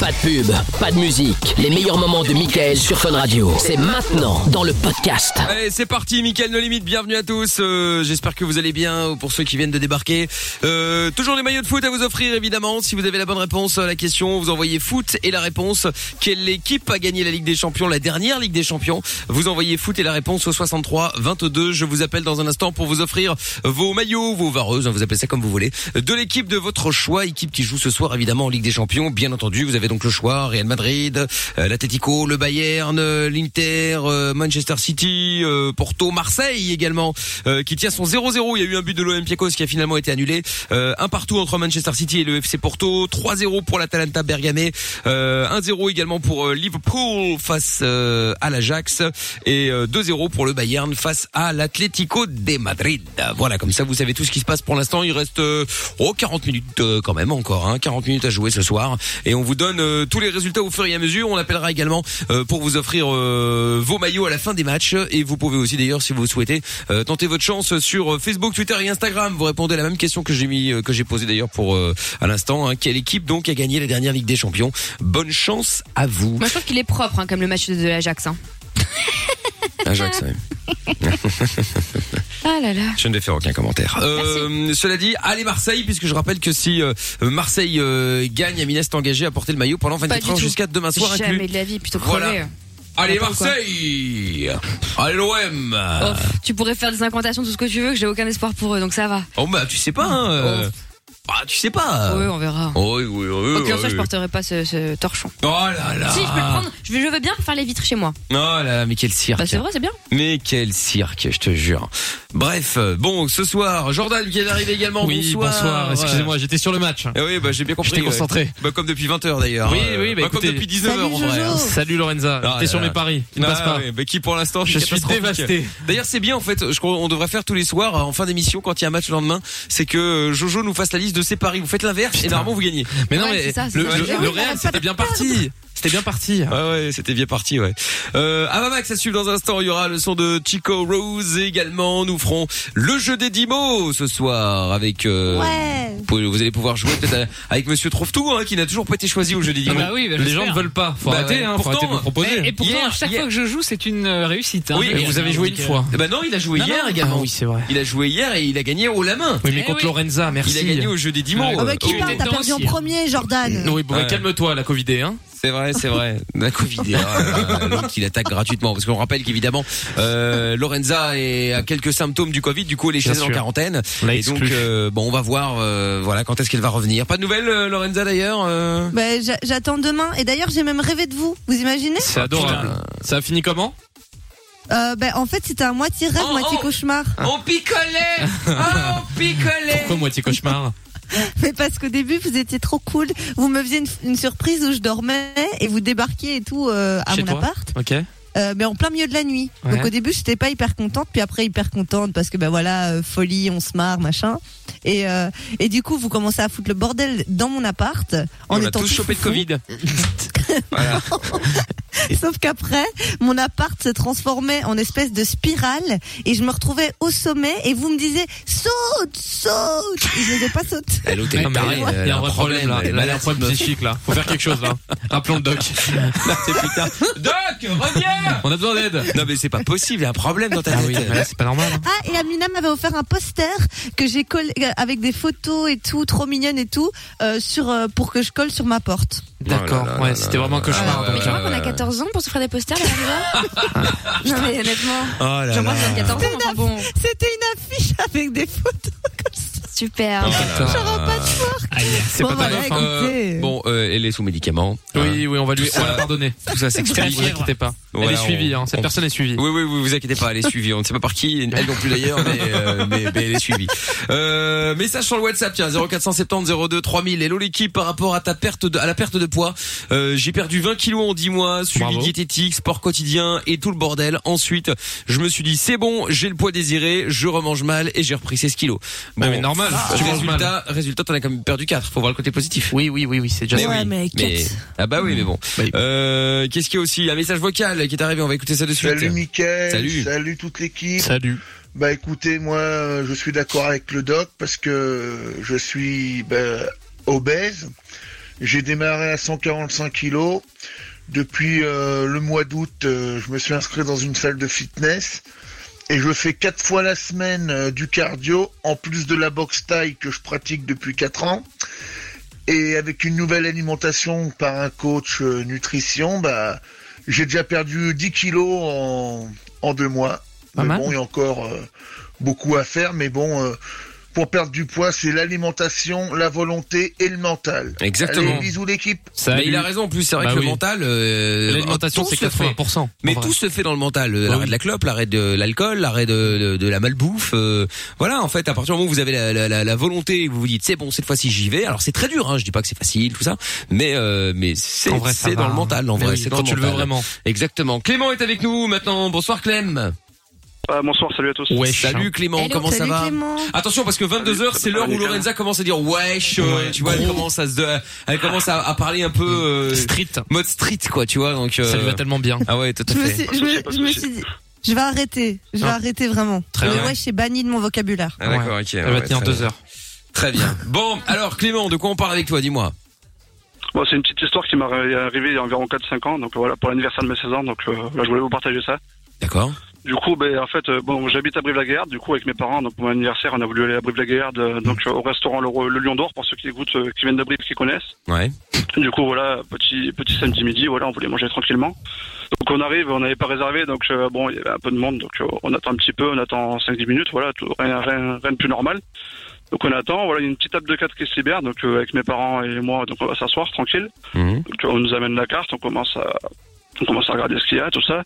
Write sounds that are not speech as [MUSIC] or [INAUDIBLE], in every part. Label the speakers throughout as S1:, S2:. S1: Pas de pub, pas de musique. Les meilleurs moments de Michael sur Fun Radio. C'est maintenant dans le podcast.
S2: Allez, c'est parti, Mickaël No Limite, bienvenue à tous. Euh, J'espère que vous allez bien, pour ceux qui viennent de débarquer. Euh, toujours des maillots de foot à vous offrir, évidemment. Si vous avez la bonne réponse à la question, vous envoyez foot et la réponse. Quelle équipe a gagné la Ligue des Champions, la dernière Ligue des Champions Vous envoyez foot et la réponse au 63 22. Je vous appelle dans un instant pour vous offrir vos maillots, vos vareuses, hein, vous appelez ça comme vous voulez, de l'équipe de votre choix, équipe qui joue ce soir, évidemment, en Ligue des Champions. Bien entendu, vous avez donc le choix, Real Madrid, euh, l'Atlético, le Bayern, euh, l'Inter, euh, Manchester City, euh, Porto, Marseille également, euh, qui tient son 0-0. Il y a eu un but de l'Olympiakos qui a finalement été annulé. Euh, un partout entre Manchester City et le FC Porto. 3-0 pour l'Atalanta Bergame. Euh, 1-0 également pour euh, Liverpool face euh, à l'Ajax. Et euh, 2-0 pour le Bayern face à l'Atlético de Madrid. Voilà, comme ça vous savez tout ce qui se passe pour l'instant. Il reste euh, oh, 40 minutes euh, quand même encore. Hein, 40 minutes à jouer ce soir. Et on vous donne euh, tous les résultats au fur et à mesure. On appellera également euh, pour vous offrir euh, vos maillots à la fin des matchs. Et vous pouvez aussi d'ailleurs, si vous le souhaitez, euh, tenter votre chance sur euh, Facebook, Twitter et Instagram. Vous répondez à la même question que j'ai mis, euh, que j'ai posée d'ailleurs pour euh, à l'instant. hein. Quelle équipe donc a gagné la dernière Ligue des Champions Bonne chance à
S3: [LAUGHS]
S2: vous.
S3: Moi, je trouve qu'il est propre, hein, comme le match de l'Ajax. hein.
S2: Ajax, ouais.
S3: Ah là là.
S2: Je ne vais faire aucun commentaire. Euh, cela dit, allez Marseille, puisque je rappelle que si euh, Marseille euh, gagne, Amina est engagée à porter le maillot pendant
S3: Pas du
S2: 24 heures
S3: tout.
S2: jusqu'à demain soir
S3: Jamais
S2: inclus.
S3: de la vie, plutôt
S2: Voilà.
S3: crever.
S2: Allez
S3: N'importe quoi.
S2: Marseille Allez l'OM
S3: Oh, tu pourrais faire des incantations, tout ce que tu veux, que j'ai aucun espoir pour eux, donc ça va.
S2: Oh bah tu sais pas hein, euh. Ah tu sais pas
S3: Oui, on verra.
S2: Oui, oui, oui,
S3: Ok, en
S2: oui,
S3: soi, je
S2: oui.
S3: porterai pas ce, ce torchon.
S2: Oh là là
S3: Si, je peux le prendre. Je veux, je veux bien pour faire les vitres chez moi.
S2: Oh là là, mais quel cirque
S3: Bah, c'est vrai, c'est bien.
S2: Mais quel cirque, je te jure Bref, euh, bon, ce soir, Jordan qui est arrivé également,
S4: Oui,
S2: bonsoir
S4: bonsoir, excusez-moi, j'étais sur le match.
S2: Eh oui, bah j'ai bien compris.
S4: J'étais
S2: ouais.
S4: concentré.
S2: Bah, comme depuis 20h d'ailleurs.
S4: Oui,
S2: Euh,
S4: oui, bah,
S2: bah, comme
S4: écoutez.
S2: depuis 19h en vrai. hein.
S4: Salut Lorenza,
S2: Ah,
S4: t'es sur
S2: là,
S4: mes
S2: là.
S4: paris, tu ne
S2: Ah,
S4: passes pas.
S2: ouais, bah, qui pour l'instant
S4: Je
S2: est
S4: suis
S2: catastrophique.
S4: dévasté.
S2: D'ailleurs c'est bien en fait, je crois on devrait faire tous les soirs euh, en fin d'émission quand il y a un match le lendemain, c'est que euh, Jojo nous fasse la liste de ses paris. Vous faites l'inverse et normalement vous gagnez.
S4: Mais non,
S3: Ouais,
S4: mais
S3: c'est ça, c'est
S4: le,
S3: ça.
S4: le-
S3: Ouais,
S4: le
S3: ouais,
S4: Real, c'était bien parti. C'était bien parti.
S2: Ah ouais, c'était bien parti, ouais. Euh, Avamax à suivre dans un instant. Il y aura le son de Chico Rose également. Nous ferons le jeu des 10 mots ce soir avec. euh, vous pouvez- Vous allez pouvoir jouer peut-être à- avec Monsieur Trouve-Tout, hein, qui n'a toujours pas été choisi au jeu des 10
S5: Ah
S2: mots.
S5: bah oui, bah
S4: Les gens
S5: j'espère.
S4: ne veulent pas, faut
S2: Bah
S4: arrêter,
S2: ouais,
S4: hein,
S2: pourtant,
S4: faut arrêter de me proposer.
S5: Et, et pourtant,
S2: Hier,
S5: à chaque
S2: hier.
S5: fois que je joue, c'est une euh, réussite. hein.
S2: Oui,
S4: Et
S5: Hier,
S4: vous avez
S5: hier,
S4: joué une
S5: donc, euh,
S4: fois.
S2: Eh ben non, il a joué
S5: Non,
S2: hier
S5: non,
S4: Ah
S2: également.
S4: oui, c'est vrai.
S2: Il a joué hier et il a gagné haut la main.
S4: Oui,
S5: Eh
S4: mais contre
S5: oui.
S4: Lorenza,
S2: Il a
S4: merci.
S2: gagné au jeu des 10 mots.
S6: Ah bah qui
S5: Oui,
S6: parle,
S5: t'es
S6: t'as
S5: dedans
S6: perdu en
S5: aussi, hein.
S6: premier, Jordan.
S4: Oui, bon, mais
S2: Ouais.
S4: calme-toi, la Covidée, hein.
S2: C'est vrai, c'est vrai. La Covid.
S4: [LAUGHS]
S2: euh, L'autre, il attaque gratuitement. Parce qu'on rappelle qu'évidemment, euh, Lorenza est, a quelques symptômes du Covid. Du coup, elle est chez
S4: Bien
S2: elle en
S4: sûr.
S2: quarantaine.
S4: On l'a
S2: et donc,
S4: exclu.
S2: euh, bon, on va voir euh, voilà, quand est-ce qu'elle va revenir. Pas de nouvelles, euh, Lorenza, d'ailleurs euh
S6: Bah, j'a- j'attends demain. Et d'ailleurs, j'ai même rêvé de vous. Vous imaginez
S4: C'est adorable.
S2: putain.
S4: Ça a fini
S2: [LAUGHS]
S4: comment
S6: Euh, bah, En fait, c'était un moitié rêve,
S2: Oh,
S6: moitié
S2: oh.
S6: cauchemar.
S2: On
S6: [LAUGHS]
S2: picolait Ah, On picolait
S4: Pourquoi moitié cauchemar
S6: Mais parce qu'au début, vous étiez trop cool. Vous me faisiez une, une surprise où je dormais et vous débarquiez et tout euh, à
S4: Chez
S6: mon
S4: toi
S6: appart.
S4: Ok.
S6: Euh, mais en plein milieu de la nuit.
S4: Ouais.
S6: Donc au début, j'étais pas hyper contente, puis après hyper contente parce que ben voilà, euh, folie, on se marre, machin. Et, euh, et du coup, vous commencez à foutre le bordel dans mon appart en
S2: On a
S6: étant
S2: tous
S6: tout
S2: chopé de
S6: foufou.
S2: Covid.
S4: [LAUGHS]
S2: [LAUGHS]
S6: [LAUGHS] Sauf qu'après, mon appart se transformait en espèce de spirale et je me retrouvais au sommet et vous me disiez saute, saute. Et je n'osais pas sauter. [LAUGHS]
S2: Elle
S4: Ah, mais
S2: tarée,
S4: Il y a
S2: elle
S4: un
S2: a
S4: vrai problème, là.
S2: elle est
S4: Là, Il y a un
S2: malade,
S4: problème
S2: cette meuf.
S4: psychique, là. Faut faire quelque chose, là. Rappelons
S2: [LAUGHS]
S4: le doc.
S2: C'est plus tard. Doc, reviens
S4: On a besoin d'aide.
S2: Non mais c'est pas possible, il y a un problème dans ta
S4: Ah oui,
S2: tête.
S4: mais là, c'est pas normal. hein.
S6: Ah, et Amina m'avait offert un poster que j'ai collé euh, avec des photos et tout, trop mignonne et tout, euh, sur, euh, pour que je colle sur ma porte.
S4: D'accord,
S2: Oh là là là
S4: ouais, c'était
S2: là
S4: vraiment un
S2: là
S4: cauchemar.
S2: là
S4: donc,
S3: Mais tu
S4: hein.
S3: crois qu'on a 14 ans pour se faire des posters, là, déjà
S2: [LAUGHS]
S3: Non, mais honnêtement.
S2: Oh là
S3: Genre, moi,
S2: là.
S3: j'ai 14 ans, enfin bon.
S6: C'était une affiche avec des photos [LAUGHS] comme ça.
S3: Super.
S2: Oh là là.
S6: J'aurais pas de force.
S4: Aïe, Ah, C'est
S6: Bon,
S4: pas ta
S6: voilà,
S4: meuf, hein.
S6: écoutez.
S2: Bon, euh, elle est sous médicaments.
S4: Oui, oui, on va lui
S2: Tout
S4: on va
S2: ça-
S4: la pardonner.
S2: Tout ça
S4: Ne
S2: s'explique.
S4: vous inquiétez pas. Elle
S2: Voilà,
S4: est suivie,
S2: on-
S4: hein. Cette
S2: on-
S4: personne est suivie.
S2: Oui, oui, oui, vous inquiétez pas, elle est suivie. On ne sait pas par qui, elle non plus d'ailleurs,
S4: [LAUGHS]
S2: mais, euh, mais, mais elle est suivie. Euh, message sur le WhatsApp, tiens, 0470 02 3000. Hello l'équipe, par rapport à ta perte de, à la perte de poids, euh, j'ai perdu 20 kilos en 10 mois, suivi
S4: Bravo.
S2: diététique, sport quotidien et tout le bordel. Ensuite, je me suis dit, c'est bon, j'ai le poids désiré, je remange mal et j'ai repris 16 kilos.
S4: Bah, mais normal,
S2: Ah,
S4: tu manges mal.
S2: résultat, résultat, t'en as quand même perdu 4. Faut voir le côté positif.
S4: Oui, oui, oui, oui, c'est déjà
S2: Mais
S4: ça.
S6: Ouais,
S2: oui,
S6: mais quatre.
S2: Ah bah oui, mais bon.
S4: Bah, il-
S2: Euh, Qu'est-ce qu'il y a aussi Un message vocal qui est arrivé, on va écouter ça de suite.
S7: Salut Mickaël,
S2: Salut.
S7: toute l'équipe.
S4: Salut.
S7: Bah écoutez, moi euh, je suis d'accord avec le doc parce que je suis bah, obèse J'ai démarré à 145 kilos. Depuis euh, le mois d'août, euh, je me suis inscrit dans une salle de fitness et je fais quatre fois la semaine euh, du cardio en plus de la boxe taille que je pratique depuis quatre ans. Et avec une nouvelle alimentation par un coach euh, nutrition, bah, j'ai déjà perdu 10 kilos en, en deux mois.
S4: Pas
S7: mais
S4: mal.
S7: bon, il y a encore euh, beaucoup à faire, mais bon, euh, pour perdre du poids, c'est l'alimentation, la volonté et le mental.
S2: Exactement.
S7: Allez, bisous l'équipe.
S2: Mais il a raison en plus, c'est vrai
S4: Bah
S2: que
S4: oui.
S2: le mental... euh,
S4: L'alimentation,
S2: tout
S4: c'est
S2: se fait.
S4: 80%.
S2: Mais
S4: en vrai. Bah
S2: tout se fait dans le mental. L'arrêt
S4: oui.
S2: de la clope, l'arrêt de l'alcool, l'arrêt de, de, de la malbouffe. euh, voilà, en fait, à partir du moment où vous avez la, la, la, la volonté, et vous vous dites c'est bon cette fois-ci j'y vais. Alors c'est très dur, hein, je dis pas que c'est facile tout ça, mais euh, mais c'est
S4: En vrai, ça
S2: c'est
S4: va,
S2: dans le
S4: hein.
S2: mental, en
S4: Mais
S2: vrai,
S4: oui,
S2: c'est
S4: quand
S2: dans
S4: tu le veux
S2: mental.
S4: vraiment.
S2: Exactement. Clément est avec nous maintenant. Bonsoir Clem.
S8: Ah, bonsoir, salut à tous.
S2: Salut Clément,
S3: Hello,
S2: comment ça
S6: Salut
S2: va
S6: Clément.
S2: Attention parce que 22 h
S8: Salut,
S2: c'est l'heure où
S8: salut,
S2: Lorenza commence à dire wesh, euh,
S4: Ouais,
S2: tu vois, elle commence à se, de- elle commence à, à parler un peu euh,
S4: Street.
S2: mode street quoi, tu vois, donc.
S4: Ça lui
S2: euh,
S4: va tellement bien.
S2: ah ouais, tout à
S6: Je me
S2: fait.
S6: suis, je me-
S8: Pas de
S6: je me
S8: souci.
S6: suis dit, je vais arrêter. Je vais
S4: Ah.
S6: arrêter vraiment. Euh,
S4: Très
S6: Le
S4: bien.
S6: wesh est banni de mon vocabulaire.
S2: Ah d'accord, ok.
S4: Elle va
S2: ouais,
S4: tenir
S2: très
S4: deux
S2: bien.
S4: heures.
S2: Très bien. Bon, alors Clément, de quoi on parle avec toi Dis-moi.
S8: Bon, c'est une petite histoire qui m'est arrivée il y a environ 4-5 ans, donc voilà, pour l'anniversaire de mes 16 ans, donc euh, là, je voulais vous partager ça.
S2: D'accord.
S8: Du coup, ben, en fait, euh, bon, j'habite à Brive-la-Gaillarde, du coup, avec mes parents, donc pour mon anniversaire, on a voulu aller à Brive-la-Gaillarde, euh, donc
S2: Mm.
S8: euh, au restaurant le, le Lion d'Or, pour ceux qui écoutent, euh, qui viennent de Brive, qui connaissent.
S2: Ouais.
S8: Du coup, voilà, petit, petit samedi midi, voilà, on voulait manger tranquillement. Donc on arrive, on n'avait pas réservé, donc euh, bon, il y avait un peu de monde, donc euh, on attend un petit peu, on attend 5-10 minutes, voilà, tout, rien, rien, rien de plus normal. Donc on attend, voilà, il y a une petite table de 4 qui est cyber, donc euh, avec mes parents et moi, donc on va s'asseoir tranquille.
S2: Mhm.
S8: Donc on nous amène la carte, on commence à on commence à regarder ce qu'il y a, tout ça.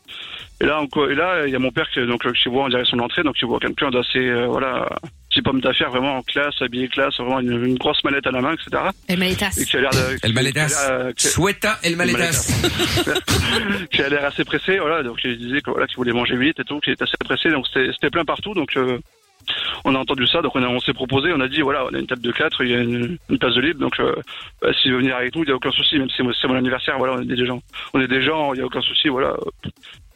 S8: Et là, on co- et là, il y a mon père qui, donc, qui voit en direction de l'entrée, donc il voit quelqu'un d'assez, euh, voilà, petit homme d'affaires, vraiment en classe, habillé classe, vraiment une, une grosse mallette à la main, etc.
S3: Eh, Elle m'a étasse.
S8: Et qui a l'air de...
S2: El Maledas.
S8: qui a l'air, euh, qui-
S2: Souhaita El Maledas.
S8: [LAUGHS] qui a l'air assez pressé, voilà, donc il disait que, voilà, qu'il voulait manger vite et tout, qu'il était assez pressé, donc c'était c'était plein partout, donc euh, on a entendu ça, donc on, a- on s'est proposé, on a dit, voilà, on a une table de 4, il y a une, une place de libre, donc euh, bah, si vous venez avec nous, il n'y a aucun souci, même si c'est mon- c'est mon anniversaire, voilà, on est des gens, on est des gens, il n'y a aucun souci, voilà, euh,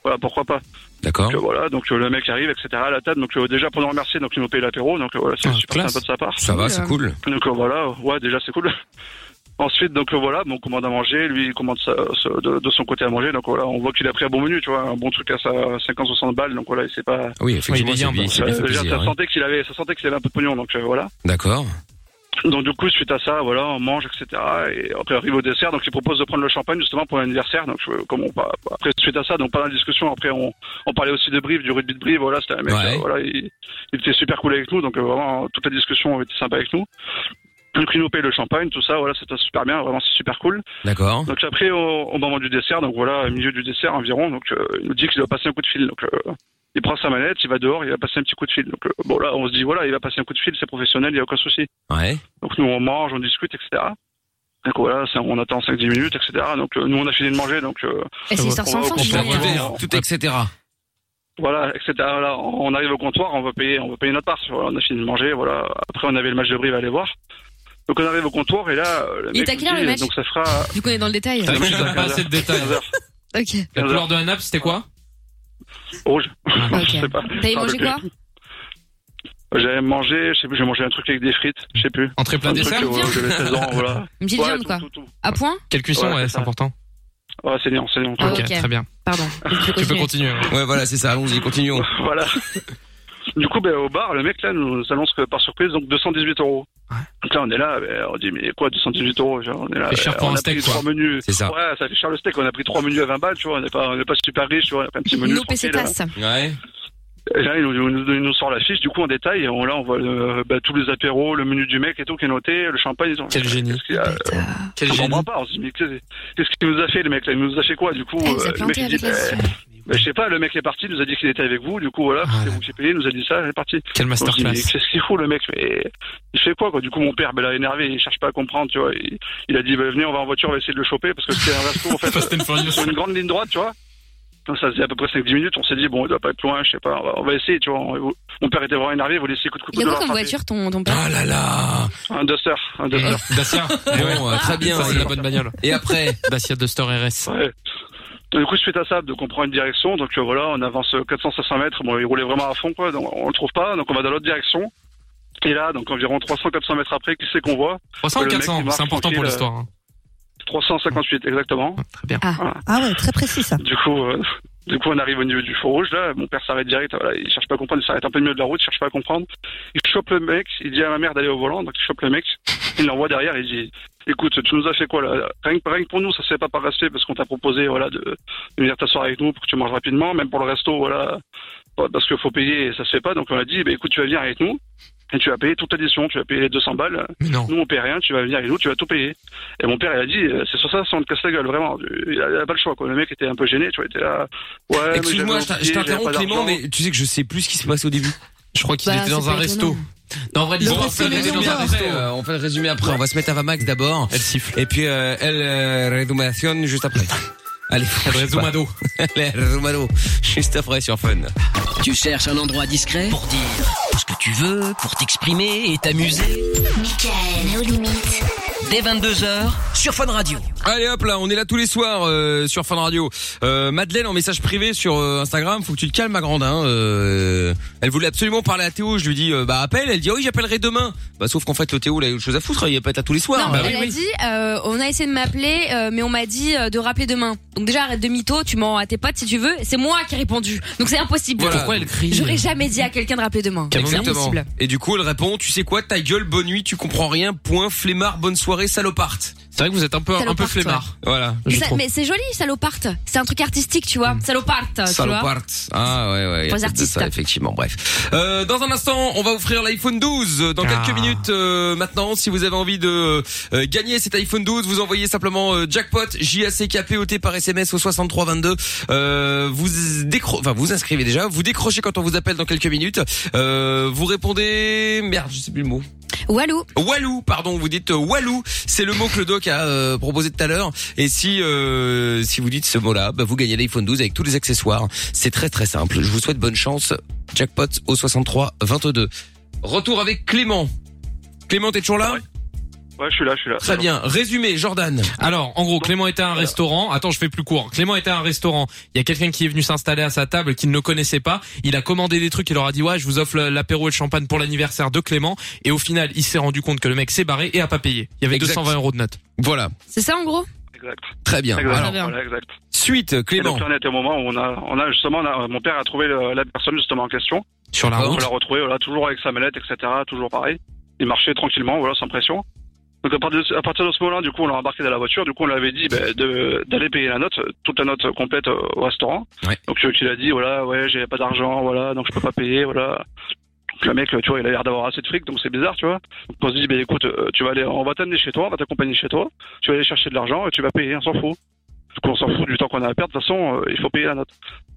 S8: voilà, pourquoi pas.
S2: D'accord.
S8: Donc, euh, voilà, donc euh, le mec arrive, etc., à la table, donc euh, déjà pour nous remercier, donc il nous paye l'apéro, donc euh, voilà, c'est
S4: Ah,
S8: super
S4: classe.
S8: sympa de sa part.
S2: Ça va, c'est cool.
S8: Donc euh, voilà, ouais, déjà c'est cool. Ensuite, donc euh, voilà, bon, on commande à manger, lui il commande sa- sa- de, de son côté à manger, donc voilà, on voit qu'il a pris un bon menu, tu vois, un bon truc à sa 50-60 balles, donc voilà, il sait pas.
S2: Oui, effectivement,
S4: Ouais, il est bien,
S2: c'est bien,
S4: bon.
S2: c'est bien fait
S8: Euh, déjà,
S2: plaisir,
S8: ça
S2: ouais.
S8: sentait qu'il avait, ça sentait qu'il avait un peu de pognon, donc euh, voilà.
S2: D'accord.
S8: Donc du coup, suite à ça, voilà, on mange, etc. Et après, arrive au dessert, donc il propose de prendre le champagne justement pour l'anniversaire. Donc je- comme on, bah, après, suite à ça, donc pendant la discussion, après on, on parlait aussi de Brive, du rugby de Brive. Voilà, c'était un mec,
S2: Ouais.
S8: euh, voilà, il, il était super cool avec nous, donc euh, vraiment toute la discussion était sympa avec nous. Donc il nous paye le champagne, tout ça, voilà, c'était super bien, vraiment c'est super cool.
S2: D'accord.
S8: Donc après, au, au moment du dessert, donc voilà, au milieu du dessert environ, donc euh, il nous dit qu'il doit passer un coup de fil. Donc euh, il prend sa manette, il va dehors, il va passer un petit coup de fil. Donc euh, bon là, on se dit voilà, il va passer un coup de fil, c'est professionnel, il n'y a aucun souci.
S2: Ouais.
S8: Donc nous on mange, on discute, etc. Donc voilà, ça, on attend 5-10 minutes, etc. Donc euh, nous on a fini de manger, donc euh,
S3: Et c'est
S4: Ouais.
S3: histoire sans
S8: Ouais,
S3: fin,
S8: on
S3: je
S8: comprend.
S3: dirais.
S8: Ouais.
S2: Tout, etc.
S8: voilà, etc. Là, on arrive au comptoir, on va payer, on va payer notre part. Voilà, on a fini de manger, voilà. Après on avait le match de Brive à aller voir. Donc on arrive au comptoir et là, euh, le
S3: Il
S8: mec
S3: était à
S8: nous
S3: quelle heure,
S8: dit,
S3: le match
S8: donc ça fera
S3: Vu qu'on est dans le détail.
S4: T'as
S8: Le
S4: vu,
S8: mec
S4: tu donnes
S8: à
S4: pas
S8: 15
S4: assez de détails.
S8: 15 heures
S3: Ok.
S4: La
S8: 15
S4: couleur de la nappe, c'était quoi
S3: [LAUGHS]
S8: rouge.
S3: Ok.
S8: je sais pas.
S3: T'avais
S8: Ah,
S3: mangé
S8: mais-
S3: quoi
S8: J'avais mangé, je sais plus, j'ai mangé un truc avec des frites, je sais plus.
S4: Entrée plat
S8: Un
S4: dessert
S8: truc, euh, j'avais 16 ans, voilà.
S3: Une petite
S8: Ouais,
S3: viande,
S8: tout,
S3: quoi.
S8: tout, tout.
S3: À point
S4: Quelle cuisson,
S8: Ouais,
S4: ouais,
S8: c'est
S4: c'est
S8: ça.
S4: important.
S8: Ouais, c'est néant, c'est néant.
S3: Ah,
S4: Ok,
S3: ok.
S4: très bien.
S3: Pardon. Tu
S4: Tu peux continuer. ouais.
S2: Ouais, voilà, c'est ça. Allons-y, continuons.
S8: [LAUGHS] voilà. Du coup, ben, au bar, le mec là nous annonce que par surprise, donc 218 euros.
S4: Ouais.
S8: Donc là, on est là, ben, on dit, mais quoi, 218 euros genre, On est là.
S4: C'est cher
S8: euh,
S4: pour
S8: on
S4: un
S8: a
S4: steak,
S8: pris
S4: quoi.
S8: trois menus.
S2: C'est ça.
S8: Ouais, ça fait cher le steak. On a pris trois menus à 20 balles, tu vois. On n'est pas, on est pas super riche, tu vois. On a pris un petit menu.
S3: Nos PC
S8: tranquille,
S3: tasse.
S2: Ouais.
S8: et là, il nous, il nous- il nous sort la fiche, du coup, en détail. et On, là, on voit euh, bah, tous les apéros, le menu du mec et tout qui est noté, le champagne. Ils ont...
S4: Quel génie.
S8: Qu'est-ce qu'il y a euh,
S4: Quel
S8: On
S4: génie.
S8: comprend pas. On se dit, mais qu'est-ce qu'est-ce qu'il nous a fait, le mec là Il nous a fait quoi, du coup
S3: Elle nous
S8: euh,
S3: a
S8: Le mec,
S3: planté
S8: il dit,
S3: avec la
S8: bah,
S3: mission.
S8: bah, je sais pas, le mec est parti, il nous a dit qu'il était avec vous, du coup, voilà,
S4: Ah,
S8: c'est
S4: là.
S8: vous qui payez, il nous a dit ça, il est parti.
S4: Quelle
S8: On se dit, mais
S4: masterclass.
S8: Qu'est-ce qu'il fout le mec mais Il fait quoi quoi Du coup mon père, ben là énervé, il cherche pas à comprendre, tu vois. Il, il a dit ben, venez, on va en voiture, on va essayer de le choper parce que c'était un resto en fait euh,
S4: Fast and Furious.
S8: sur une grande ligne droite, tu vois. Donc, ça faisait à peu près 5-10 minutes, on s'est dit bon, il doit pas être loin, je sais pas, on va, on va essayer, tu vois. On- mon père était vraiment énervé, il voulait essayer coup de coup
S3: Il y a
S8: de leur
S3: quoi comme
S8: frapper.
S3: voiture, ton, ton père
S2: Ah là là.
S8: Un Duster, un Duster.
S4: Dacia.
S2: [LAUGHS] Bon, euh, très
S4: Bien,
S2: bien.
S4: ça, c'est la bonne bagnole.
S2: Et après,
S4: [LAUGHS] Dacia Duster RS.
S8: Ouais. Donc, Du coup, suite à ça, donc on prend une direction, donc euh, voilà, on avance 400-500 mètres, bon, il roulait vraiment à fond, quoi, donc on le trouve pas, donc on va dans l'autre direction. Et là, donc environ 300-400 mètres après, qui c'est qu'on voit
S4: 300 ou
S8: Le mec,
S4: 400
S8: il marche
S4: C'est important pour
S8: tranquille,
S6: euh.
S4: l'histoire. hein.
S8: 358 exactement.
S6: Ah ouais, très précis ça.
S8: Du coup, euh, du coup, on arrive au niveau du faux rouge. Là, mon père s'arrête direct. Voilà, il cherche pas à comprendre. Il s'arrête un peu au milieu de la route. Il cherche pas à comprendre. Il chope le mec. Il dit à ma mère d'aller au volant. Donc, il chope le mec. Il l'envoie derrière. Il dit Écoute, tu nous as fait quoi là rien que, rien que pour nous, ça s'est pas par respect parce qu'on t'a proposé voilà, de, de venir t'asseoir avec nous pour que tu manges rapidement. Même pour le resto, voilà, pas- parce qu'il faut payer et ça se fait pas. Donc, on a dit bah, Écoute, tu vas venir avec nous. Et tu vas payer toute l'addition, tu vas payer les 200 balles.
S4: Mais non.
S8: Nous, on paie rien, tu vas venir avec nous, tu vas tout payer. Et mon père, il a dit, euh, c'est sur ça, si on te casse la gueule, vraiment. Il a, il a pas le choix, quoi. Le mec était un peu gêné, tu vois, il était là. Ouais, mais
S2: Excuse-moi,
S8: j'avais oublié, j'avais
S2: je t'in- je t'interromps
S8: pas
S2: Clément,
S8: d'argent.
S2: mais tu sais que je sais plus ce qui se passe au début.
S4: Je crois qu'il
S3: Bah,
S4: était dans
S3: c'est
S4: un
S3: pas
S4: resto.
S3: étonnant.
S4: Non, en vrai, ils
S6: Le
S4: ont
S6: resto,
S4: rappelé,
S6: mais
S4: elle est dans
S6: non,
S4: un
S6: mais
S4: resto.
S2: Après, euh, on fait le résumé après. On va se mettre à Vamax d'abord.
S4: Elle siffle.
S2: Et puis, euh, elle, euh, Redumation juste après. Allez,
S4: Elle résumado.
S2: [LAUGHS] Allez, Redumado, juste après sur Fun.
S1: Tu cherches un endroit discret pour dire ce que tu veux, pour t'exprimer et t'amuser.
S9: Michael, nos limites.
S1: Dès 22h sur Fun Radio.
S2: Allez hop là, on est là tous les soirs euh, sur Fun Radio. Euh, Madeleine en message privé sur euh, Instagram, faut que tu te calmes ma grande. Hein, euh, elle voulait absolument parler à Théo, je lui dis euh, bah appelle, elle dit Ah oui j'appellerai demain. Bah sauf qu'en fait le Théo il a autre chose à foutre, hein, il est pas là tous les soirs.
S3: Non,
S2: Bah oui.
S3: elle a dit, euh, on a essayé de m'appeler, euh, mais on m'a dit euh, de rappeler demain. Donc déjà, arrête de mytho, tu mens à tes potes si tu veux. C'est moi qui ai répondu. Donc c'est impossible.
S2: Voilà.
S4: Pourquoi elle crie
S3: J'aurais jamais dit à quelqu'un de rappeler demain. C'est
S2: Exactement.
S3: impossible.
S2: Et du coup elle répond, tu sais quoi, ta gueule, bonne nuit, tu comprends rien, point, flemmard, bonne soirée, saloparte.
S4: C'est vrai que vous êtes un peu, un peu
S3: Salopard,
S4: flemmard.
S2: Voilà.
S4: Je
S3: Ça-
S4: trouve.
S3: mais c'est joli, saloparte. C'est un truc artistique, tu vois. Saloparte, euh, tu vois.
S2: Saloparte. Ah ouais ouais. il y a
S3: Pour les
S2: peut-être de ça,
S3: artistes.
S2: effectivement. Bref. Euh, dans un instant, on va offrir l'iPhone 12 euh, dans
S4: Ah.
S2: quelques minutes. euh, maintenant, si vous avez envie de euh, gagner cet iPhone 12, vous envoyez simplement euh, jackpot J A C K P O T par SMS au 6322. Euh, vous décro enfin vous inscrivez déjà. Vous décrochez quand on vous appelle dans quelques minutes. Euh, vous répondez merde, je sais plus le mot.
S3: Walou.
S2: Walou, pardon, vous dites euh, Walou, c'est le mot que le doc a euh, proposé tout à l'heure. Et si euh, si vous dites ce mot-là, bah, vous gagnez l'iPhone 12 avec tous les accessoires. C'est très très simple. Je vous souhaite bonne chance. Jackpot au 63 22. Retour avec Clément. Clément, t'es toujours là
S8: Ouais, je suis là, je suis là.
S2: Très bien. Résumé, Jordan.
S4: Alors, en gros, Clément était à un restaurant. Attends, je fais plus court. Clément était à un restaurant. Il y a quelqu'un qui est venu s'installer à sa table qu'il ne connaissait pas. Il a commandé des trucs. Il leur a dit ouais, je vous offre le- l'apéro et le champagne pour l'anniversaire de Clément. Et au final, il s'est rendu compte que le mec s'est barré et a pas payé. Il y avait
S2: Exact.
S4: 220 euros de notes.
S2: Voilà.
S3: C'est ça en gros
S8: Exact.
S2: Très bien.
S8: Exact.
S2: Alors,
S8: voilà, exact.
S2: suite,
S8: Et
S2: Clément.
S8: donc, là, on était au moment où on a, on a justement, on a- mon père a trouvé le- la personne justement en question.
S4: Sur la
S2: Ah,
S8: On
S4: route.
S8: l'a retrouvé, voilà, toujours avec sa mallette, etc. Toujours pareil. Il marchait tranquillement, voilà, sans pression. Donc à partir de, à partir de ce moment-là, du coup, on l'a embarqué dans la voiture. Du coup, on lui avait dit ben, de- d'aller payer la note, toute la note complète euh, au restaurant.
S2: Ouais.
S8: Donc euh, il a dit voilà, ouais, j'ai pas d'argent, voilà, donc je peux pas payer, voilà. Donc, le mec, euh, tu vois, il a l'air d'avoir assez de fric, donc c'est bizarre, tu vois. Donc on se dit ben écoute, euh, tu vas aller, on va t'amener chez toi, on va t'accompagner chez toi. Tu vas aller chercher de l'argent et tu vas payer, on s'en fout. Du coup, on s'en fout du temps qu'on a à perdre. De toute façon, euh, il faut payer la note.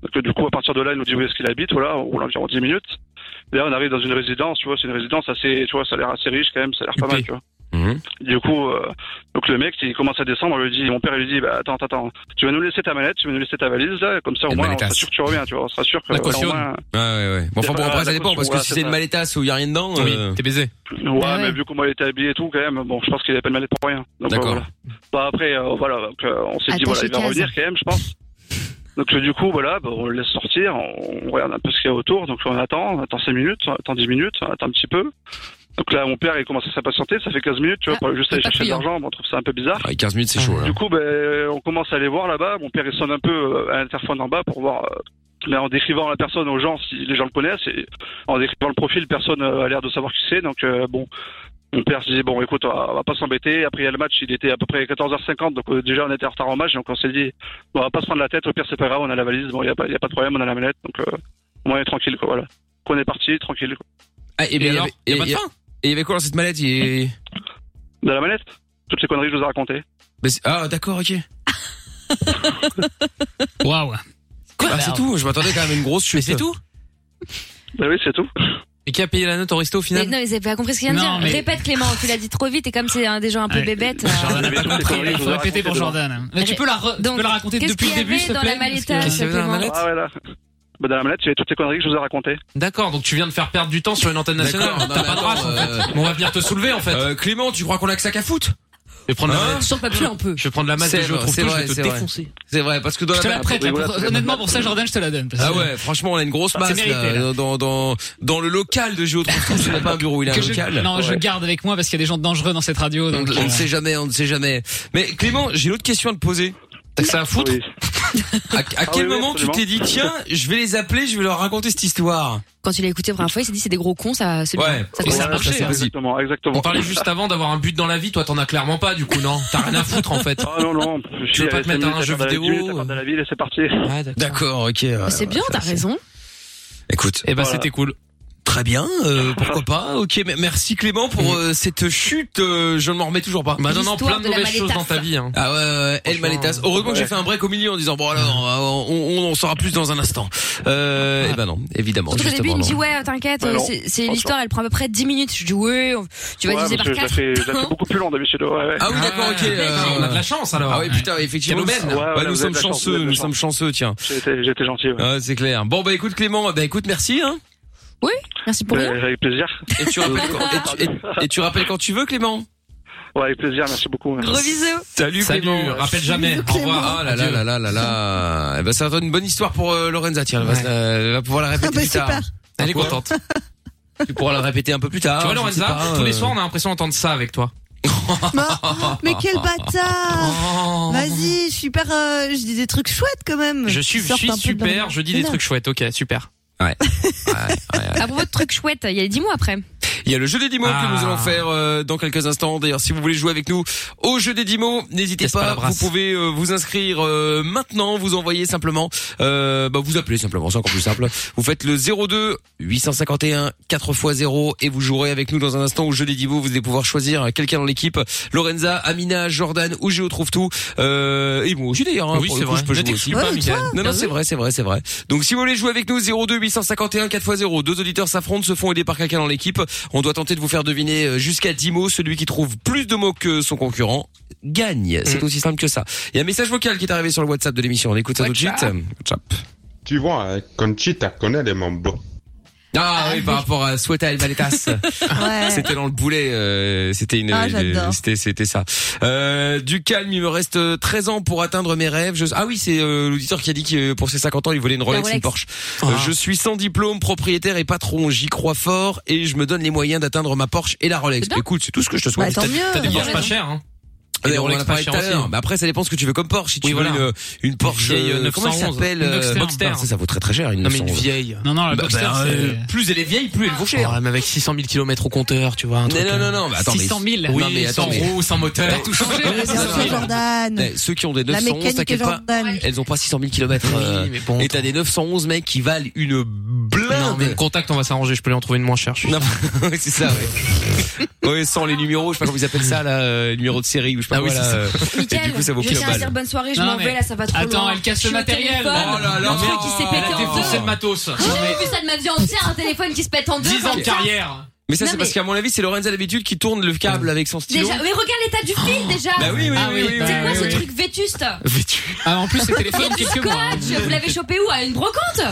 S8: Donc euh, du coup, à partir de là, il nous dit où est-ce qu'il habite, voilà, on roule environ 10 minutes. Et là, on arrive dans une résidence, tu vois, c'est une résidence assez, tu vois, ça a l'air assez riche quand même, ça a l'air pas mal,
S4: Huppé.
S8: tu vois.
S2: Mhm.
S8: Du coup, euh, donc le mec, il commence à descendre, on lui dit, mon père, il lui dit, bah, attends, attends, attends, tu vas nous laisser ta mallette, tu vas nous laisser ta valise, là, comme ça,
S2: Et
S8: au
S2: le
S8: moins, on
S2: maletasse.
S8: sera sûr que tu reviens, tu vois, on sera sûr que,
S4: La
S8: voilà,
S4: caution.
S8: au moins,
S2: Ouais, ouais, ouais. Bon, enfin, bon,
S8: Ah,
S2: après, ça
S8: la
S2: dépend, parce
S8: caution,
S2: que si
S8: ouais,
S2: c'est
S8: c'est
S2: une
S8: ça.
S2: malletasse où il y a rien dedans,
S4: Oui,
S2: euh,
S4: t'es baisé.
S8: ouais,
S3: Ah ouais.
S8: mais vu comment il était habillé et tout, quand même, bon, je pense qu'il avait pas de mallette pour rien. Donc,
S2: D'accord.
S8: euh, voilà. Bah, après, euh, voilà, donc, euh, on s'est dit,
S3: Attaché
S8: voilà, il va
S3: case.
S8: revenir quand même, je pense. Donc, euh, du coup, voilà, bah, on le laisse sortir, on on regarde un peu ce qu'il y a autour, donc on attend, on attend 5 minutes, on attend 10 minutes, on attend un petit peu. Donc là, mon père, il commence à s'impatienter, ça fait 15 minutes, tu vois,
S3: Ah,
S8: pour juste aller
S3: c'est pas
S8: chercher de
S3: payant.
S8: l'argent, bon, on trouve ça un peu bizarre.
S2: ouais, 15 minutes, c'est chaud, là.
S8: Du coup, ben, on commence à les voir là-bas. Mon père, il sonne un peu euh, à l'interphone en bas pour voir, euh, mais en décrivant la personne aux gens, si les gens le connaissent. Et en décrivant le profil, personne euh, a l'air de savoir qui c'est. Donc, euh, bon, mon père se dit, bon, écoute, on va, on va pas s'embêter. Après, il y a le match, il était à peu près 14h50. Donc, euh, déjà, on était en retard en match. Donc, on s'est dit, bon, on va pas se prendre la tête. Au pire, c'est pas grave, on a la valise. Bon, il n'y a, pas- il y a pas de problème, on a la manette. Donc, euh, au moins, on est tranquille, quoi. Voilà. Donc, On est parti, tranquille. quoi.
S2: Ah, et,
S4: Et
S2: bien,
S4: alors,
S2: il
S4: y
S2: y
S4: a pas de
S2: avait-
S4: fin
S2: et il y avait quoi dans cette mallette il y
S4: [LAUGHS]
S2: avait-
S8: Dans la manette, toutes les conneries que je vous ai racontées.
S2: Mais c'est- Ah, d'accord, ok.
S5: Waouh.
S2: Ah, c'est tout. Je m'attendais quand même à une grosse
S4: Bah, Mais
S2: chute.
S4: c'est tout
S8: Ben oui, c'est tout.
S4: Et qui a payé la note au resto au
S3: Mais
S4: final
S3: Non, mais vous avez pas compris ce qu'il vient de
S5: Non,
S3: dire.
S5: mais-
S3: Répète Clément, tu l'as dit trop vite et comme c'est un des gens un peu
S5: Ouais.
S3: bébêtes. euh,
S5: Jordan n'a
S8: Mais
S5: pas
S8: toutes les
S5: compris.
S8: conneries
S5: Il
S8: que je
S5: faut
S8: vous ai
S5: répéter pour
S8: racontées
S5: Jordan. Mais tu peux la, re- tu
S3: Donc,
S5: peux la raconter
S3: qu'est-ce
S5: depuis le
S3: qu'il y
S5: début,
S3: avait
S5: s'il te
S3: dans
S5: plaît.
S3: la mallette,
S5: parce que-
S3: s'il te plaît, maman
S8: Ah, ouais, là. Ben, dans la manette, il y avait toutes les conneries que je vous ai racontées.
S4: D'accord, donc tu viens de faire perdre du temps sur une antenne nationale.
S2: D'accord, non,
S4: T'as
S2: mais
S4: pas de
S2: attends,
S4: race, en fait.
S2: euh,
S4: Mais On va venir te soulever en fait.
S2: Euh, Clément, tu crois qu'on a que ça qu'à foutre
S4: vais prendre la
S2: Hein
S4: manette.
S5: Sur papier, on peut.
S4: Je vais prendre la masse
S2: C'est
S4: de jeu
S2: vrai,
S4: trouve
S2: c'est
S4: tout, je
S2: vrai,
S4: vais te
S2: c'est vrai.
S4: défoncer.
S2: C'est vrai, parce que dans
S5: Je te
S2: la
S5: la prête. là, pour- Honnêtement, pour ça, Jordan, je te la donne. parce que-
S2: Ah ouais, franchement, on a une grosse
S5: Ah, c'est
S2: masse
S5: mérité,
S2: là,
S5: là.
S2: dans, dans, dans le local de Géo Trouve-Trouve. Ce n'est pas un bureau,
S4: [LAUGHS]
S2: il a un
S5: Que je-
S2: local.
S5: non, je garde avec moi parce qu'il y a des gens dangereux dans cette radio.
S2: On
S5: Donc,
S2: on
S5: euh,
S2: ne sait jamais, on ne sait jamais. Mais Clément, j'ai une autre question à te poser.
S4: T'as que ça à foutre?
S8: Oui. Ah
S2: À, à quel
S8: oui,
S2: moment tu
S8: absolument.
S2: t'es dit, tiens, je vais les appeler, je vais leur raconter cette histoire
S3: Quand il a écouté pour la première fois, il s'est dit c'est des gros cons, ça, c'est
S2: Ouais.
S3: bien. Ça,
S2: Et
S3: fait
S2: ça
S3: ça.
S2: a marché,
S4: ça, c'est
S2: hein.
S4: possible.
S8: Exactement, exactement. Ah,
S4: On parlait juste avant d'avoir un but dans la vie, toi t'en as clairement pas du coup, non? T'as rien à foutre en fait.
S8: Ah non,
S4: [LAUGHS]
S8: non, je
S4: veux pas te mettre un jeu vidéo,
S8: dans la ville et c'est parti.
S4: Ouais,
S2: D'accord, ok. ouais,
S3: C'est
S2: ouais.
S3: bien, t'as raison.
S2: Écoute,
S4: Eh ben,
S8: Voilà.
S4: c'était cool.
S2: très bien, euh, pourquoi pas. Ok, m- merci Clément pour euh, cette chute, euh, je ne m'en remets toujours pas.
S4: Mm. Bah, non, non,
S3: L'histoire
S4: plein de
S3: de la
S4: mauvaises choses
S3: malétasse.
S4: dans ta vie, hein.
S2: Ah ouais, ouais, ouais, El
S4: Franchement, euh,
S2: Maletas. Heureusement que j'ai
S8: ouais.
S2: fait un break au milieu en disant bon alors euh, on, on, on en saura plus dans un instant.
S4: Ah.
S2: Euh, Et ben non, évidemment.
S3: Surtout au début,
S2: justement,
S3: il me
S2: non.
S3: dit ouais, t'inquiète,
S8: Bah
S3: euh,
S8: non,
S3: c'est- c'est
S8: franchement.
S3: l'histoire, elle prend à peu près 10 minutes. Je dis ouais, on- tu vas
S8: Ouais,
S3: diviser
S8: parce que
S3: par
S8: je la
S3: 4.
S8: fais, je la fais beaucoup plus long d'habitude. Ouais, ouais.
S2: Ah oui, d'accord, ok. euh,
S4: on a de la chance alors.
S2: Ah oui, putain, effectivement.
S4: Quelle aubaine.
S2: Bah,
S8: Ouais, voilà,
S2: nous
S8: vous
S2: sommes
S8: avez de la chance,
S2: chanceux,
S8: vous avez de
S2: nous
S8: la
S2: sommes
S8: chance.
S2: chanceux, tiens.
S8: J'étais j'étais gentil. Ouais.
S2: Ah, c'est clair. Bon bah écoute Clément, bah écoute merci hein.
S3: Merci pour
S8: Ouais,
S3: rien.
S8: Bah, avec plaisir.
S2: Et
S8: [LAUGHS]
S2: tu rappelles quand, et tu, et- et tu rappelles quand tu veux Clément.
S8: Ouais, avec plaisir, merci beaucoup.
S3: Gros bisous.
S2: Salut
S4: Salut,
S2: Clément.
S4: rappelle jamais. Au revoir.
S2: Ah là là là là là là. Eh ben ça donne une bonne histoire pour euh, Lorenza. Tiens, elle va,
S4: Ouais.
S2: se- elle va pouvoir la répéter
S6: Ah bah,
S2: plus tard.
S6: super.
S4: Elle est contente.
S2: Tu pourras la répéter un peu plus tard.
S4: tu vois,
S2: je sais
S4: Lorenza,
S2: pas,
S4: tous les
S2: euh,
S4: soirs, on a l'impression d'entendre ça avec toi.
S6: Non, [LAUGHS] mais quel bâtard Vas-y, je suis hyper, euh, je dis des trucs chouettes quand
S4: [LAUGHS]
S6: même.
S4: Oh. Je suis, je
S6: Sorte
S4: suis
S6: un peu de
S4: super,
S6: leur-
S4: je dis des
S6: Non.
S4: trucs chouettes, ok, super.
S2: ouais, ouais, ouais.
S3: [LAUGHS] À propos de trucs chouettes, il y a les 10 mois
S2: [LAUGHS]
S3: après.
S2: Il y a le jeu des 10 mots
S4: Ah.
S2: que nous allons faire euh, dans quelques instants. D'ailleurs, si vous voulez jouer avec nous au jeu des 10 mots, n'hésitez
S4: Laisse pas
S2: pas.
S4: la brasse.
S2: vous pouvez euh, vous inscrire euh, maintenant. Vous envoyez simplement, euh, bah, vous appelez simplement, c'est encore plus simple. Vous faites le 02 851 4 x 0 et vous jouerez avec nous dans un instant au jeu des 10 mots. Vous allez pouvoir choisir quelqu'un dans l'équipe. Lorenza, Amina, Jordan ou Géo trouve tout. Euh, et moi aussi d'ailleurs. hein, pour le coup, je peux
S4: Ne
S2: jouer aussi.
S4: t'exclus pas,
S6: Ouais,
S4: Mickaël. Ah
S2: Non, non, c'est vrai, c'est vrai, c'est vrai. Donc, si vous voulez jouer avec nous, 02 851 4x0. Deux auditeurs s'affrontent, se font aider par quelqu'un dans l'équipe. On doit tenter de vous faire deviner euh, jusqu'à 10 mots. Celui qui trouve plus de mots que son concurrent gagne. C'est aussi simple que ça. Il y a un message vocal qui est arrivé sur le WhatsApp de l'émission. On écoute ça tout de suite.
S10: Tu vois, hein, Conchita connaît les mambo.
S2: Ah oui, par rapport à Soueta El [LAUGHS] Valetas.
S6: Ouais.
S2: c'était dans le boulet. euh, c'était une,
S6: Ah,
S2: une-
S6: j'adore.
S2: c'était, c'était ça. Euh, du calme, il me reste euh, 13 ans pour atteindre mes rêves. Je- Ah oui, c'est euh, l'auditeur qui a dit que pour ses 50 ans, il voulait une Rolex,
S3: Rolex.
S2: une Porsche.
S4: Ah.
S2: Euh, je suis sans diplôme, propriétaire et patron. J'y crois fort et je me donne les moyens d'atteindre ma Porsche et la Rolex.
S3: C'est bien.
S2: Écoute, c'est tout ce que je te
S6: Bah,
S2: souhaite.
S6: tant mieux.
S4: T'as des
S2: Il y a
S4: branches pas chères, hein.
S2: Et
S4: Et
S2: on en
S4: Rolex
S2: a parlé
S4: pas
S2: tout à
S4: cher
S2: l'heure.
S4: aussi. hein.
S2: Mais après, ça dépend ce que tu veux comme Porsche. Si tu
S4: Oui,
S2: veux
S4: voilà.
S2: une, une Porsche,
S4: vieille, euh,
S2: euh, comment elle
S4: 911,
S2: s'appelle
S4: une
S2: euh,
S4: Boxster.
S2: Boxster. Ça, ça vaut très très cher. Une
S4: Non, mais une
S2: 911.
S4: vieille.
S5: Non, non, la
S2: Bah,
S5: Boxster,
S2: bah, euh,
S5: c'est-
S2: plus elle est vieille, plus elle vaut cher.
S4: Oh, mais avec 600 000 km au compteur, tu vois. un truc,
S2: Non, non, non,
S4: euh,
S2: non, mais attends, mais-
S5: 600 000.
S4: Oui,
S2: Oui, mais
S4: sans
S2: attends, mais-
S4: roue, sans
S2: T'as
S4: moteur.
S2: tout changé.
S6: Bien sûr, Jordan.
S2: Eh, Ceux qui ont des
S6: La
S2: 911,
S6: mécanique
S2: t'inquiète pas,
S6: Jordan.
S2: elles ont pas 600 000 km.
S4: Oui, mais bon.
S2: euh, et t'as des 911 mecs qui valent une
S4: Non,
S2: blinde.
S4: mais contact, on va s'arranger, je peux lui en trouver une moins chère. je suis-
S2: Non, [LAUGHS] ouais, c'est ça,
S4: [LAUGHS]
S2: ouais. ouais, sans les numéros, je sais pas comment ils appellent ça, là, euh, numéros de série ou je sais pas
S4: Ah oui,
S2: quoi, là,
S4: c'est ça.
S2: euh,
S3: Mickaël,
S2: Et du coup, ça vaut
S3: je
S2: quelle
S3: tiens à
S2: balle
S3: dire bonne soirée, je
S5: Non,
S3: m'en
S5: mais-
S3: vais là, ça va trop
S5: Attends,
S3: loin.
S5: elle cache le
S3: Je suis au
S5: matériel.
S3: téléphone.
S5: Oh là
S2: là,
S3: Un truc qui s'est
S4: Elle
S3: pété
S4: a
S3: en
S4: défoncé
S3: deux.
S4: le matos.
S3: J'ai jamais vu ça de ma vie entière, un téléphone qui se pète en deux.
S4: 10 ans
S3: comme
S4: de
S3: ça.
S4: carrière.
S2: Mais ça,
S3: Non,
S2: c'est
S3: mais-
S2: parce qu'à mon avis, c'est Lorenza d'habitude qui tourne le câble avec son stylo.
S3: Déjà, mais regarde l'état du fil déjà.
S2: Bah oui, oui,
S5: Ah
S2: oui,
S5: oui,
S2: oui,
S5: bah
S2: oui,
S3: C'est quoi
S2: oui,
S3: ce
S2: oui.
S3: truc vétuste
S4: Vêtu.
S5: Ah, en plus, le téléphone, quelques mois. hein.
S3: Scotch, vous l'avez chopé où À une brocante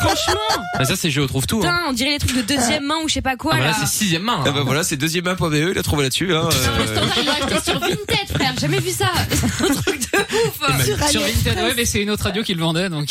S3: Franchement
S4: Bah, ça, c'est Géo trouve tout. hein.
S3: Putain, on dirait les trucs de deuxième main ou je sais pas quoi
S4: Ah, bah, là,
S3: là.
S4: c'est sixième main.
S2: Ah bah
S4: hein.
S2: voilà, c'est deuxième main.be, il a trouvé là-dessus.
S3: [LAUGHS]
S2: Hein,
S3: Putain, le
S2: euh,
S3: standard, il l'a acheté sur Vinted, frère, j'ai jamais vu ça. C'est un truc de ouf.
S6: Sur
S5: Sur
S6: AliExpress.
S5: Vinted, ouais, mais c'est une autre radio qui le
S2: [LAUGHS]
S5: vendait, donc.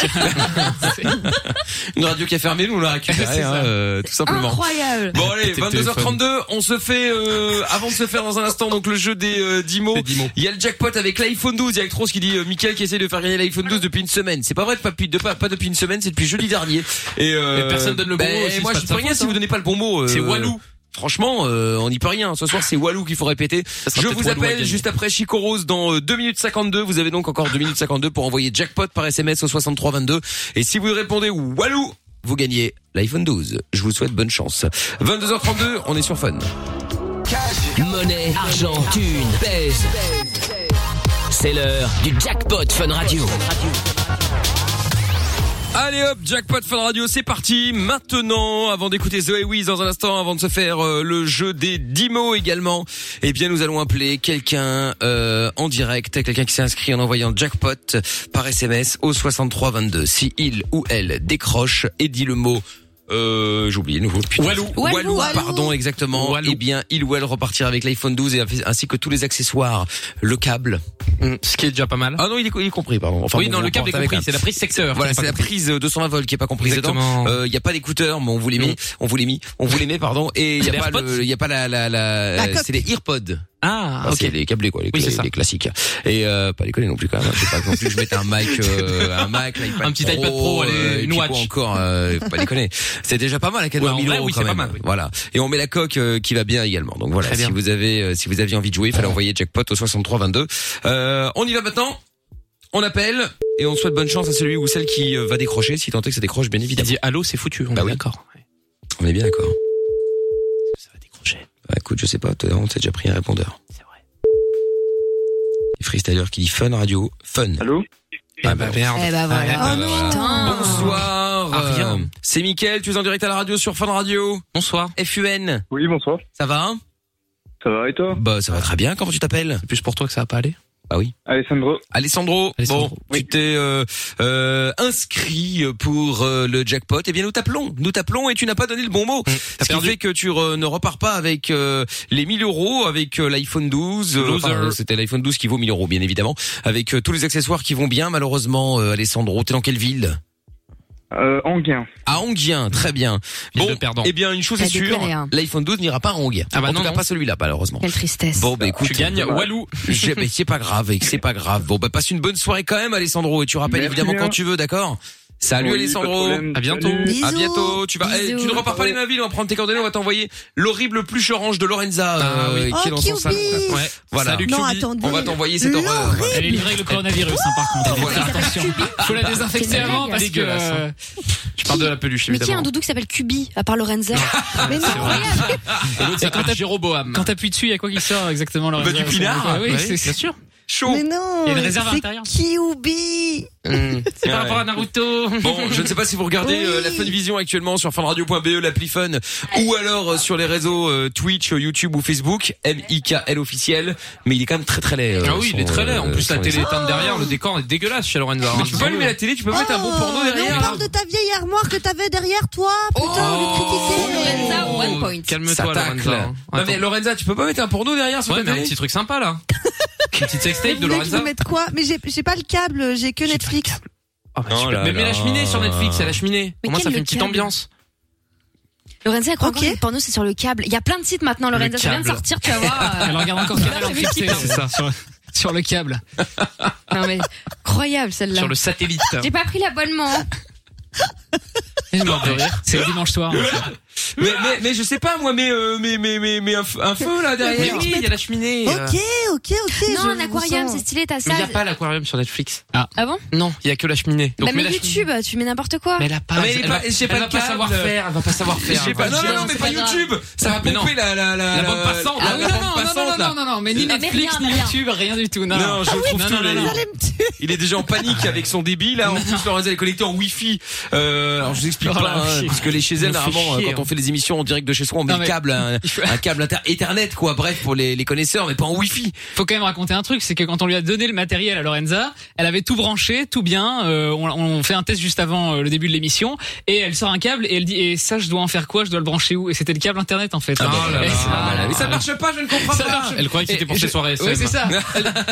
S2: une radio qui a fermé, nous on l'a récupéré,
S3: [LAUGHS]
S5: C'est
S2: hein,
S5: ça.
S2: euh, tout simplement.
S3: Incroyable.
S2: Bon allez,
S4: Péter le téléphone.
S2: 22h32, on se fait euh, avant de se faire dans un instant donc le jeu des euh, 10 mots.
S4: Les 10 mots.
S2: Il y a le jackpot avec l'iPhone 12, il y a Actros qui dit euh, Mickaël qui essaie de faire gagner l'iPhone 12 depuis une semaine. C'est pas vrai, pas, depuis- de- pas, pas depuis une semaine, c'est depuis jeudi dernier. Et euh,
S4: Mais personne donne le bon
S2: ben,
S4: mot aussi,
S2: moi
S4: c'est pas
S2: je
S4: de
S2: peux
S4: sa
S2: rien
S4: faute,
S2: si vous
S4: hein.
S2: donnez pas le bon mot. euh,
S4: C'est Walou.
S2: Franchement, euh, on n'y peut rien. Ce soir, c'est Walou qu'il faut répéter.
S4: Ça sera
S2: Je
S4: peut-être
S2: vous
S4: Walou à
S2: appelle
S4: gagner.
S2: juste après Chico Rose dans euh, 2 minutes 52. Vous avez donc encore 2 minutes 52 pour envoyer jackpot par SMS au 6322. Et si vous répondez Walou, vous gagnez l'iPhone 12. Je vous souhaite bonne chance. 22h32, on est sur Fun.
S1: Monnaie, argent, thune, pèse. C'est l'heure du jackpot Fun Radio.
S2: Allez hop, jackpot Fun Radio, c'est parti. Maintenant, avant d'écouter Zoé Wiz dans un instant, avant de se faire euh, le jeu des 10 mots également, eh bien nous allons appeler quelqu'un euh, en direct, quelqu'un qui s'est inscrit en envoyant jackpot par SMS au 6322. Si il ou elle décroche et dit le mot Euh, j'oublie nouveau. putain.
S4: Walou.
S2: Walou,
S4: Walou.
S2: pardon, exactement.
S4: Walou.
S2: Eh bien, il ou elle repartira avec l'iPhone 12 et ainsi que tous les accessoires, le câble.
S4: Hmm, Ce qui est déjà pas mal.
S2: Ah non, il est, il est compris, pardon. Enfin,
S4: oui,
S2: bon,
S4: non,
S2: on
S4: le câble est
S2: repart avec
S4: compris.
S2: un-
S4: C'est la prise secteur.
S2: Voilà,
S4: qui est
S2: c'est
S4: pas
S2: la
S4: comprise.
S2: prise euh, 220 volts qui est pas comprise
S4: Exactement.
S2: dedans. Euh, Il y a pas d'écouteurs, mais on vous les met, on vous les met, on vous les met, pardon. Et il y a
S4: Les
S2: pas
S4: AirPods
S2: le, il y a pas la, la, la,
S6: La coque.
S2: c'est les earpods.
S4: Ah,
S2: Ah,
S4: ok.
S2: C'est les câblés quoi, les,
S4: Oui, c'est
S2: les-
S4: ça.
S2: les classiques. Et euh, pas les collés non plus quand même. Je sais pas non plus. Je mettais un mic,
S4: [LAUGHS]
S2: euh, un Mac,
S4: Un petit iPad Pro, allez,
S2: euh, et
S4: une
S2: puis quoi
S4: watch.
S2: encore. euh, pas les connais. C'est déjà pas mal à 4000
S4: Ouais, en vrai,
S2: euros
S4: oui,
S2: quand
S4: c'est pas
S2: même.
S4: mal, oui.
S2: Voilà. Et on met la coque euh, qui va bien également. Donc voilà.
S4: Très bien.
S2: Si vous avez, euh, si vous aviez envie de jouer, il fallait envoyer jackpot au 63 22. Euh, on y va maintenant. On appelle et on souhaite bonne chance à celui ou celle qui euh, va décrocher, si tant est que ça décroche bien
S4: Il
S2: évidemment.
S4: dit allô, c'est foutu. On
S2: Bah
S4: est
S2: oui.
S4: d'accord. Ouais.
S2: On est bien d'accord.
S4: Ça va décrocher.
S2: Bah, écoute, je sais pas, t'as- on t'a déjà pris un répondeur.
S4: C'est vrai.
S2: Et Freestyler qui dit fun radio, fun.
S8: Allô
S4: Ah bah merde.
S3: Eh bah
S4: Ouais, bah,
S2: Ah,
S3: voilà.
S6: Oh
S4: voilà.
S6: non.
S3: Putain.
S2: Bonsoir.
S4: Ah, rien.
S2: Euh, C'est Mickaël, tu es en direct à la radio sur Fun Radio.
S4: Bonsoir.
S2: FUN.
S8: Oui, bonsoir.
S2: Ça va hein
S8: Ça va et toi
S2: Bah ça va très bien, comment tu t'appelles Ah
S4: C'est plus pour toi que ça va pas aller.
S8: Alessandro
S2: Alessandro,
S4: Alessandro,
S2: bon,
S8: oui.
S2: tu t'es euh, euh, inscrit pour euh, le jackpot. Eh bien, nous t'appelons, nous t'appelons et tu n'as pas donné le bon mot. Ce qui
S4: Mmh, perdu.
S2: fait que tu re- ne repars pas avec euh, les 1000 euros, avec euh, l'iPhone 12. euh,
S4: Loser.
S2: enfin, C'était l'iPhone 12 qui vaut 1000 euros, bien évidemment. Avec euh, tous les accessoires qui vont bien, malheureusement. euh, Alessandro, t'es dans quelle ville
S8: euh, Anguin.
S2: À Anguien, très bien.
S4: Ville
S2: Bon,
S4: de perdants.
S2: eh bien, une chose
S3: T'as
S2: est sûre,
S3: déclaré, hein.
S2: l'iPhone 12 n'ira pas à Anguien.
S4: Ah bah
S2: en
S4: non,
S2: tout cas,
S4: non.
S2: pas celui-là, malheureusement.
S3: Quelle tristesse.
S2: Bon, bah écoute,
S4: Tu gagnes Walou. [LAUGHS]
S2: j'ai- mais c'est pas grave, et que c'est pas grave. Bon, bah passe une bonne soirée quand même, Alessandro, et tu rappelles
S8: Merci
S2: évidemment
S8: bien.
S2: quand tu veux, d'accord Salut
S8: Oui, pas de
S2: Alessandro.
S8: problème.
S4: À bientôt.
S8: Salut.
S6: Bisous.
S2: À bientôt. Tu vas, eh,
S3: Bisous.
S2: tu ne repars pas les mains vides. On va prendre tes coordonnées. On va t'envoyer l'horrible pluche orange de Lorenza,
S4: Ah
S2: euh,
S4: oui.
S2: qui est dans
S6: Oh,
S2: son salon.
S6: Cubis.
S4: Ouais.
S2: Voilà.
S4: Salut
S6: Non,
S4: Cubie.
S6: attendez.
S2: On va t'envoyer cette
S6: L'horrible.
S2: horreur.
S5: Elle est livrée avec le coronavirus, hein, par contre.
S2: Voilà.
S5: Attention. Faut la désinfecter
S3: C'est
S5: avant parce que.
S4: dégueulasse, hein.
S5: euh,
S4: Je parle de la peluche
S3: Mais qui a
S4: évidemment.
S3: un doudou qui s'appelle Cubi, à
S4: [LAUGHS]
S3: part Lorenza
S6: Mais non,
S4: Et l'autre s'appelle Jéroboam.
S5: Quand t'appuies dessus, il y a quoi qui sort exactement Lorenza
S2: Bah, du pinard.
S5: Oui,
S4: Ouais,
S5: c'est
S4: bien sûr.
S2: Chaud.
S6: mais non.
S5: Il y a une réserve à
S6: c'est
S5: l'intérieur.
S6: Kyubi.
S4: Hmm. C'est
S2: Ouais.
S4: par rapport à Naruto.
S2: Bon, je ne sais pas si vous regardez
S6: Oui.
S2: euh, la Fun Vision actuellement sur funradio.be, E, l'appli Fun, ou alors euh, sur les réseaux euh, Twitch, euh, YouTube ou Facebook, M-I-K-L officiel, mais il est quand même très très laid. euh,
S4: Ah oui,
S2: son,
S4: il est très laid. En
S2: euh,
S4: plus,
S2: son
S4: la télé
S2: réseau.
S4: éteinte derrière, le décor est dégueulasse chez hein. Lorenza.
S2: Mais tu peux pas allumer la télé, tu peux mettre un bon porno
S6: Oh, mais on
S2: derrière. hein.
S6: parle de ta vieille armoire que t'avais derrière toi. Putain, on lui
S4: Oh.
S6: critiquait.
S3: Lorenza, one point.
S2: Ça
S4: Calme-toi,
S2: tacle.
S4: Lorenza.
S2: Non mais Lorenza, tu peux pas mettre un porno derrière sur
S4: Ouais,
S2: ta
S4: mais un
S2: télé
S4: petit truc sympa là. Une petite
S6: Mais
S4: sextape
S6: vous
S4: de
S6: voulez que je
S4: Lorenza.
S6: vous mette quoi Mais j'ai j'ai pas le câble, j'ai que
S4: J'ai pas
S6: Netflix.
S4: Ah bah,
S2: Oh
S4: super.
S2: là
S4: mais mets
S2: là.
S4: la cheminée sur Netflix, à la cheminée.
S3: Mais
S4: Au moins, ça
S3: quel
S4: fait une
S3: le
S4: petite
S3: câble.
S4: ambiance.
S3: Lorenza, elle croit
S6: Ok.
S3: encore que le porno, c'est sur le câble. Il y a plein de sites maintenant,
S4: Le
S3: Lorenza. Ça vient de
S4: câble.
S3: sortir, tu
S4: [LAUGHS]
S3: vas voir. euh,
S5: Elle regarde encore Canal
S3: j'ai vu
S5: encrypté.
S3: qui
S5: C'est ça. Sur, sur le câble.
S3: Non, mais, incroyable, celle-là.
S4: Sur le satellite.
S3: J'ai pas pris l'abonnement.
S5: Et je meurs de rire. C'est le dimanche soir.
S2: Ah, [LAUGHS] Mais, mais, mais je sais pas moi, mais euh, mais mais mais, mais un, f- un feu là
S4: Mais
S2: derrière.
S4: oui, il y a la cheminée. euh.
S6: Ok, ok, ok.
S3: Non,
S6: je
S3: un
S6: vous
S3: aquarium,
S6: sens.
S3: c'est stylé, t'as
S4: Mais
S3: ça.
S4: il n'y a pas l'aquarium sur Netflix.
S3: Ah bon
S4: Non, il y a que la cheminée.
S3: Bah,
S4: Donc, mets
S3: mais
S4: la cheminée.
S3: YouTube, tu mets n'importe quoi.
S4: Mais elle a pas.
S2: Mais elle
S4: elle
S2: est pas-
S4: va-
S2: je sais
S4: elle
S2: pas
S4: va
S2: le
S4: pas
S2: câble.
S4: savoir faire. Elle va pas savoir
S2: Je
S4: faire.
S2: sais pas.
S4: Elle va
S2: Non
S4: dire,
S2: non non, mais
S3: c'est
S2: pas
S3: pas grave.
S2: YouTube. Ça va
S4: Mais non.
S2: pomper la la la
S4: La bande passante,
S2: la-
S4: la
S5: Ah oui,
S2: la
S5: non,
S2: bande
S5: non, non,
S2: passante,
S5: non,
S2: là.
S5: non, non, non, Ah, mais ni
S3: Mais
S5: Netflix,
S3: rien,
S5: ni
S3: rien.
S5: YouTube, rien du tout. Non, non.
S2: Non, je trouve
S5: non,
S2: tous
S5: non,
S2: les-
S5: non, non.
S6: Vous allez me tuer.
S2: Il est déjà en panique avec son débit là. En plus, Lorenza elle est connectée en Wi-Fi. Euh, alors je vous explique
S5: Oh
S2: pas,
S5: la
S2: hein,
S5: vache.
S2: parce que les chez elle,
S4: Il nous fait
S2: normalement, euh,
S4: chier,
S2: quand on
S4: hein.
S2: fait les émissions en direct de chez soi, on met
S5: Non,
S2: le
S5: mais-
S2: câble,
S5: [LAUGHS]
S2: un, un câble inter Ethernet quoi. Bref, pour les, les connaisseurs, mais pas en Wi-Fi.
S5: Faut quand même raconter un truc, c'est que quand on lui a donné le matériel à Lorenza, elle avait tout branché, tout bien. euh, on, on fait un test juste avant euh, le début de l'émission et elle sort un câble et elle dit et ça je dois en faire quoi Je dois le brancher où Et c'était le câble internet en fait.
S4: Ah,
S5: Et-
S4: bah, là, là,
S5: Ah,
S4: là,
S2: mais ça marche pas, je ne comprends
S5: Ça
S2: pas.
S5: marche.
S4: Elle croyait que c'était pour
S5: Et
S4: ses
S5: je-
S4: soirées.
S5: Oui,
S4: SM.
S5: c'est ça.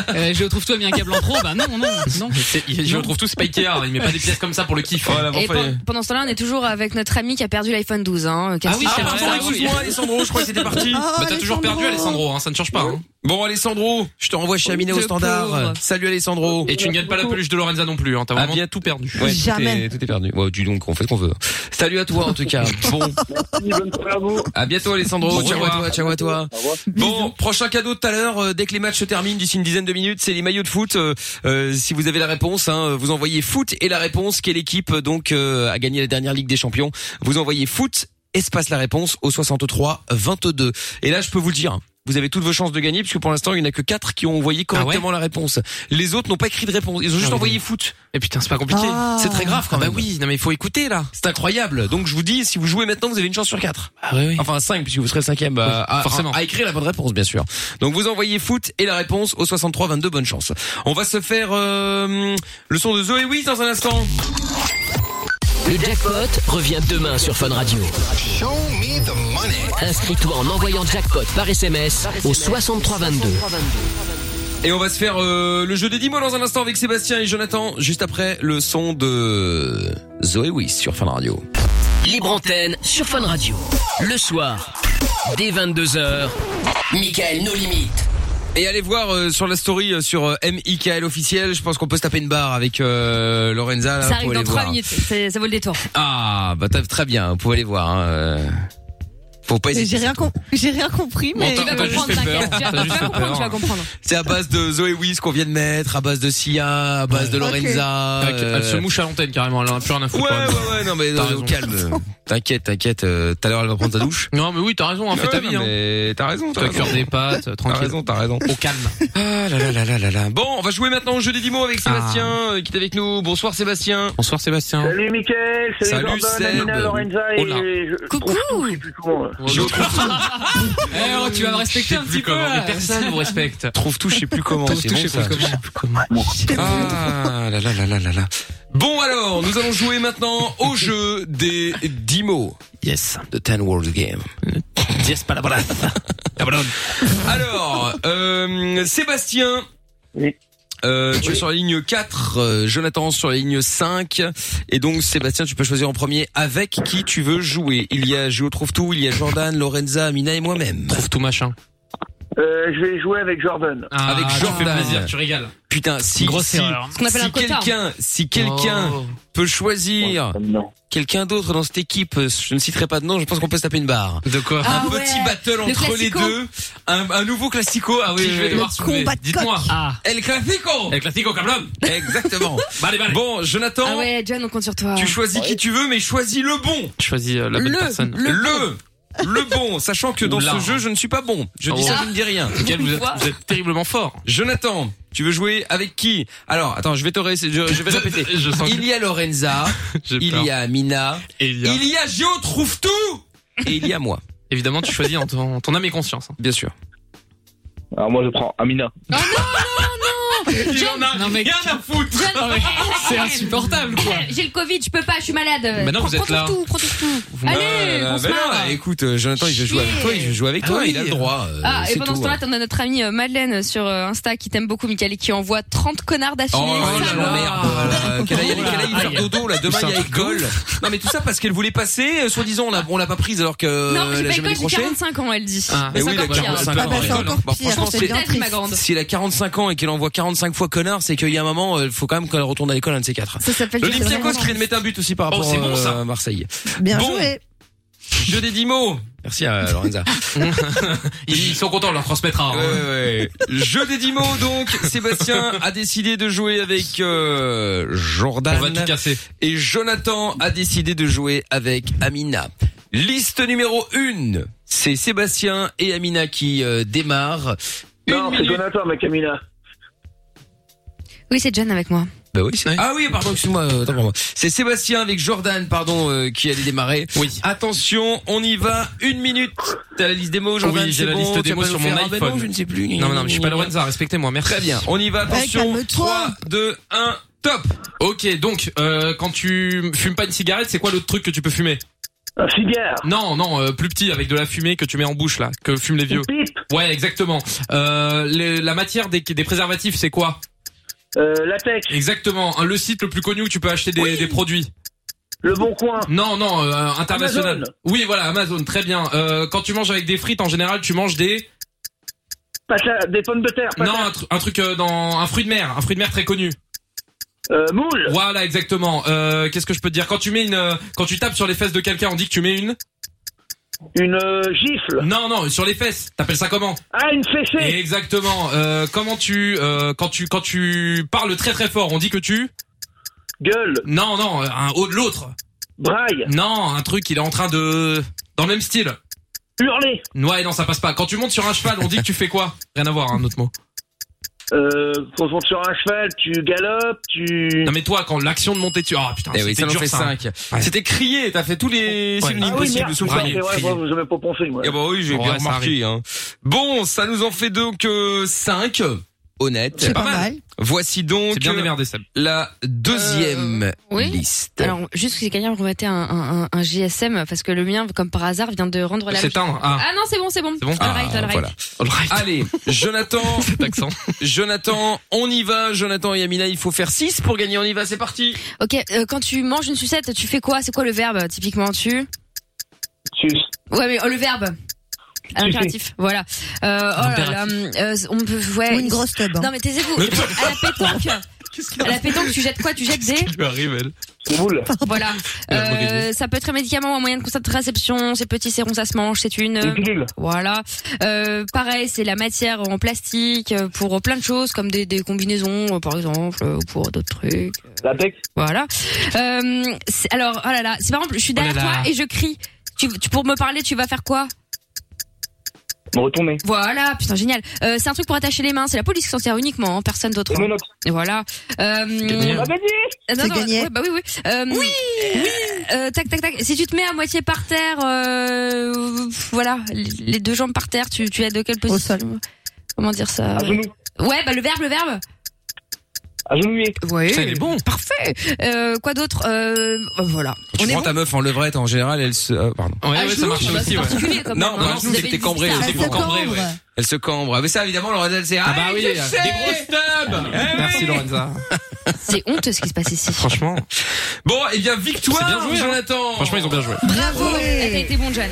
S5: Euh, je trouve toi mis un câble en trop. Bah non, non, non.
S4: C'est- il- Je
S5: Non.
S4: retrouve tout Spiker, hein. il met pas des pièces comme ça pour le kiff. hein.
S3: Et pen- pendant ce temps-là, on est toujours avec notre ami qui a perdu l'iPhone 12. Hein,
S4: Ah oui,
S2: Ah,
S4: c'est vrai,
S2: pardon,
S4: ah oui.
S2: excuse-moi, Alessandro, je crois que c'était parti.
S6: Oh,
S4: Bah t'as toujours perdu Alessandro, hein, ça ne change pas. hein.
S2: Bon, Alessandro, je te renvoie chez Amina au
S3: Le
S2: standard.
S3: pauvre.
S2: Salut, Alessandro.
S4: Et tu ne gagnes pas la peluche de Lorenza non plus, hein, t'as
S2: Ah,
S4: vraiment
S2: bien.
S4: tout perdu.
S2: Ouais,
S6: Jamais.
S2: Tout est, tout est perdu. Ouais, dis donc, on fait ce qu'on veut. Salut à toi, en tout
S4: [LAUGHS]
S2: cas. Bon,
S8: Bonne soirée à vous.
S2: à bientôt, Alessandro.
S4: Au
S2: Ciao à
S4: revoir.
S2: toi, ciao à toi.
S8: Au revoir.
S2: Bon, prochain cadeau tout à l'heure, euh, dès que les matchs se terminent, d'ici une dizaine de minutes, c'est les maillots de foot. Euh, euh, si vous avez la réponse, hein, vous envoyez foot et la réponse, quelle équipe euh, donc euh, a gagné la dernière Ligue des Champions. Vous envoyez foot, espace la réponse au 63 22. Et là, je peux vous le dire. hein, Vous avez toutes vos chances de gagner puisque pour l'instant il n'y en a que quatre qui ont envoyé correctement la réponse. Les autres n'ont pas écrit de réponse, ils ont
S4: Ah
S2: juste
S4: oui.
S2: envoyé foot.
S4: Et putain, c'est pas compliqué.
S6: Ah.
S4: C'est très grave quand
S2: Ah bah
S4: même. oui, non mais il faut écouter là.
S2: C'est incroyable. Donc je vous dis, si vous jouez maintenant, vous avez une chance sur quatre.
S4: Ah oui, oui.
S2: Enfin 5 puisque vous serez le cinquième euh,
S4: Oui,
S2: à,
S4: forcément.
S2: à, à écrire la bonne réponse bien sûr. Donc vous envoyez foot et la réponse au 63 22 bonne chance. On va se faire euh, le son de Zoé Wiz dans un instant.
S1: Le jackpot revient demain sur Fun Radio. Inscris-toi en envoyant jackpot par SMS au 6322.
S2: Et on va se faire euh, le jeu des 10 mots dans un instant avec Sébastien et Jonathan, juste après le son de Zoé Wiss sur Fun Radio.
S1: Libre antenne sur Fun Radio. Le soir, dès 22h, Michael nos limites.
S2: Et allez voir euh, sur la story euh, sur euh, MIKL officiel, je pense qu'on peut se taper une barre avec euh, Lorenza. Là,
S4: Ah,
S3: Ça arrive
S2: pour
S3: dans
S2: aller
S3: 3
S2: voir.
S3: minutes, c'est- ça vaut le détour.
S2: Ah, bah t'as- très bien, vous pouvez aller voir. Hein. euh, Faut pas
S6: Mais J'ai
S2: hésiter.
S6: rien, com- j'ai rien compris, mais.
S4: t'as- t'as juste fait peur. T'as juste fait peur.
S3: comprendre.
S2: C'est à base de Zoé Wiss qu'on vient de mettre, à base de Sia, à base de Lorenza.
S4: Elle elle se
S2: euh,
S4: mouche à l'antenne carrément, elle en a plus rien à
S2: Ouais,
S4: foutre. quand
S2: ouais,
S4: même.
S2: ouais, non mais
S4: T'as
S2: euh,
S4: raison.
S2: au calme. T'inquiète, t'inquiète. euh, Tout à l'heure elle va prendre sa douche.
S4: Non, mais oui, t'as raison, hein, fais
S2: Ouais,
S4: ta vie.
S2: non,
S4: Hein.
S2: mais T'as raison, t'as
S4: T'as
S2: raison.
S4: cœur des pattes, euh,
S2: T'as
S4: tranquille.
S2: raison, t'as raison.
S4: Au calme.
S2: Ah là là là là là là. Bon, on va jouer maintenant au jeu des 10 mots avec
S4: Ah.
S2: Sébastien euh, qui est avec nous. Bonsoir Sébastien.
S4: Bonsoir Sébastien.
S8: Salut Mickaël,
S2: Salut,
S8: salut,
S2: Seb.
S8: Jordan, Amina, Lorenza et...
S4: Oh là.
S8: je-
S3: Coucou.
S8: Je sais plus comment, euh.
S2: Je trouve,
S5: Eh, oh, tu vas me respecter un petit peu. là.
S4: euh, personne vous respecte.
S2: trouve tout, je
S4: [LAUGHS]
S2: sais plus comment.
S5: Trouve
S2: c'est
S5: tout,
S2: bon,
S5: je sais
S2: ça.
S5: plus comment.
S2: [LAUGHS] Ah là là là là là là. Bon alors, nous allons jouer maintenant au jeu des 10 mots. Yes. The 10 World Game.
S4: Diez palabras.
S2: Alors, euh, Sébastien.
S8: Oui.
S2: Euh, tu es sur la ligne 4, euh, Jonathan sur la ligne 5 et donc Sébastien tu peux choisir en premier avec qui tu veux jouer. Il y a Géo Trouve Tout, il y a Jordan, Lorenza, Amina et moi-même.
S4: Trouve tout machin.
S8: Euh, je vais jouer avec Jordan.
S4: Ah.
S2: Avec
S4: tu
S2: Jordan.
S4: fais plaisir, tu
S2: [LAUGHS]
S4: régales.
S2: Putain, si
S5: Grosse
S2: si,
S5: erreur.
S3: Ce qu'on appelle
S2: si
S3: un quota.
S2: quelqu'un, si quelqu'un
S4: Oh.
S2: peut choisir
S8: Non.
S2: quelqu'un d'autre dans cette équipe, euh, je ne citerai pas de nom, je pense qu'on peut se taper une barre.
S4: De quoi
S3: Ah
S2: un
S3: ouais.
S2: petit battle
S3: Le
S2: entre les
S3: classico.
S2: deux, un, un nouveau classico. Ah oui,
S4: Qui
S2: oui,
S4: je
S2: oui.
S4: vais devoir soulever
S6: combat de
S4: Dites-moi.
S5: Ah,
S2: El classico.
S4: El Clasico, Cablon.
S2: [LAUGHS] Exactement.
S4: Bah, allez, bah, allez.
S2: Bon, Jonathan,
S3: Ah ouais, John, on compte sur toi.
S2: tu choisis qui tu veux, mais choisis le bon.
S4: Choisis euh, la bonne
S2: le,
S4: personne.
S2: le, le, bon, sachant que dans
S4: Oula.
S2: ce jeu, je ne suis pas bon. Je dis
S4: Oh.
S2: ça, je ne dis rien.
S4: Mickaël, vous, êtes,
S3: Quoi
S4: vous êtes terriblement fort.
S2: Jonathan, tu veux jouer avec qui Alors, attends, je vais te ré- je, je vais répéter.
S4: Je sens que
S2: Il y a Lorenza,
S4: [LAUGHS] j'ai
S2: il
S4: peur.
S2: y a Amina,
S4: Et il y a-
S2: il y a Géo trouve tout et il y a moi,
S4: Évidemment, tu choisis en ton, ton âme et conscience. hein.
S2: bien sûr.
S8: Alors moi je prends Amina.
S3: Oh
S2: [LAUGHS]
S4: Il en a
S5: Non, mais-
S4: rien à foutre.
S3: John,
S2: Ah
S3: oh,
S5: c'est insupportable quoi.
S3: Eh, j'ai le Covid, je peux pas, je suis malade.
S4: Mais non, vous
S3: prends
S4: êtes là.
S3: tout, prends tout, tout. Allez,
S2: Ah,
S3: on se
S2: ben non,
S3: marre.
S2: écoute, euh, Jonathan, il veut jouer avec toi, il veut jouer avec
S4: Ah
S2: toi,
S4: oui.
S2: il a le droit. euh,
S3: Ah, et
S2: c'est
S3: pendant
S2: tout,
S3: ce temps-là,
S2: hein.
S3: t'en as notre amie euh, Madeleine sur euh, Insta qui t'aime beaucoup, Michael, et qui envoie 30 connards d'affilée.
S2: Oh là
S3: Ça,
S2: là,
S3: moi.
S2: merde.
S3: hein.
S2: voilà. Qu'elle aille
S3: Oh
S2: qu'elle aille faire
S4: Aïe.
S2: dodo, là, demain,
S4: C'est un
S2: il y a
S4: truc de
S2: école. Non, mais tout ça parce qu'elle voulait passer, euh, soi-disant, on l'a- on l'a pas prise alors que
S3: Non,
S2: euh,
S3: j'ai
S2: elle a
S3: pas
S2: jamais
S3: école,
S2: décroché.
S3: j'ai 45 ans, elle dit.
S4: Ah,
S2: Mais
S3: C'est
S2: oui,
S3: encore
S2: il a
S3: pire.
S2: 45
S6: Ah
S2: ans.
S6: bah, c'est
S2: ouais.
S6: encore
S2: Bah,
S6: pire,
S2: franchement,
S6: c'est
S2: c'est-
S6: bien
S3: Peut-être, ma grande.
S2: si elle a 45 ans et qu'elle envoie 45 fois connard, c'est qu'il y a un moment, euh, il faut quand même qu'elle retourne à l'école, un de ces quatre.
S3: Ça s'appelle
S2: L'Olympiakos qui vient de mettre un but aussi par
S4: Oh,
S2: rapport
S4: c'est bon,
S2: euh,
S4: ça.
S2: à Marseille.
S6: Bien
S2: Bon.
S6: joué.
S2: Jeu des 10 mots. Merci à Lorenza.
S4: Ils ils sont contents de leur transmettre. hein.
S2: Ouais, ouais, ouais. Jeu des 10 mots, donc, Sébastien a décidé de jouer avec euh,
S4: On
S2: Jordan.
S4: va tout casser.
S2: Et Jonathan a décidé de jouer avec Amina. Liste numéro 1. C'est Sébastien et Amina qui euh, démarrent.
S8: Non,
S2: Une
S8: c'est
S2: minute.
S8: Jonathan avec Amina.
S3: Oui, c'est John avec moi.
S2: Bah oui, c'est Ah oui, pardon, excuse-moi, euh, attends pour moi. C'est Sébastien avec Jordan, pardon, euh, qui allait démarrer.
S4: Oui.
S2: Attention, on y va, une minute. T'as la liste des mots, Jordan
S4: Oui, j'ai
S2: c'est
S4: la
S2: bon,
S4: liste
S2: tu
S4: des
S2: vas
S4: mots
S2: pas
S4: sur
S2: nous
S4: mon
S2: faire, ah ben non,
S4: iPhone.
S2: je ne sais plus.
S4: Non, mais non, mais je suis pas Lorenza, respectez-moi, merci.
S2: Très bien, on y va, attention.
S6: calme-toi.
S2: 3, 2, 1, top.
S4: Ok, donc, euh, quand tu fumes pas une cigarette, c'est quoi l'autre truc que tu peux fumer
S8: Un cigare.
S4: Non, non, euh, plus petit, avec de la fumée que tu mets en bouche, là, que fument les vieux.
S8: Une pipe.
S4: Ouais, exactement. Euh, les- la matière des, des préservatifs, c'est quoi
S8: Euh, la tech.
S4: Exactement. hein, Le site le plus connu où tu peux acheter des, des produits.
S8: Le bon coin.
S4: Non, non, euh, international.
S8: Amazon.
S4: Oui, voilà, Amazon, très bien. Euh, quand tu manges avec des frites, en général, tu manges des...
S8: Pata- des pommes de terre.
S4: Non,
S8: patates.
S4: un, tru- un truc euh, dans... Un fruit de mer, un fruit de mer très connu.
S8: Euh, moule.
S4: Voilà, exactement. Euh, Qu'est-ce que je peux te dire Quand tu mets une... euh, Quand tu tapes sur les fesses de quelqu'un, on dit que tu mets une...
S8: Une euh, gifle.
S4: Non, non, sur les fesses. T'appelles ça comment
S8: Ah, une fessée.
S4: Exactement. Euh, comment tu, euh, quand tu, quand tu parles très très fort, on dit que tu.
S8: Gueule.
S4: Non, non, un haut de l'autre.
S8: Braille.
S4: Non, un truc, il est en train de, dans le même style.
S8: Hurler.
S4: Ouais, non, ça passe pas. Quand tu montes sur un cheval, on dit que tu fais quoi Rien à voir, hein, un autre mot.
S8: Euh, quand on est sur un cheval, tu galopes, tu...
S4: Non mais toi, quand l'action de monter dessus, ah putain,
S2: Eh oui,
S4: c'était
S2: ça en
S4: dur
S2: fait
S4: ça. hein.
S2: 5.
S4: Ouais.
S2: C'était crier, t'as fait tous les
S4: Ouais.
S2: synonymes
S8: ah oui,
S2: possibles
S8: merde,
S2: sous
S8: c'est
S2: le
S8: vrai,
S4: premier,
S8: c'est vrai,
S4: crier.
S8: moi, vous avez pas pensé, moi.
S2: Ah bah oui, j'ai
S4: Ouais,
S2: bien
S4: ça
S2: remarqué. Hein. Bon, ça nous en fait donc 5. euh, honnête.
S6: C'est pas mal.
S2: Voici donc
S4: bien démerdé,
S2: la deuxième
S3: Euh, oui.
S2: liste.
S3: Alors, juste que quelqu'un remettait un, un, un, un GSM, parce que le mien, comme par hasard, vient de rendre la.
S2: S'éteindre, ah.
S3: ah non, c'est bon, c'est bon.
S2: C'est bon
S3: All right,
S2: Ah,
S3: all right.
S2: voilà. Allez, Jonathan. Cet accent. Jonathan, on y va. Jonathan et Amina, il faut faire 6 pour gagner. On y va, c'est parti.
S3: Ok, euh, quand tu manges une sucette, tu fais quoi C'est quoi le verbe, typiquement Tu.
S8: Suce.
S3: Ouais, mais euh, le verbe. À l'impératif, voilà. Euh, oh là là, hum, euh, on peut, ouais.
S6: Ou une grosse tub. hein.
S3: Non, mais
S2: [LAUGHS]
S3: taisez-vous. à la pétanque, à la pétanque, tu jettes quoi Tu jettes des.
S4: lui arrive, elle.
S8: C'est boule.
S3: Voilà.
S4: La
S3: Euh,
S4: mauvaise
S3: ça peut être un médicament, un moyen de contraception, c'est petit, c'est rond, ça se mange, c'est une. euh,
S8: Une pilule.
S3: Voilà. Euh, pareil, c'est la matière en plastique euh, pour plein de choses, comme des, des combinaisons, euh, par exemple, euh, ou pour d'autres trucs.
S8: La tech.
S3: Voilà. Euh, c'est- alors, oh là là, si par exemple, je suis
S4: Oh là
S3: derrière
S4: là.
S3: toi et je crie, tu, tu- pour me parler, tu vas faire quoi
S8: Me
S11: Euh,
S8: retourner.
S3: Voilà, putain, génial. Euh, c'est un truc pour attacher les mains, c'est la police qui s'en sert uniquement, hein, personne d'autre.
S8: Le
S3: hein.
S8: monox.
S3: Et Voilà. Euh,
S4: gagné.
S3: euh, non,
S6: C'est
S3: non,
S6: gagné.
S3: ouais, bah oui, oui. Euh, oui. tac, tac, tac. Si tu te mets à moitié par terre, euh, pff, voilà, les les deux jambes par terre, tu, tu es de quelle position
S6: sol.
S3: Comment dire ça
S8: À genoux.
S3: Ouais, bah le verbe, le verbe.
S8: Agenouillé.
S3: Ouais.
S4: Putain, il est bon.
S3: Parfait. Euh, quoi d'autre Euh, bah, Voilà.
S2: Tu
S3: On est
S2: prends
S3: bon.
S2: ta meuf en levrette, en général, elle se, euh, pardon.
S4: Ouais,
S3: À
S4: ouais, ça
S3: genoux,
S4: marche
S3: bah, c'est
S4: aussi, ouais.
S3: particulier, quand même,
S2: Non,
S3: hein.
S2: bah, à
S3: Vous
S2: genoux,
S3: avez
S2: c'était
S3: dit
S2: cambré,
S3: ça.
S2: c'est
S6: Elle
S2: bon.
S6: se
S4: cambrer,
S6: cambre.
S4: ouais.
S2: Elle se cambre. Ah, Mais ça, évidemment, Lorenza, c'est,
S4: Ah bah oui, des
S2: je sais.
S4: grosses
S2: Ah
S4: tubs. Merci Lorenza.
S3: C'est honteux ce qui se passe ici.
S4: Franchement,
S2: Bon, et bien,
S4: C'est
S2: victoire,
S4: bien joué, hein.
S2: Jonathan.
S4: franchement ils ont bien joué.
S6: Bravo.
S3: Elle a été bonne, Jeanne.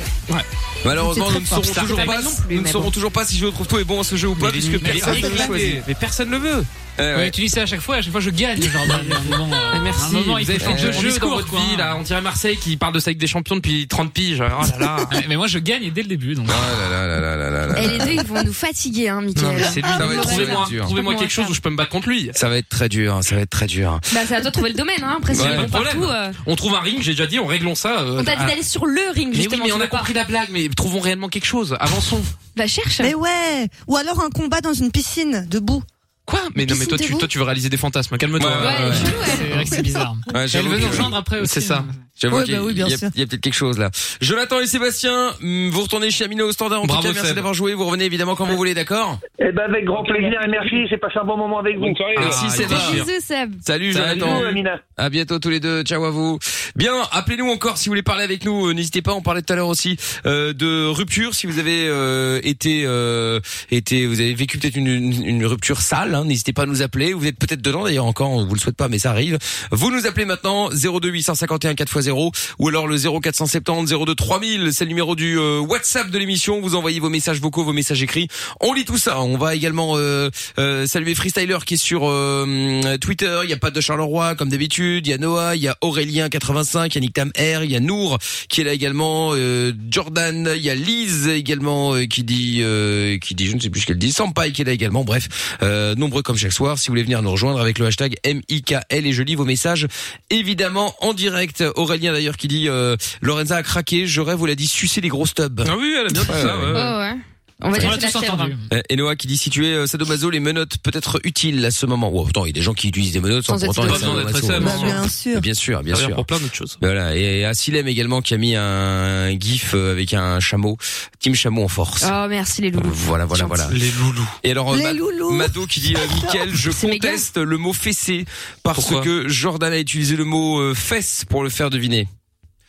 S2: Malheureusement,
S6: C'est
S2: nous ne
S6: très fort.
S2: saurons
S6: Ça
S2: toujours
S6: arrive
S2: pas,
S6: pas non plus,
S2: nous ne
S6: mais
S2: saurons
S6: bon.
S2: toujours pas si je trouve tout est bon à ce jeu ou pas,
S4: Mais
S2: puisque
S4: les- mais les-
S2: personne
S4: mais
S2: ne l'a
S4: les-
S2: choisi.
S4: Mais personne ne le veut.
S2: Eh ouais.
S5: Ouais, tu dis ça à chaque fois, à chaque fois je gagne.
S4: [LAUGHS]
S5: Genre, bah, à un moment, euh, à un
S4: Merci.
S5: moment, il
S4: vous avez
S5: faut
S4: fait
S5: changer
S4: le
S5: son
S4: jeu dans
S5: discours,
S4: votre
S5: quoi,
S4: vie
S5: hein.
S4: là. On dirait Marseille qui parle de ça avec des champions depuis 30 piges. Oh là [LAUGHS] là.
S5: Ouais, mais moi je gagne dès le début donc.
S2: Ah là là là là là là.
S3: Et les deux, ils vont nous fatiguer, hein,
S4: Non,
S3: Michael.
S4: mais c'est lui.
S2: Ça va être
S4: Ah, Trouvez-moi,
S2: dur.
S4: trouvez-moi quelque chose où je peux me battre contre lui.
S2: Ça va être très dur, hein, ça va être très dur.
S3: Bah, c'est à toi de trouver le domaine, hein. Après, si
S2: Ouais,
S3: tu
S2: pas Ah.
S3: vas
S4: de
S3: partout,
S4: problème.
S3: euh,
S4: On trouve un ring, j'ai déjà dit, on réglons ça. euh,
S3: on t'a dit
S4: à-
S3: d'aller sur le
S4: Mais
S3: ring,
S4: oui,
S3: justement.
S4: mais
S3: tu
S4: on
S3: veux
S4: a
S3: pas.
S4: compris la blague, mais trouvons réellement quelque chose. Avançons.
S3: Bah, cherche.
S6: Mais ouais. Ou alors un combat dans une piscine, debout.
S4: Quoi Mais non, mais toi, tu,
S3: Piscine-vous.
S4: toi, tu veux réaliser des fantasmes.
S2: Ouais,
S4: Calme-toi.
S3: Ouais, elle est chelou, elle.
S5: C'est vrai que c'est bizarre.
S2: Ouais,
S5: Elle
S2: j'avoue
S5: veut
S2: que-
S5: nous rejoindre après aussi. hein.
S4: C'est ça.
S5: mais-
S2: J'avoue
S6: Ouais,
S2: qu'il y a-
S6: bah oui,
S2: il y a,
S6: bien sûr.
S2: il y a peut-être quelque chose là. Jonathan et Sébastien, hum, vous retournez chez Amina au standard. En
S4: Bravo,
S2: tout cas, merci
S4: Seb.
S2: d'avoir joué. Vous revenez évidemment quand vous voulez, d'accord
S12: Eh ben avec grand plaisir et merci, j'ai passé un bon moment avec vous.
S4: Ah,
S2: Merci,
S4: il
S2: c'est
S4: faut
S2: va.
S4: chier.
S3: Bisous, Seb.
S4: Salut.
S2: Salut, Jonathan.
S12: Bisous,
S3: euh,
S12: Amina.
S2: À bientôt tous les deux. Ciao à vous. Bien, appelez-nous encore si vous voulez parler avec nous. Euh, N'hésitez pas. On parlait tout à l'heure aussi euh, de rupture. Si vous avez euh, été, euh, été, vous avez vécu peut-être une, une- une rupture sale. hein, N'hésitez pas à nous appeler. Vous êtes peut-être dedans d'ailleurs encore. On vous le souhaite pas, mais ça arrive. Vous nous appelez maintenant 02 851 4x0 ou alors le 0470 02 3000. C'est le numéro du euh, WhatsApp de l'émission. Vous envoyez vos messages vocaux, vos messages écrits. On lit tout ça. On va également euh, euh, saluer Freestyler qui est sur euh, hum, Twitter. Il y a pas de Charleroi comme d'habitude. Il y a Noah, il y a Aurélien 85, il y a Nick Tam R, il y a Nour qui est là également. euh, Jordan, il y a Lise également euh, qui dit euh, qui dit je ne sais plus ce qu'elle dit. Sampai qui est là également. Bref, euh, nombreux comme chaque soir. Si vous voulez venir nous rejoindre avec le hashtag MIKL et je lis vos messages évidemment en direct. Aurélien d'ailleurs qui dit euh, Lorenza a craqué. Je rêve vous l'a dit sucer les grosses tubs.
S4: Ah oui, elle a bien dit
S2: Ouais,
S4: ça.
S2: ouais.
S4: ouais.
S3: Oh, ouais. On va
S5: On
S3: dire
S5: l'a
S3: que c'est
S5: tous
S3: la hein. fièvre.
S5: entendu.
S2: Euh, Et Noah qui dit si tu es euh, sadomaso, les menottes peut être utiles à ce moment. Oh, attends, il y a des gens qui utilisent des menottes sans,
S3: Sans
S2: pour autant
S3: être
S2: être
S4: sado. Pas besoin d'être
S2: sadomaso.
S6: Bah,
S4: Non.
S6: bien sûr.
S2: Bien sûr, bien
S4: Ça vient
S2: sûr.
S4: pour plein d'autres choses.
S2: Voilà, et Asilem également qui a mis un gif euh, avec un chameau, Team Chameau en force.
S3: Oh, merci, les loups.
S2: hein. Voilà, voilà, voilà.
S4: Les loulous.
S2: Et alors, euh,
S6: Les
S2: Ma-
S6: loulous.
S2: Mado qui dit, euh, Mickaël, je
S3: C'est méga.
S2: conteste le mot fessé parce
S4: Pourquoi
S2: que Jordan a utilisé le mot euh, fesse pour le faire deviner.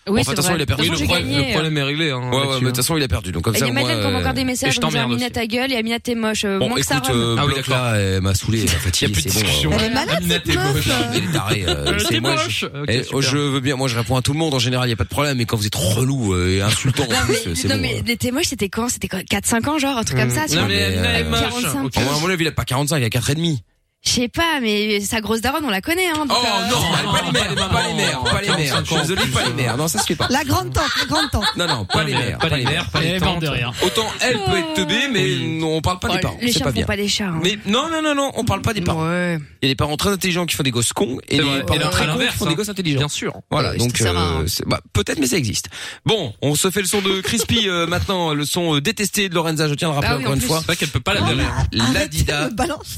S3: Oui,
S2: Enfin,
S3: c'est
S2: de toute façon,
S3: vrai.
S2: il a perdu.
S3: De
S2: Oui,
S3: toute
S2: le
S3: façon, j'ai
S2: problème-
S3: gagné.
S4: Le
S3: euh.
S4: problème est réglé. Hein,
S2: Ouais, ouais, mais
S4: là-dessus,
S2: de toute façon, il a perdu. Donc comme
S3: Il y
S2: ça,
S3: a
S2: moi,
S3: Madeleine qui
S2: euh,
S3: envoie encore des messages.
S4: je
S3: en disant,
S4: t'emmerde aussi.
S3: Amina,
S4: hein.
S3: ta gueule et Amina, t'es moche. Euh,
S2: Bon,
S3: manque ça
S2: écoute,
S3: rame.
S2: euh,
S4: Ah oui,
S2: Blanca,
S4: d'accord.
S2: elle m'a saoulé, elle m'a
S4: Il
S2: fatigué,
S4: n'y a plus de
S2: c'est bon. euh,
S4: discussion.
S6: Elle est
S5: Bah
S6: malade
S4: Amina,
S6: cette
S4: t'es moche.
S6: meuf.
S2: Il est taré. euh, c'est moi. je- Eh, oh, je veux bien, moi je réponds à tout le monde en général, il y a pas de problème, mais quand vous êtes relou euh, et insultant,
S3: Non,
S2: en plus, euh,
S3: mais,
S2: c'est
S3: non,
S2: bon.
S3: mais
S2: euh.
S3: les témoins, c'était quand C'était quoi 4-5 ans, genre, un truc comme ça tu
S4: Non,
S3: vois
S4: mais
S2: mais,
S4: Amina est
S2: euh,
S4: moche.
S3: 45.
S4: Ok.
S2: À mon avis, il a pas 45, il a 4,5.
S3: Je sais pas, mais sa grosse daronne, on la connaît, hein. donc,
S2: Oh
S3: euh,
S2: non,
S4: non,
S2: pas les mères,
S4: non,
S2: pas les mères,
S4: non,
S2: pas les mères. Je suis
S4: 45
S2: désolé, pas les mères. Non, ça se fait pas.
S6: La grande tante,
S3: Ah.
S6: la grande tante.
S2: Non, non, pas les mères,
S4: Pas les mères, pas
S5: Elle
S4: les
S5: est morte
S4: tantes.
S5: de rien.
S2: Autant elle peut être teubée, mais non, on parle pas
S3: oh,
S2: des parents,
S3: Les
S2: c'est
S3: chats
S2: pas
S3: font
S2: bien.
S3: pas des chats. hein.
S2: Mais non, non, non, non, on parle pas des parents.
S3: Ouais.
S2: Il y a des parents très intelligents qui font des gosses cons et
S4: C'est
S2: des
S4: vrai. Et
S2: parents
S4: l'inverse,
S2: très cons qui font des
S4: hein.
S2: gosses intelligents.
S4: Bien sûr.
S2: Voilà,
S3: Oui,
S2: donc
S3: c'est ça, hein.
S2: euh, c'est- bah, peut-être, mais ça existe. Bon, on se fait le son de Crispy euh, [LAUGHS] maintenant, le son euh, détesté de Lorenza. Je tiens à le rappeler
S3: Ah oui,
S2: encore
S3: en
S2: une
S3: plus.
S2: fois.
S4: C'est vrai qu'elle peut pas la
S2: La-
S5: [LAUGHS]
S4: donner.
S2: La
S6: Arrêtez de
S2: Dida.
S6: me balancer.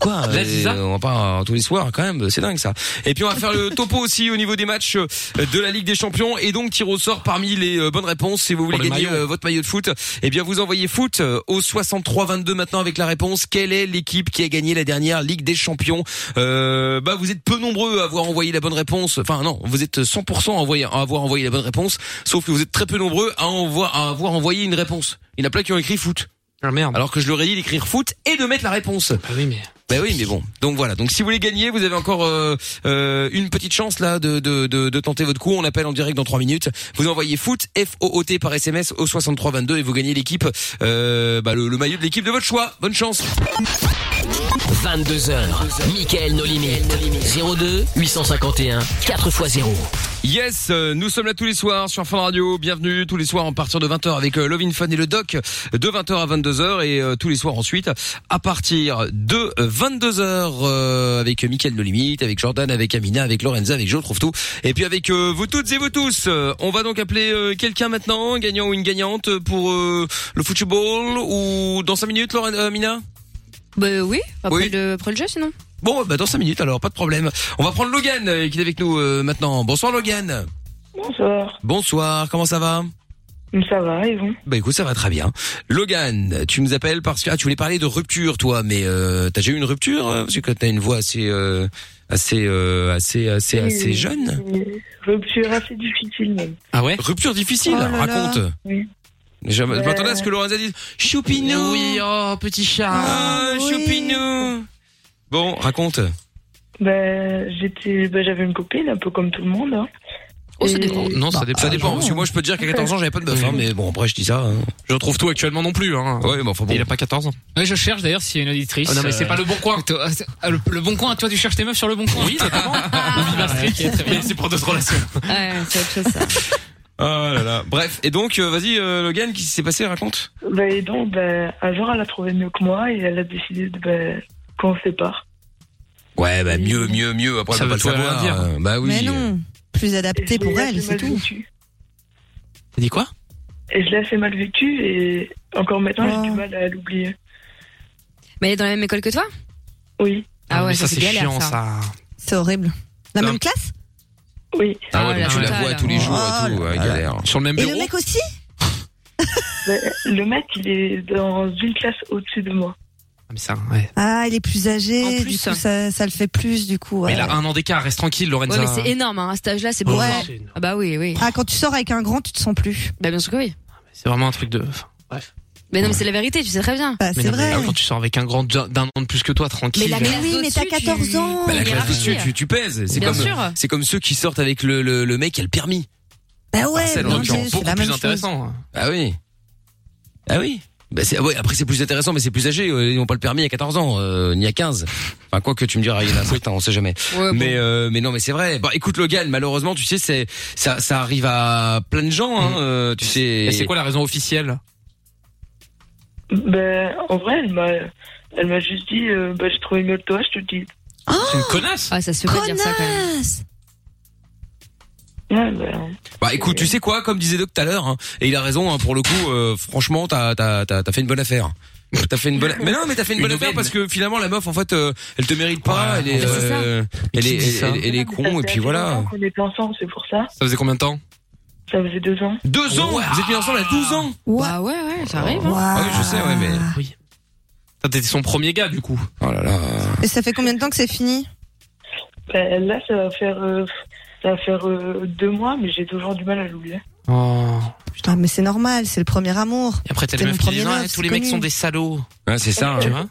S2: Quoi
S4: hein.
S2: Ziza.
S4: La
S2: Et
S4: Ziza
S2: On va pas euh, tous les soirs quand même, c'est dingue ça. Et puis on va faire le topo aussi au niveau des matchs euh, de la Ligue des Champions et donc tir au sort parmi les euh, bonnes réponses si vous voulez
S4: Pour Oh, le
S2: gagner
S4: maillot.
S2: euh, votre maillot de foot. Eh bien vous envoyez foot euh, au 63 22 maintenant avec la réponse quelle est l'équipe qui a gagné la dernière Ligue des Champions Euh, bah vous êtes peu nombreux à avoir envoyé la bonne réponse. Enfin non, vous êtes 100% à, envoyer- à avoir envoyé la bonne réponse, sauf que vous êtes très peu nombreux à, envoi- à avoir envoyé une réponse. Il y en a plein qui ont écrit foot.
S4: Ah,
S2: Alors que je leur ai dit d'écrire foot et de mettre la réponse. Bah
S5: oui mais.
S2: oui mais bon. Donc voilà. Donc si vous voulez gagner, vous avez encore euh, euh, une petite chance là de, de, de, de tenter votre coup. On appelle en direct dans 3 minutes. Vous envoyez foot F O O T par SMS au 6322 et vous gagnez l'équipe euh, bah, le, le maillot de l'équipe de votre choix. Bonne chance.
S1: 22h, Mickaël No Limit. 02 851 4x0.
S2: Yes, euh, nous sommes là tous les soirs sur Fun Radio. Bienvenue tous les soirs en partir de 20h avec euh, Lovin Fun et le Doc de 20h à 22h et euh, tous les soirs ensuite à partir de 22h euh, avec Mickaël No Limite, avec Jordan, avec Amina, avec Lorenza, avec Jo trouve tout et puis avec euh, vous toutes et vous tous. Euh, on va donc appeler euh, quelqu'un maintenant, un gagnant ou une gagnante pour euh, le football ou dans 5 minutes Loren euh, Amina
S3: Bah oui, après,
S2: Oui.
S3: Le, après le jeu sinon.
S2: Bon, bah dans 5 minutes alors, pas de problème. On va prendre Logan euh, qui est avec nous euh, maintenant. Bonsoir Logan.
S11: Bonsoir.
S2: Bonsoir, comment ça va
S11: Ça va, et vous
S2: Bah écoute, ça va très bien. Logan, tu nous appelles parce que ah, tu voulais parler de rupture, toi, mais euh, t'as déjà eu une rupture euh, parce que t'as une voix assez, euh, assez, euh, assez, assez, assez
S11: Oui,
S2: jeune.
S11: oui. Euh, Rupture assez difficile, même.
S2: Ah ouais Rupture difficile.
S11: Oh là là.
S2: raconte.
S11: Oui. Euh.
S2: Je je m'attendais à ce que Lorenza dise Choupinou. Oui, oh petit chat. Ah, Choupinou. Bon, raconte.
S11: Bah, j'étais, bah, j'avais une copine, un peu comme tout le monde. hein. Et-
S4: Bah,
S2: Oh,
S5: Bah,
S2: ça dépend. Ça dépend. Parce que moi, je peux te dire qu'à 14 ans, j'avais pas de meuf, hein, mais bon, après, je dis ça. Je retrouve tout actuellement non plus. Hein. Ouais, mais enfin bon. Il a pas 14 ans.
S5: Ouais, je cherche d'ailleurs s'il y a une auditrice.
S2: Oh
S4: Ah non, mais c'est pas le bon
S5: coin. Le, le bon coin, toi tu cherches tes meufs sur le bon coin. Oui, notamment.
S2: [LAUGHS]
S4: c'est pour d'autres relations.
S3: Ouais, c'est autre chose ça.
S2: Ah là là. Bref, et donc, euh, vas-y, euh, Logan, qu'est-ce qui s'est passé Raconte.
S11: Bah, et donc, bah, un jour, elle a trouvé mieux que moi et elle a décidé de, bah, qu'on se sépare.
S2: Ouais, bah mieux, mieux, mieux. Après,
S4: Ça
S2: on peut
S4: veut
S2: pas le
S4: tout et rien
S2: savoir.
S4: dire.
S2: euh, Bah oui.
S6: Mais non, plus adapté pour elle, c'est tout.
S2: T'as dit quoi
S11: Et je l'ai assez mal vécu et encore maintenant, j'ai du mal à l'oublier.
S3: Mais elle est dans la même école que toi
S11: Oui.
S3: Ah ouais,
S11: Mais
S3: ça,
S11: ça,
S3: c'est
S11: c'est
S3: galère
S11: chiant,
S3: ça.
S11: ça.
S6: C'est horrible. La
S2: Non.
S6: même classe
S11: Oui.
S2: Ah ouais,
S3: Ah,
S2: donc tu
S3: la
S2: la
S3: totale.
S2: vois tous les jours
S6: Oh
S2: et tout, ouais, galère. Sur le même
S6: Et le
S11: [LAUGHS]
S6: mec aussi
S11: Bah, le mec, il est dans une classe au-dessus de moi.
S4: mais ça, ouais.
S6: Ah, il est plus âgé,
S3: En plus,
S6: du
S3: ça.
S6: coup ça, ça le fait plus du coup.
S4: Mais
S6: ouais.
S4: il a un an d'écart, reste tranquille,
S3: Ouais,
S4: Lorenza.
S3: mais c'est énorme, hein. à cet âge-là, c'est
S4: Ouais.
S3: beaucoup. Ah bah oui, oui.
S6: Ah, quand tu sors avec un grand, tu te sens plus.
S3: Bah bien sûr que oui.
S4: C'est vraiment un truc de. enfin, Bref.
S3: Mais non, mais c'est la vérité, tu sais très
S6: Bah,
S3: bien.
S4: Mais non, mais Quand tu sors avec un grand d'un d'un an de plus que toi, tranquille.
S3: Mais la classe
S6: oui, mais t'as
S3: d'au-dessus,
S6: 14
S3: tu-
S6: ans.
S2: Bah, la classe
S3: hiérarchie.
S2: dessus, tu, tu pèses. C'est
S3: Bien
S2: comme,
S3: sûr.
S2: c'est comme ceux qui sortent avec le, le, le mec qui a le permis.
S6: Bah ouais,
S2: Marcel, en
S6: bien
S2: l'occurrence,
S6: sûr, c'est
S2: beaucoup
S6: la
S2: plus
S6: même chose.
S2: intéressant. Ah oui. Ah oui. Bah c'est, ouais, après c'est plus intéressant, mais c'est plus âgé. euh, Ils n'ont pas le permis à 14 ans, euh, ni à 15. Enfin quoi que tu me diras, il y en a 7 ans, on sait jamais.
S3: Ouais, bon.
S2: mais euh, mais non, mais c'est vrai. Bah écoute Logan, malheureusement, tu sais, c'est ça ça arrive à plein de gens. Hein, euh, tu sais.
S4: Et c'est quoi la raison officielle
S11: Ben, en vrai, elle m'a, elle m'a juste dit, euh, ben, j'ai trouvé mieux que toi, je te dis.
S4: C'est une connasse.
S3: Ah, ça se fait pas dire ça quand même.
S11: ben, hein.
S2: Bah écoute, tu sais quoi, comme disait Doc tout à l'heure, hein, et il a raison hein, pour le coup. euh, franchement, t'as t'as t'as t'as fait une bonne affaire. T'as fait une bonne. Mais non, mais t'as fait une,
S4: Une
S2: bonne affaire
S4: aubaine.
S2: parce que finalement la meuf, en fait, euh, elle te mérite pas.
S3: Ah,
S2: elle est,
S4: en fait, c'est ça.
S2: euh, elle
S4: Qui
S2: est,
S4: dit ça
S2: elle, elle- elle est con et puis voilà.
S11: On était ensemble, c'est pour ça.
S4: Ça faisait combien de temps
S11: Ça faisait deux ans.
S2: Deux ans. Vous êtes mis ensemble à 12 ans.
S3: Bah ouais, ouais, ça arrive.
S2: Ah oui,
S3: Hein.
S2: je sais, ouais, mais.
S4: Ça, T'étais son premier gars, du coup.
S2: Oh là là.
S6: Et ça fait combien de temps que c'est fini
S11: Ben, là, ça va faire, euh, ça va faire euh, deux mois, mais j'ai toujours du mal à l'oublier.
S6: Putain, mais c'est normal, c'est le premier amour.
S4: Oh. Et après, t'as les
S6: C'était
S4: meufs
S6: mon
S4: qui disent
S6: premier
S4: Ah,
S6: love,
S4: tous les
S6: c'est
S4: mecs sont
S6: connu.
S4: des salauds.
S2: Ouais, c'est ça.
S4: Tu vois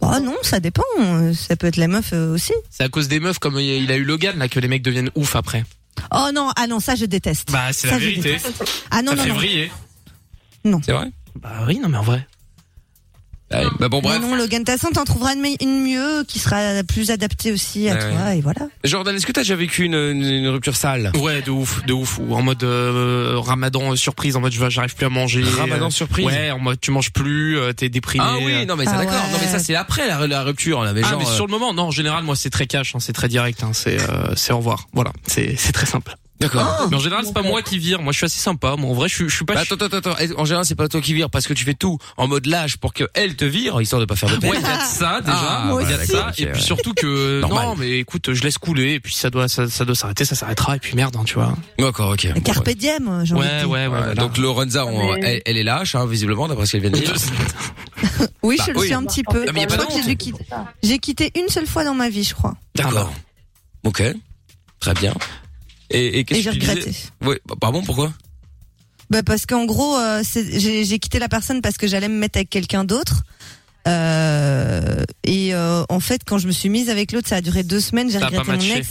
S6: Oh non, ça dépend. euh, Ça peut être la meuf euh, aussi.
S4: C'est à cause des meufs comme il a eu Logan là que les mecs deviennent ouf après.
S6: Oh non, ah non, ça je déteste.
S4: Bah, c'est
S6: Ça,
S4: la
S6: je
S4: vérité.
S6: déteste. Ah non,
S4: ça
S6: non,
S4: fait
S6: non.
S4: vriller.
S6: Non.
S2: C'est vrai
S4: Bah oui, non, mais en vrai.
S2: Bah, bon,
S6: Non,
S2: bref.
S6: non, Logan, t'as t'en trouveras une, me- une mieux qui sera plus adaptée aussi à
S2: Ouais,
S6: toi
S2: ouais.
S6: et voilà.
S2: Jordan, est-ce que t'as déjà vécu une, une- une rupture sale
S4: Ouais, de ouf, de ouf. Ou en mode euh, ramadan euh, surprise, en mode je vais- j'arrive plus à manger.
S2: Ramadan
S4: Euh,
S2: surprise
S4: Ouais, en mode tu manges plus, euh, t'es déprimé.
S2: Ah oui, non mais ça
S6: Ah
S2: d'accord.
S6: ouais.
S2: Non mais ça c'est après la, la rupture. Là, mais
S4: Ah
S2: genre,
S4: mais
S2: euh,
S4: sur le moment, non, en général, moi c'est très cash, hein, c'est très direct, hein, c'est euh, c'est au revoir. Voilà, c'est c'est très simple.
S2: D'accord.
S6: Ah,
S4: Mais en général, c'est pas moi qui vire. Moi, je suis assez sympa. Moi, en vrai, je, suis- je suis pas.
S2: attends, attends, attends. Eh, En général, c'est pas toi qui vire parce que tu fais tout en mode lâche pour que elle te vire, histoire de pas faire de peine.
S4: Ouais, il y a de ça déjà.
S2: Ah,
S4: il y a de
S2: bah,
S4: ça.
S2: d'accord,
S4: et
S2: ok,
S4: puis
S2: ouais.
S4: surtout que
S2: Normal.
S4: non, mais écoute, je laisse couler. Et puis ça doit, ça, ça doit s'arrêter, ça s'arrêtera. Et puis merde, hein, tu vois.
S2: D'accord, ok. Bon,
S6: Carpe diem, j'ai envie de dire.
S2: ouais, Ah, Donc Lorenza, on-
S6: Mais-
S2: elle, elle est lâche, hein, visiblement, d'après ce qu'elle vient de
S4: [LAUGHS]
S2: dire.
S6: Oui,
S2: Bah
S6: je le
S2: oui.
S6: suis un petit peu.
S2: Ah, mais y a
S6: je
S2: pas
S6: crois que
S2: de
S6: j'ai dû quitter. J'ai quitté une seule fois dans ma vie, je crois.
S2: D'accord. Ok. Très bien. Et, et
S6: Et
S2: qu'est-ce
S6: j'ai
S2: que tu disais
S6: regretté.
S2: Ouais, bah, pardon, pourquoi
S6: Bah parce qu'en gros, euh, c'est- j'ai j'ai quitté la personne parce que j'allais me mettre avec quelqu'un d'autre. Euh, et euh, en fait, quand je me suis mise avec l'autre, ça a duré deux semaines. J'ai
S2: Ça a pas
S6: regretté mon
S2: matché.
S6: ex.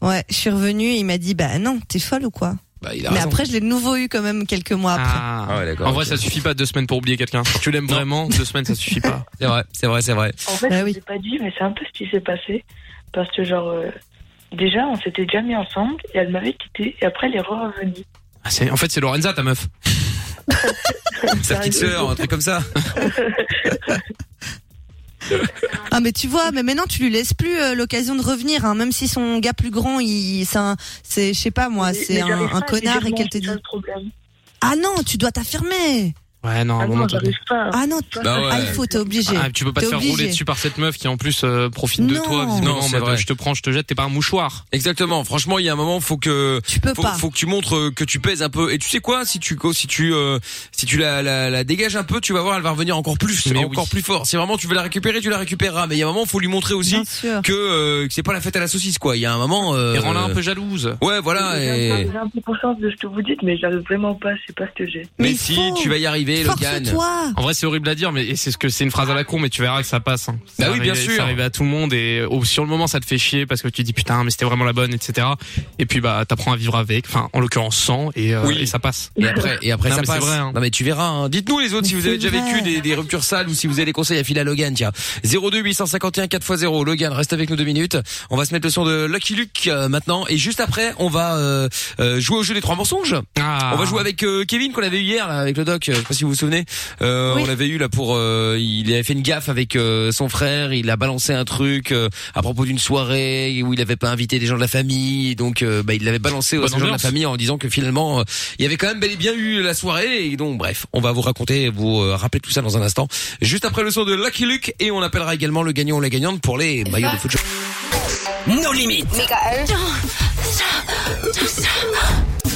S6: Ouais, je suis revenue et il m'a dit bah non, t'es folle ou quoi
S2: Bah,
S6: Mais après, je l'ai de nouveau eu quand même quelques mois après.
S4: Ah, En vrai, ça suffit pas deux semaines pour oublier quelqu'un. Si tu l'aimes vraiment, deux semaines, ça suffit pas.
S2: [LAUGHS] C'est vrai, c'est vrai, c'est vrai.
S11: En fait,
S6: Bah
S11: je vous ai pas dit, mais c'est un peu ce qui s'est passé. Parce que, genre, euh, déjà, on s'était déjà mis ensemble et elle m'avait quitté et après, elle est revenue.
S4: Ah, c'est- en fait, c'est Lorenza, ta meuf.
S11: Ah,
S2: Sa petite sœur, un truc comme ça.
S6: Ah mais tu vois, mais maintenant tu lui laisses plus euh, l'occasion de revenir, hein, même si son gars plus grand, il, c'est, un- c'est, je sais pas moi, c'est un, un connard et qu'elle te dit. Ah non, tu dois t'affirmer.
S4: Ouais, non, à un moment donné.
S6: Ah non,
S4: Bah ouais.
S6: ah, il faut, t'es obligé.
S4: Ah, tu peux pas
S6: T'es
S4: te faire rouler
S6: obligé.
S4: dessus par cette meuf qui en plus euh, profite de
S6: Non.
S4: toi. visiblement,
S2: Non,
S4: en
S2: c'est
S4: mode,
S2: vrai.
S4: Je te prends, je te jette, t'es pas un mouchoir.
S2: Exactement. Franchement, il y a un moment, faut que
S6: peux
S2: faut,
S6: pas.
S2: faut que tu montres euh, que tu pèses un peu. Et tu sais quoi Si tu si tu euh, si tu la, la la dégages un peu, tu vas voir, elle va revenir encore plus,
S4: Mais
S2: encore plus fort. Si vraiment tu veux la récupérer, tu la récupéreras. Mais il y a un moment, faut lui montrer aussi que euh, que c'est pas la fête à la saucisse, quoi. Il y a un moment. Euh,
S4: Et rends-la un peu jalouse.
S2: Ouais, voilà. Et...
S11: J'ai un peu conscience de ce que vous dites, mais j'arrive vraiment pas, je sais pas ce que j'ai.
S2: Mais si, tu vas y arriver, Logan.
S4: En vrai, c'est horrible à dire, mais et c'est ce que c'est une phrase à la con, mais tu verras que ça passe. hein. Ça
S2: Bah oui,
S4: arrive-
S2: bien sûr.
S4: Ça arrive à tout le monde et au, sur le moment, ça te fait chier parce que tu dis putain, mais c'était vraiment la bonne, etc. Et puis bah, t'apprends à vivre avec. Enfin, en l'occurrence, sans et, euh,
S2: Oui.
S4: et ça passe.
S2: Et après, et après
S4: Non,
S2: ça
S4: mais
S2: passe.
S4: C'est vrai. hein.
S2: Non mais tu verras. hein. Dites-nous les autres si vous avez déjà vécu des, des ruptures sales ou si vous avez des conseils à filer à Logan. Tiens, 02 851 4x0. Logan, reste avec nous deux minutes. On va se mettre le son de Lucky Luke euh, maintenant et juste après, on va euh, euh, jouer au jeu des trois mensonges.
S4: Ah.
S2: On va jouer avec euh, Kevin qu'on avait eu hier là, avec le doc. euh, Je sais pas si vous vous souvenez. Euh, On l'avait eu là pour. euh, il avait fait une gaffe avec euh, son frère. Il a balancé un truc euh, à propos d'une soirée où il avait pas invité des gens de la famille. Et donc, euh, bah, il l'avait balancé aux
S4: Bonne
S2: gens de la
S4: ambiance.
S2: famille en disant que finalement, euh, il y avait quand même bel et bien eu la soirée. Et donc, bref, on va vous raconter, vous euh, rappeler tout ça dans un instant. Juste après le son de Lucky Luke et on appellera également le gagnant ou la gagnante pour les maillots de foot.
S1: Nos limites. Michael.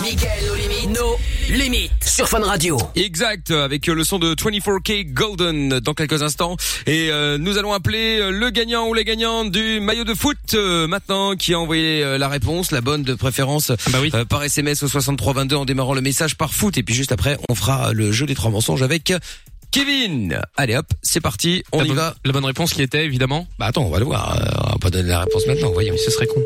S1: Michael, nos limites. Nos limites. Sur Fun Radio.
S2: Exact, avec euh, le son de 24K Golden dans quelques instants. Et euh, nous allons appeler euh, le gagnant ou les gagnants du maillot de foot euh, maintenant qui a envoyé euh, la réponse, la bonne de préférence
S4: Bah
S2: euh, par SMS au 6322 en démarrant le message par foot. Et puis juste après, on fera le jeu des trois mensonges avec Kevin. Allez hop, c'est parti, on
S4: La
S2: y
S4: bonne-
S2: va.
S4: La bonne réponse qui était évidemment.
S2: Bah attends, on va le voir. Euh, on va pas donner la réponse maintenant, voyons.
S4: Ce serait con.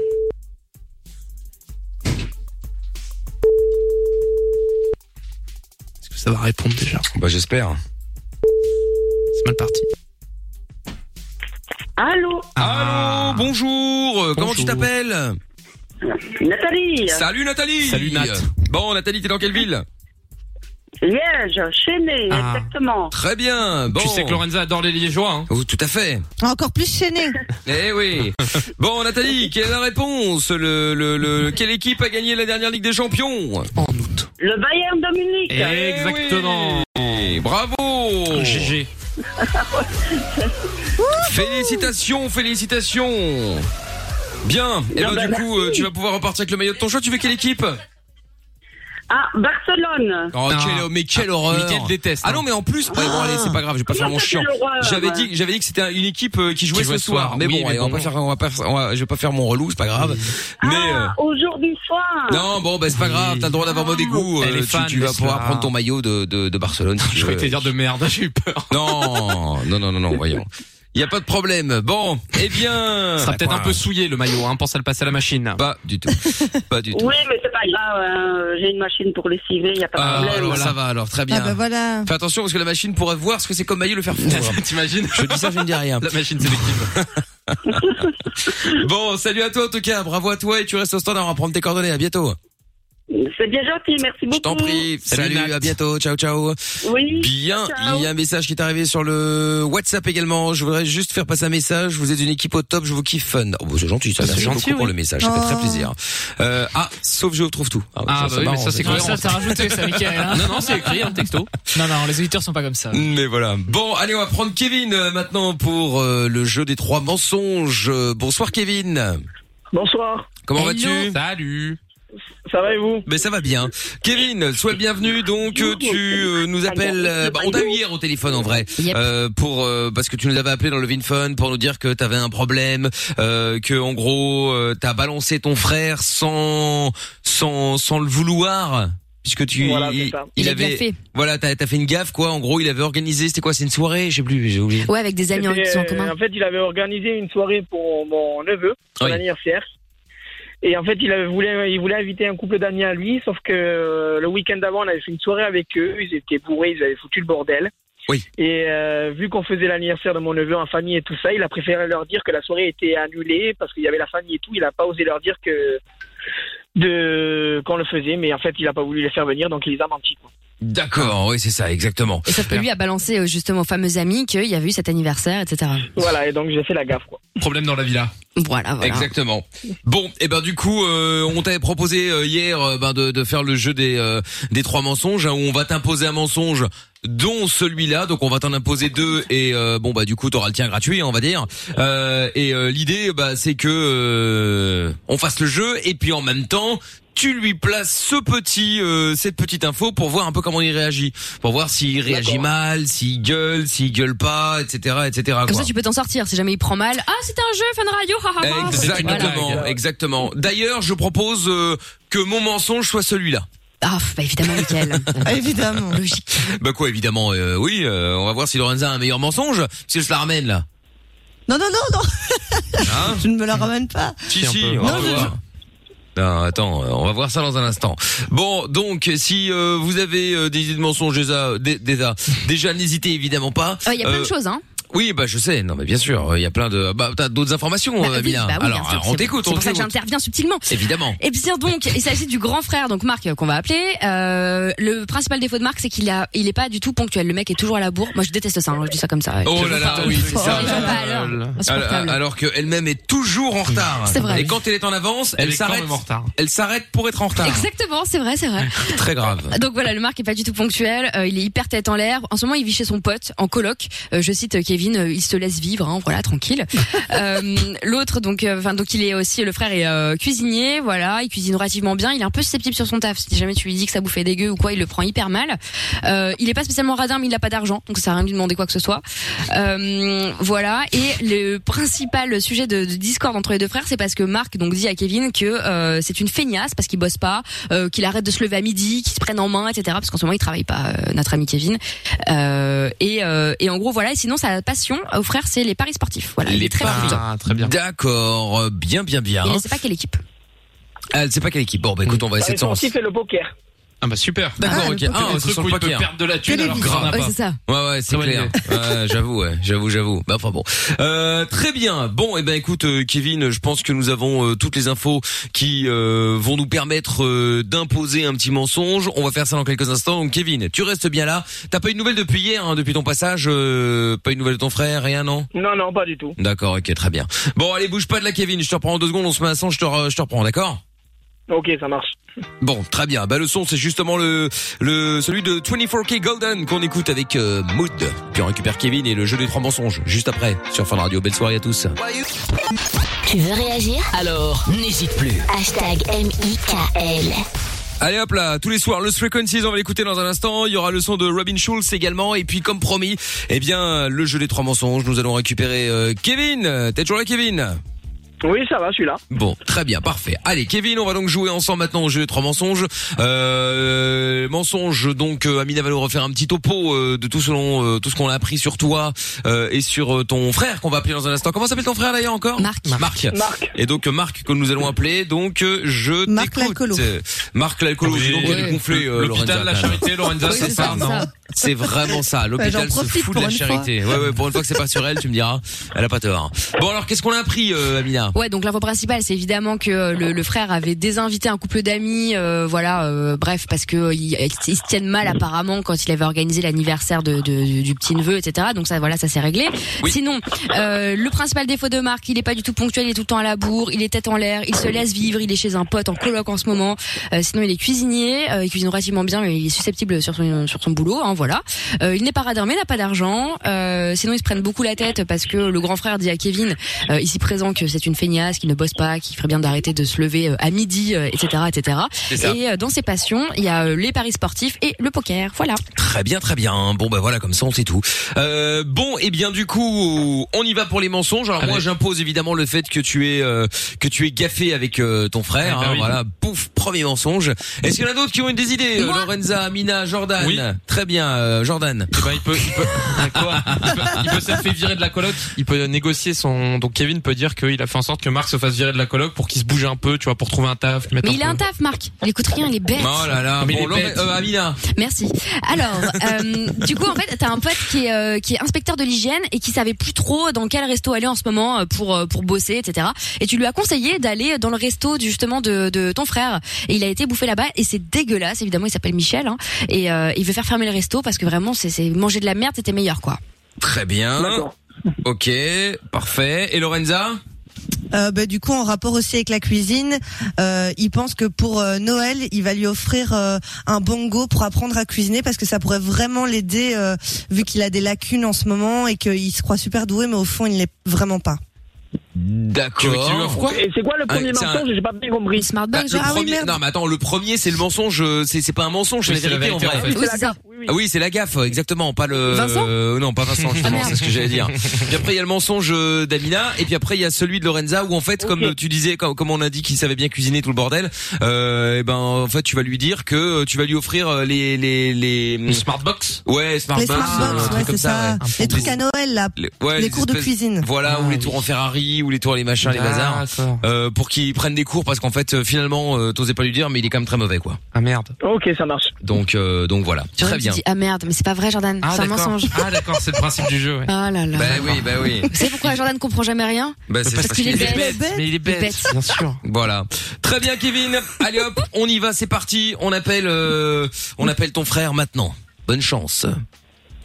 S4: Est-ce que ça va répondre déjà
S2: Bah j'espère.
S4: C'est mal parti.
S11: Allô
S4: Ah.
S2: Allô, bonjour. Euh, Comment tu t'appelles
S11: Nathalie
S2: Salut Nathalie.
S4: Salut, Nat.
S2: Bon Nathalie, t'es dans quelle ville
S11: Liège, Chéné,
S4: Ah.
S11: exactement.
S2: Très bien. Bon.
S4: Tu sais que Lorenza adore les liégeois. Hein.
S2: Oh, tout à fait.
S6: Encore plus [LAUGHS] chaîné.
S4: [LAUGHS]
S2: Eh oui. Bon, Nathalie, quelle est la réponse le, le, le- Quelle équipe a gagné la dernière Ligue des Champions
S11: Le Bayern Dominique
S4: Eh
S2: Eh
S4: Exactement.
S2: Et bravo.
S4: GG.
S2: [LAUGHS] Félicitations, félicitations. Bien. Et
S11: Non,
S2: ben,
S11: bah,
S2: du coup, euh, tu vas pouvoir repartir avec le maillot de ton choix. Tu veux quelle équipe
S11: Ah, Barcelone
S2: Oh,
S4: Ah.
S2: quelle- mais quelle
S4: Ah,
S2: horreur
S4: Mickaël déteste,
S2: Ah
S4: hein.
S2: non, mais en plus, ouais, bon, allez, c'est pas grave, je vais pas faire
S11: Comment
S2: mon
S11: ça,
S2: chiant.
S11: quelle horreur,
S2: J'avais
S11: ouais.
S2: dit, j'avais dit que c'était une équipe euh, qui jouait ce soir. Mais
S4: oui,
S2: bon,
S4: mais
S2: allez,
S4: bon.
S2: on va pas faire, on va pas, faire- on va- je vais pas faire mon relou, c'est pas grave. Mais euh,
S11: Ah, aujourd'hui soir
S2: non, bon, bah c'est pas grave, t'as le droit d'avoir mauvais goût.
S4: Elle
S2: euh,
S4: est
S2: tu-
S4: fan,
S2: tu, vas
S4: laisse-la.
S2: pouvoir prendre ton maillot de de, de Barcelone. Si
S4: [LAUGHS]
S2: tu
S4: Je
S2: veux.
S4: croyais te dire de merde, j'ai eu peur.
S2: Non, non, non, non, non, voyons. Il y a pas de problème. Bon, eh bien,
S4: Ça sera peut-être un peu souillé le maillot, hein. pense à le passer à la machine.
S2: Pas du tout, pas du tout.
S11: Oui, mais c'est pas grave, hein. j'ai une machine pour lessiver, il n'y a pas de
S2: Ah,
S11: problème.
S2: alors, ça va alors, très bien.
S6: Ah bah voilà.
S2: Fais attention parce que la machine pourrait voir ce que c'est comme maillot le faire fondre. [LAUGHS]
S4: T'imagines
S2: Je dis ça, je ne dis [LAUGHS] rien.
S4: La machine [LAUGHS] sélective.
S2: Bon, salut à toi en tout cas, bravo à toi et tu restes au standard, on va prendre tes coordonnées, à bientôt.
S13: C'est bien gentil, merci beaucoup. Je
S2: t'en prie. Salut, à bientôt. Ciao, ciao.
S13: Oui.
S2: Bien,
S13: Ciao.
S2: il y a un message qui est arrivé sur le WhatsApp également. Je voudrais juste faire passer un message. Vous êtes une équipe au top, je vous kiffe fun. Oh, bah, c'est gentil, ça.
S4: C'est
S2: Merci
S4: gentil,
S2: beaucoup pour
S4: oui.
S2: le message. Ça fait
S4: Oh.
S2: très plaisir. Euh, ah, sauf je retrouve tout. ouais,
S4: Ah, bah oui,
S2: marrant,
S4: mais ça, c'est cohérent. Ça, t'as
S2: [LAUGHS]
S4: rajouté, ça, Mickaël, hein. Non, non, c'est écrit, hein, texto.
S5: Non, non, les auditeurs sont pas comme ça.
S2: Mais voilà. Bon, allez, on va prendre Kevin euh, maintenant pour euh, le jeu des trois mensonges. Euh, Bonsoir Kevin.
S12: Bonsoir.
S2: Comment
S12: Hello.
S2: vas-tu
S4: Salut.
S12: Ça va et vous
S2: Mais ça va bien. Kevin, sois le bienvenu. Donc euh, tu euh, nous appelles. euh, bah, on t'a eu hier au téléphone en vrai, Euh, pour euh, parce que tu nous avais appelé dans le VinFun pour nous dire que t'avais un problème, euh, que en gros euh, t'as balancé ton frère sans sans sans le vouloir. Puisque tu,
S3: Voilà,
S2: il,
S3: c'est ça. Il a bien
S2: avait,
S3: fait.
S2: voilà, t'as t'as fait une gaffe quoi. En gros, il avait organisé, c'était quoi, c'est une soirée, je sais plus, j'ai oublié.
S3: Ouais, avec des amis en,
S12: C'était,
S3: qui sont en
S12: euh,
S3: commun.
S12: En fait, il avait organisé une soirée pour mon neveu, son
S2: Oui.
S12: anniversaire. Et en fait, il avait voulu, il voulait inviter un couple d'amis à lui, sauf que euh, le week-end d'avant, on avait fait une soirée avec eux. Ils étaient bourrés, ils avaient foutu le bordel.
S2: Oui.
S12: Et euh, vu qu'on faisait l'anniversaire de mon neveu en famille et tout ça, il a préféré leur dire que la soirée était annulée parce qu'il y avait la famille et tout. Il n'a pas osé leur dire que de qu'on le faisait, mais en fait, il n'a pas voulu les faire venir, donc il les a menti. quoi.
S2: D'accord, oui, c'est ça, exactement.
S3: Et sauf que lui a balancé euh, justement aux fameux amis qu'il y avait eu cet anniversaire, etc.
S2: Ah,
S12: Voilà, et donc j'ai fait la gaffe. Quoi.
S4: Problème dans la villa.
S3: Voilà, voilà.
S2: Exactement. Bon, et ben du coup, euh, on t'avait proposé euh, hier euh, ben, de, de faire le jeu des euh, des trois mensonges, hein, où on va t'imposer un mensonge, dont celui-là. Donc on va t'en imposer deux, et euh, bon bah du coup t'auras le tien gratuit, hein, on va dire. Euh, et euh, l'idée, bah c'est que euh, on fasse le jeu, et puis en même temps. Tu lui places ce petit, euh, cette petite info pour voir un peu comment il réagit, pour voir s'il réagit mal, s'il gueule, s'il gueule pas, etc., etc.
S3: Comme
S2: quoi.
S3: ça, tu peux t'en sortir si jamais il prend mal. Ah, c'était un jeu, fan radio, haha.
S2: Exactement, exactement. D'ailleurs, je propose euh, que mon mensonge soit celui-là.
S3: Ah, bah
S2: [LAUGHS]
S3: évidemment, Michael.
S6: évidemment.
S3: Logique.
S2: Bah quoi, évidemment, euh, oui, euh, on va voir si Lorenza a un meilleur mensonge, parce que je te la ramène là.
S6: Non, non, non, non.
S2: Hein
S6: je ne me la ramène pas.
S2: Si, si,
S6: peu.
S2: on va
S6: Non, je-
S2: voir. Non, attends, euh, on va voir ça dans un instant. Bon, donc si euh, vous avez euh, des idées de mensonges déjà, dé- déjà, déjà n'hésitez évidemment pas.
S3: Il y a plein
S2: Euh,
S3: de choses, hein.
S2: Oui, bah je sais, non mais bien sûr, il y a plein de... Bah t'as d'autres informations,
S3: Bah,
S2: euh,
S3: oui,
S2: Amina.
S3: bah oui,
S2: Alors,
S3: bien sûr,
S2: on
S3: c'est-
S2: t'écoute,
S3: C'est
S2: on
S3: pour ça que
S2: t'écoute.
S3: j'interviens subtilement.
S2: Évidemment.
S3: Et bien donc, il s'agit du grand frère, donc Marc, euh, qu'on va appeler. Euh, le principal défaut de Marc, c'est qu'il a, il est pas du tout ponctuel. Le mec est toujours à la bourre. Moi, je déteste ça. hein, je dis ça comme ça. ouais.
S2: Oh
S3: Je
S2: là
S3: veux
S2: là,
S3: pas.
S2: oui, c'est ça.
S3: Les gens pas à l'heure. Insupportable.
S2: Alors, Ah, alors qu'elle-même est toujours en retard.
S3: C'est vrai.
S2: Et quand elle est en avance,
S4: Elle
S2: elle,
S4: est quand
S2: s'arrête.
S4: même en retard.
S2: Elle s'arrête pour être en retard.
S3: Exactement, c'est vrai, c'est vrai.
S2: [LAUGHS] Très grave.
S3: Donc voilà, le Marc est pas du tout ponctuel, euh, il est hyper tête en l'air. En ce moment, il vit chez son pote en coloc. Euh, je cite euh, Kevin, euh, il se laisse vivre, hein, voilà, tranquille. [LAUGHS] Euh, L'autre, donc, euh, enfin, donc il est aussi le frère est euh, cuisinier, voilà, il cuisine relativement bien. Il est un peu susceptible sur son taf. Si jamais tu lui dis que ça bouffait dégueu ou quoi, il le prend hyper mal. Euh, il est pas spécialement radin, mais il a pas d'argent, donc ça sert à rien de lui demander quoi que ce soit. Euh, voilà. Et le principal sujet de, de discorde entre les deux frères, c'est parce que Marc donc dit à Kevin que euh, c'est une feignasse parce qu'il bosse pas, euh, qu'il arrête de se lever à midi, qu'il se prenne en main, etc. Parce qu'en ce moment il travaille pas, euh, notre ami Kevin. Euh, et, euh, et en gros voilà. Et sinon sa passion euh, au frère, c'est les paris sportifs. Voilà. il est très fort.
S2: Ah, très bien. D'accord, euh, bien, bien, bien.
S3: Il ne sait pas Ah, quelle équipe.
S2: Ah, Elle sait pas quelle équipe. Bon, bah écoute, on va
S12: Ah,
S2: essayer de s'en.
S12: fait le poker.
S2: Ah bah super. D'accord,
S12: Ah,
S2: ok.
S12: le poker.
S2: Ah,
S12: Des
S2: c'est
S12: trucs
S2: sur le
S12: où il peut
S2: poker.
S12: perdre de la thune alors qu'on
S2: Télévision.
S12: en a Ouais, pas. c'est ça.
S2: Ouais, ouais, c'est
S12: bonne
S2: clair. Ouais, j'avoue, ouais, j'avoue, j'avoue. Bah enfin bon. Euh, très bien. Bon, et ben écoute, euh, Kevin, je pense que nous avons euh, toutes les infos qui euh, vont nous permettre euh, d'imposer un petit mensonge. On va faire ça dans quelques instants. Donc, Kevin, tu restes bien là. T'as pas eu de nouvelles depuis hier, hein, depuis ton passage. euh, pas eu de nouvelles de ton frère, rien, non
S12: Non, non, pas du tout.
S2: D'accord, ok, très bien. Bon, allez, bouge pas de là, Kevin. Je te reprends en deux secondes. On se met à 100, je te, re- je te reprends, d'accord
S12: Ok, ça marche.
S2: Bon, très bien. Bah, le son, c'est justement le, le, celui de 24K Golden qu'on écoute avec euh, Mood. Puis on récupère Kevin et le jeu des trois mensonges juste après sur Fun Radio. Belle soirée à tous.
S9: Tu veux réagir
S1: Alors, n'hésite plus.
S9: Hashtag M-I-K-L.
S2: Allez hop là, tous les soirs, le Frequencies, on va l'écouter dans un instant. Il y aura le son de Robin Schulz également. Et puis, comme promis, eh bien, le jeu des trois mensonges, nous allons récupérer euh, Kevin. T'es toujours là, Kevin
S12: Oui, ça va, je suis là.
S2: Bon, très bien, parfait. Allez, Kevin, on va donc jouer ensemble maintenant au jeu des trois mensonges. Euh, mensonges, donc euh, Amina va nous refaire un petit topo euh, de tout selon tout ce qu'on a appris sur toi euh, et sur euh, ton frère qu'on va appeler dans un instant. Comment s'appelle ton frère d'ailleurs encore Marc. Marc.
S12: Marc.
S2: Et donc euh, Marc que nous allons appeler. Donc euh, je
S6: Marc
S2: t'écoute.
S6: l'alcoolo.
S2: Euh, Marc l'alcoolo.
S4: Oui.
S2: Dis donc, elle est
S4: Ouais.
S2: gonflée, euh,
S4: L'hôpital, la
S2: Lorenza, quand même.
S4: charité, Lorenza, Oui, c'est c'est ça, ça, non ça.
S2: C'est vraiment ça.
S4: Ouais,
S2: L'hôpital
S4: j'en
S2: se
S4: profite
S2: fout de
S4: pour
S2: la
S4: une fois.
S2: charité. Ouais ouais, pour une fois que c'est pas sur elle, tu me diras. Elle a pas tort. Bon alors qu'est-ce qu'on a appris euh, Amina ça.
S3: Ouais, donc l'info principale, c'est évidemment que euh, le, le frère avait désinvité un couple d'amis, euh, voilà, euh, bref, parce que euh, ils, ils se tiennent mal apparemment quand il avait organisé l'anniversaire de, de- du petit neveu, etc. Donc ça, voilà, ça s'est réglé. Sinon, euh, le principal défaut de Marc, il est pas du tout ponctuel, il est tout le temps à la bourre, il est tête en l'air, il se laisse vivre, il est chez un pote en coloc en ce moment. Euh, sinon, il est cuisinier, euh, il cuisine relativement bien, mais il est susceptible sur son sur son boulot, hein, voilà. Euh, il n'est pas radar, mais n'a pas d'argent. Euh, sinon, ils se prennent beaucoup la tête parce que le grand frère dit à Kevin, euh, ici présent, que c'est une feignasse, qu'il ne bosse pas, qu'il ferait bien d'arrêter de se lever euh, à midi, euh, etc., etc.
S2: C'est ça.
S3: Et euh, dans ses passions, il y a euh, les paris sportifs et le poker. Voilà.
S2: Très bien, très bien. Bon, bah voilà, comme ça, on sait tout. Euh, bon, et bien du coup, on y va pour les mensonges. Alors moi, j'impose évidemment le fait que tu es euh, que tu es gaffé avec euh, ton frère.
S4: Ah bah
S2: hein,
S4: oui.
S2: Voilà, pouf, premier mensonge. Est-ce qu'il y en a d'autres qui ont des idées euh,
S4: Moi
S2: Lorenza, Amina, Jordan.
S4: Oui. Eh ben,
S2: Très bien, euh, Jordan.
S4: il peut, il peut,
S2: [LAUGHS]
S4: quoi il peut,
S2: Ah.
S4: il peut se faire virer de la coloc. Il peut négocier son. Donc Kevin peut dire qu'il a fait en sorte que Marc se fasse virer de la coloc pour qu'il se bouge un peu, tu vois, pour trouver un taf. lui mettre
S3: Mais
S4: un
S3: il a un
S4: peu-
S3: taf, Marc. Il écoute rien, il est bête.
S4: Oh là là,
S2: Mais
S4: bon,
S2: il est
S4: Laurent-
S2: bête. euh, Amina.
S3: Merci. Alors, euh, du coup, en fait, t'as un pote qui est, euh, qui est inspecteur de l'hygiène et qui savait plus trop dans quel resto aller en ce moment euh, pour euh, pour bosser, etc. Et tu lui as conseillé d'aller dans le resto justement de, de ton frère. Et il a été bouffé là-bas et c'est dégueulasse. Évidemment, il s'appelle Michel hein. et euh, il veut faire fermer le resto parce que vraiment, c'est c'est- manger de la merde, c'était meilleur, quoi.
S2: Très bien. Ok, parfait. Et Lorenza
S6: [LAUGHS] Euh, bah, du coup, en rapport aussi avec la cuisine, euh, il pense que pour euh, Noël, il va lui offrir euh, un bongo pour apprendre à cuisiner parce que ça pourrait vraiment l'aider euh, vu qu'il a des lacunes en ce moment et qu'il se croit super doué, mais au fond, il l'est vraiment pas.
S2: D'accord.
S4: Tu lui offres quoi
S12: Et c'est quoi le
S2: Ah,
S12: premier
S2: c'est un-
S12: mensonge J'ai pas bien compris.
S3: Smart
S2: Bah, le
S6: Ah
S2: premier- non mais attends, le premier c'est le mensonge, euh, c'est c'est pas un mensonge, c'est
S4: Oui,
S2: la
S4: c'est la
S2: vérité en
S4: vérité,
S2: vrai.
S4: en fait. Oui,
S3: c'est ça.
S2: Ah oui, c'est la gaffe, exactement, pas le
S4: Vincent
S2: euh, non, pas Vincent justement,
S4: Ah, merde.
S2: c'est ce que j'allais dire. Puis après il y a le mensonge euh, d'Amina et puis après il y a celui de Lorenza où en fait comme euh, tu disais comme, comme on a dit qu'il savait bien cuisiner tout le bordel, euh, et ben en fait tu vas lui dire que euh, tu vas lui offrir euh, les les les
S4: Smartbox
S2: Ouais,
S6: les
S2: Smartbox,
S6: smartbox,
S2: euh, un truc
S6: ouais, c'est
S2: comme
S6: ça.
S2: ouais.
S6: Les trucs à Noël, là.
S12: [LAUGHS]
S2: Les, ouais,
S6: les cours de
S2: espèces-
S6: cuisine.
S2: Voilà,
S4: Ah
S2: ou les tours en Ferrari, ou les tours les machins, les bazars. Euh, pour qu'ils prennent des cours parce qu'en fait, euh, finalement, euh, t'osais pas lui dire, mais il est quand même très mauvais, quoi.
S4: Ah merde.
S12: Ok, ça marche.
S2: Donc, euh, donc voilà. Très
S3: Jordan, tu
S2: bien.
S3: dis, ah merde, mais c'est pas vrai, Jordan.
S4: Ah
S3: c'est un
S4: d'accord.
S3: mensonge.
S4: Ah d'accord, c'est le principe du jeu. Ouais.
S3: [LAUGHS] Ah là là.
S2: Bah oui, bah oui.
S3: Vous savez pourquoi Jordan comprend jamais rien
S2: Bah, c'est
S3: Parce qu'il est bête.
S4: Mais il est bête. Bien sûr.
S2: Voilà. Très bien, Kevin. Allez hop, on y va, c'est parti. On appelle, euh, on appelle ton frère maintenant. Bonne chance.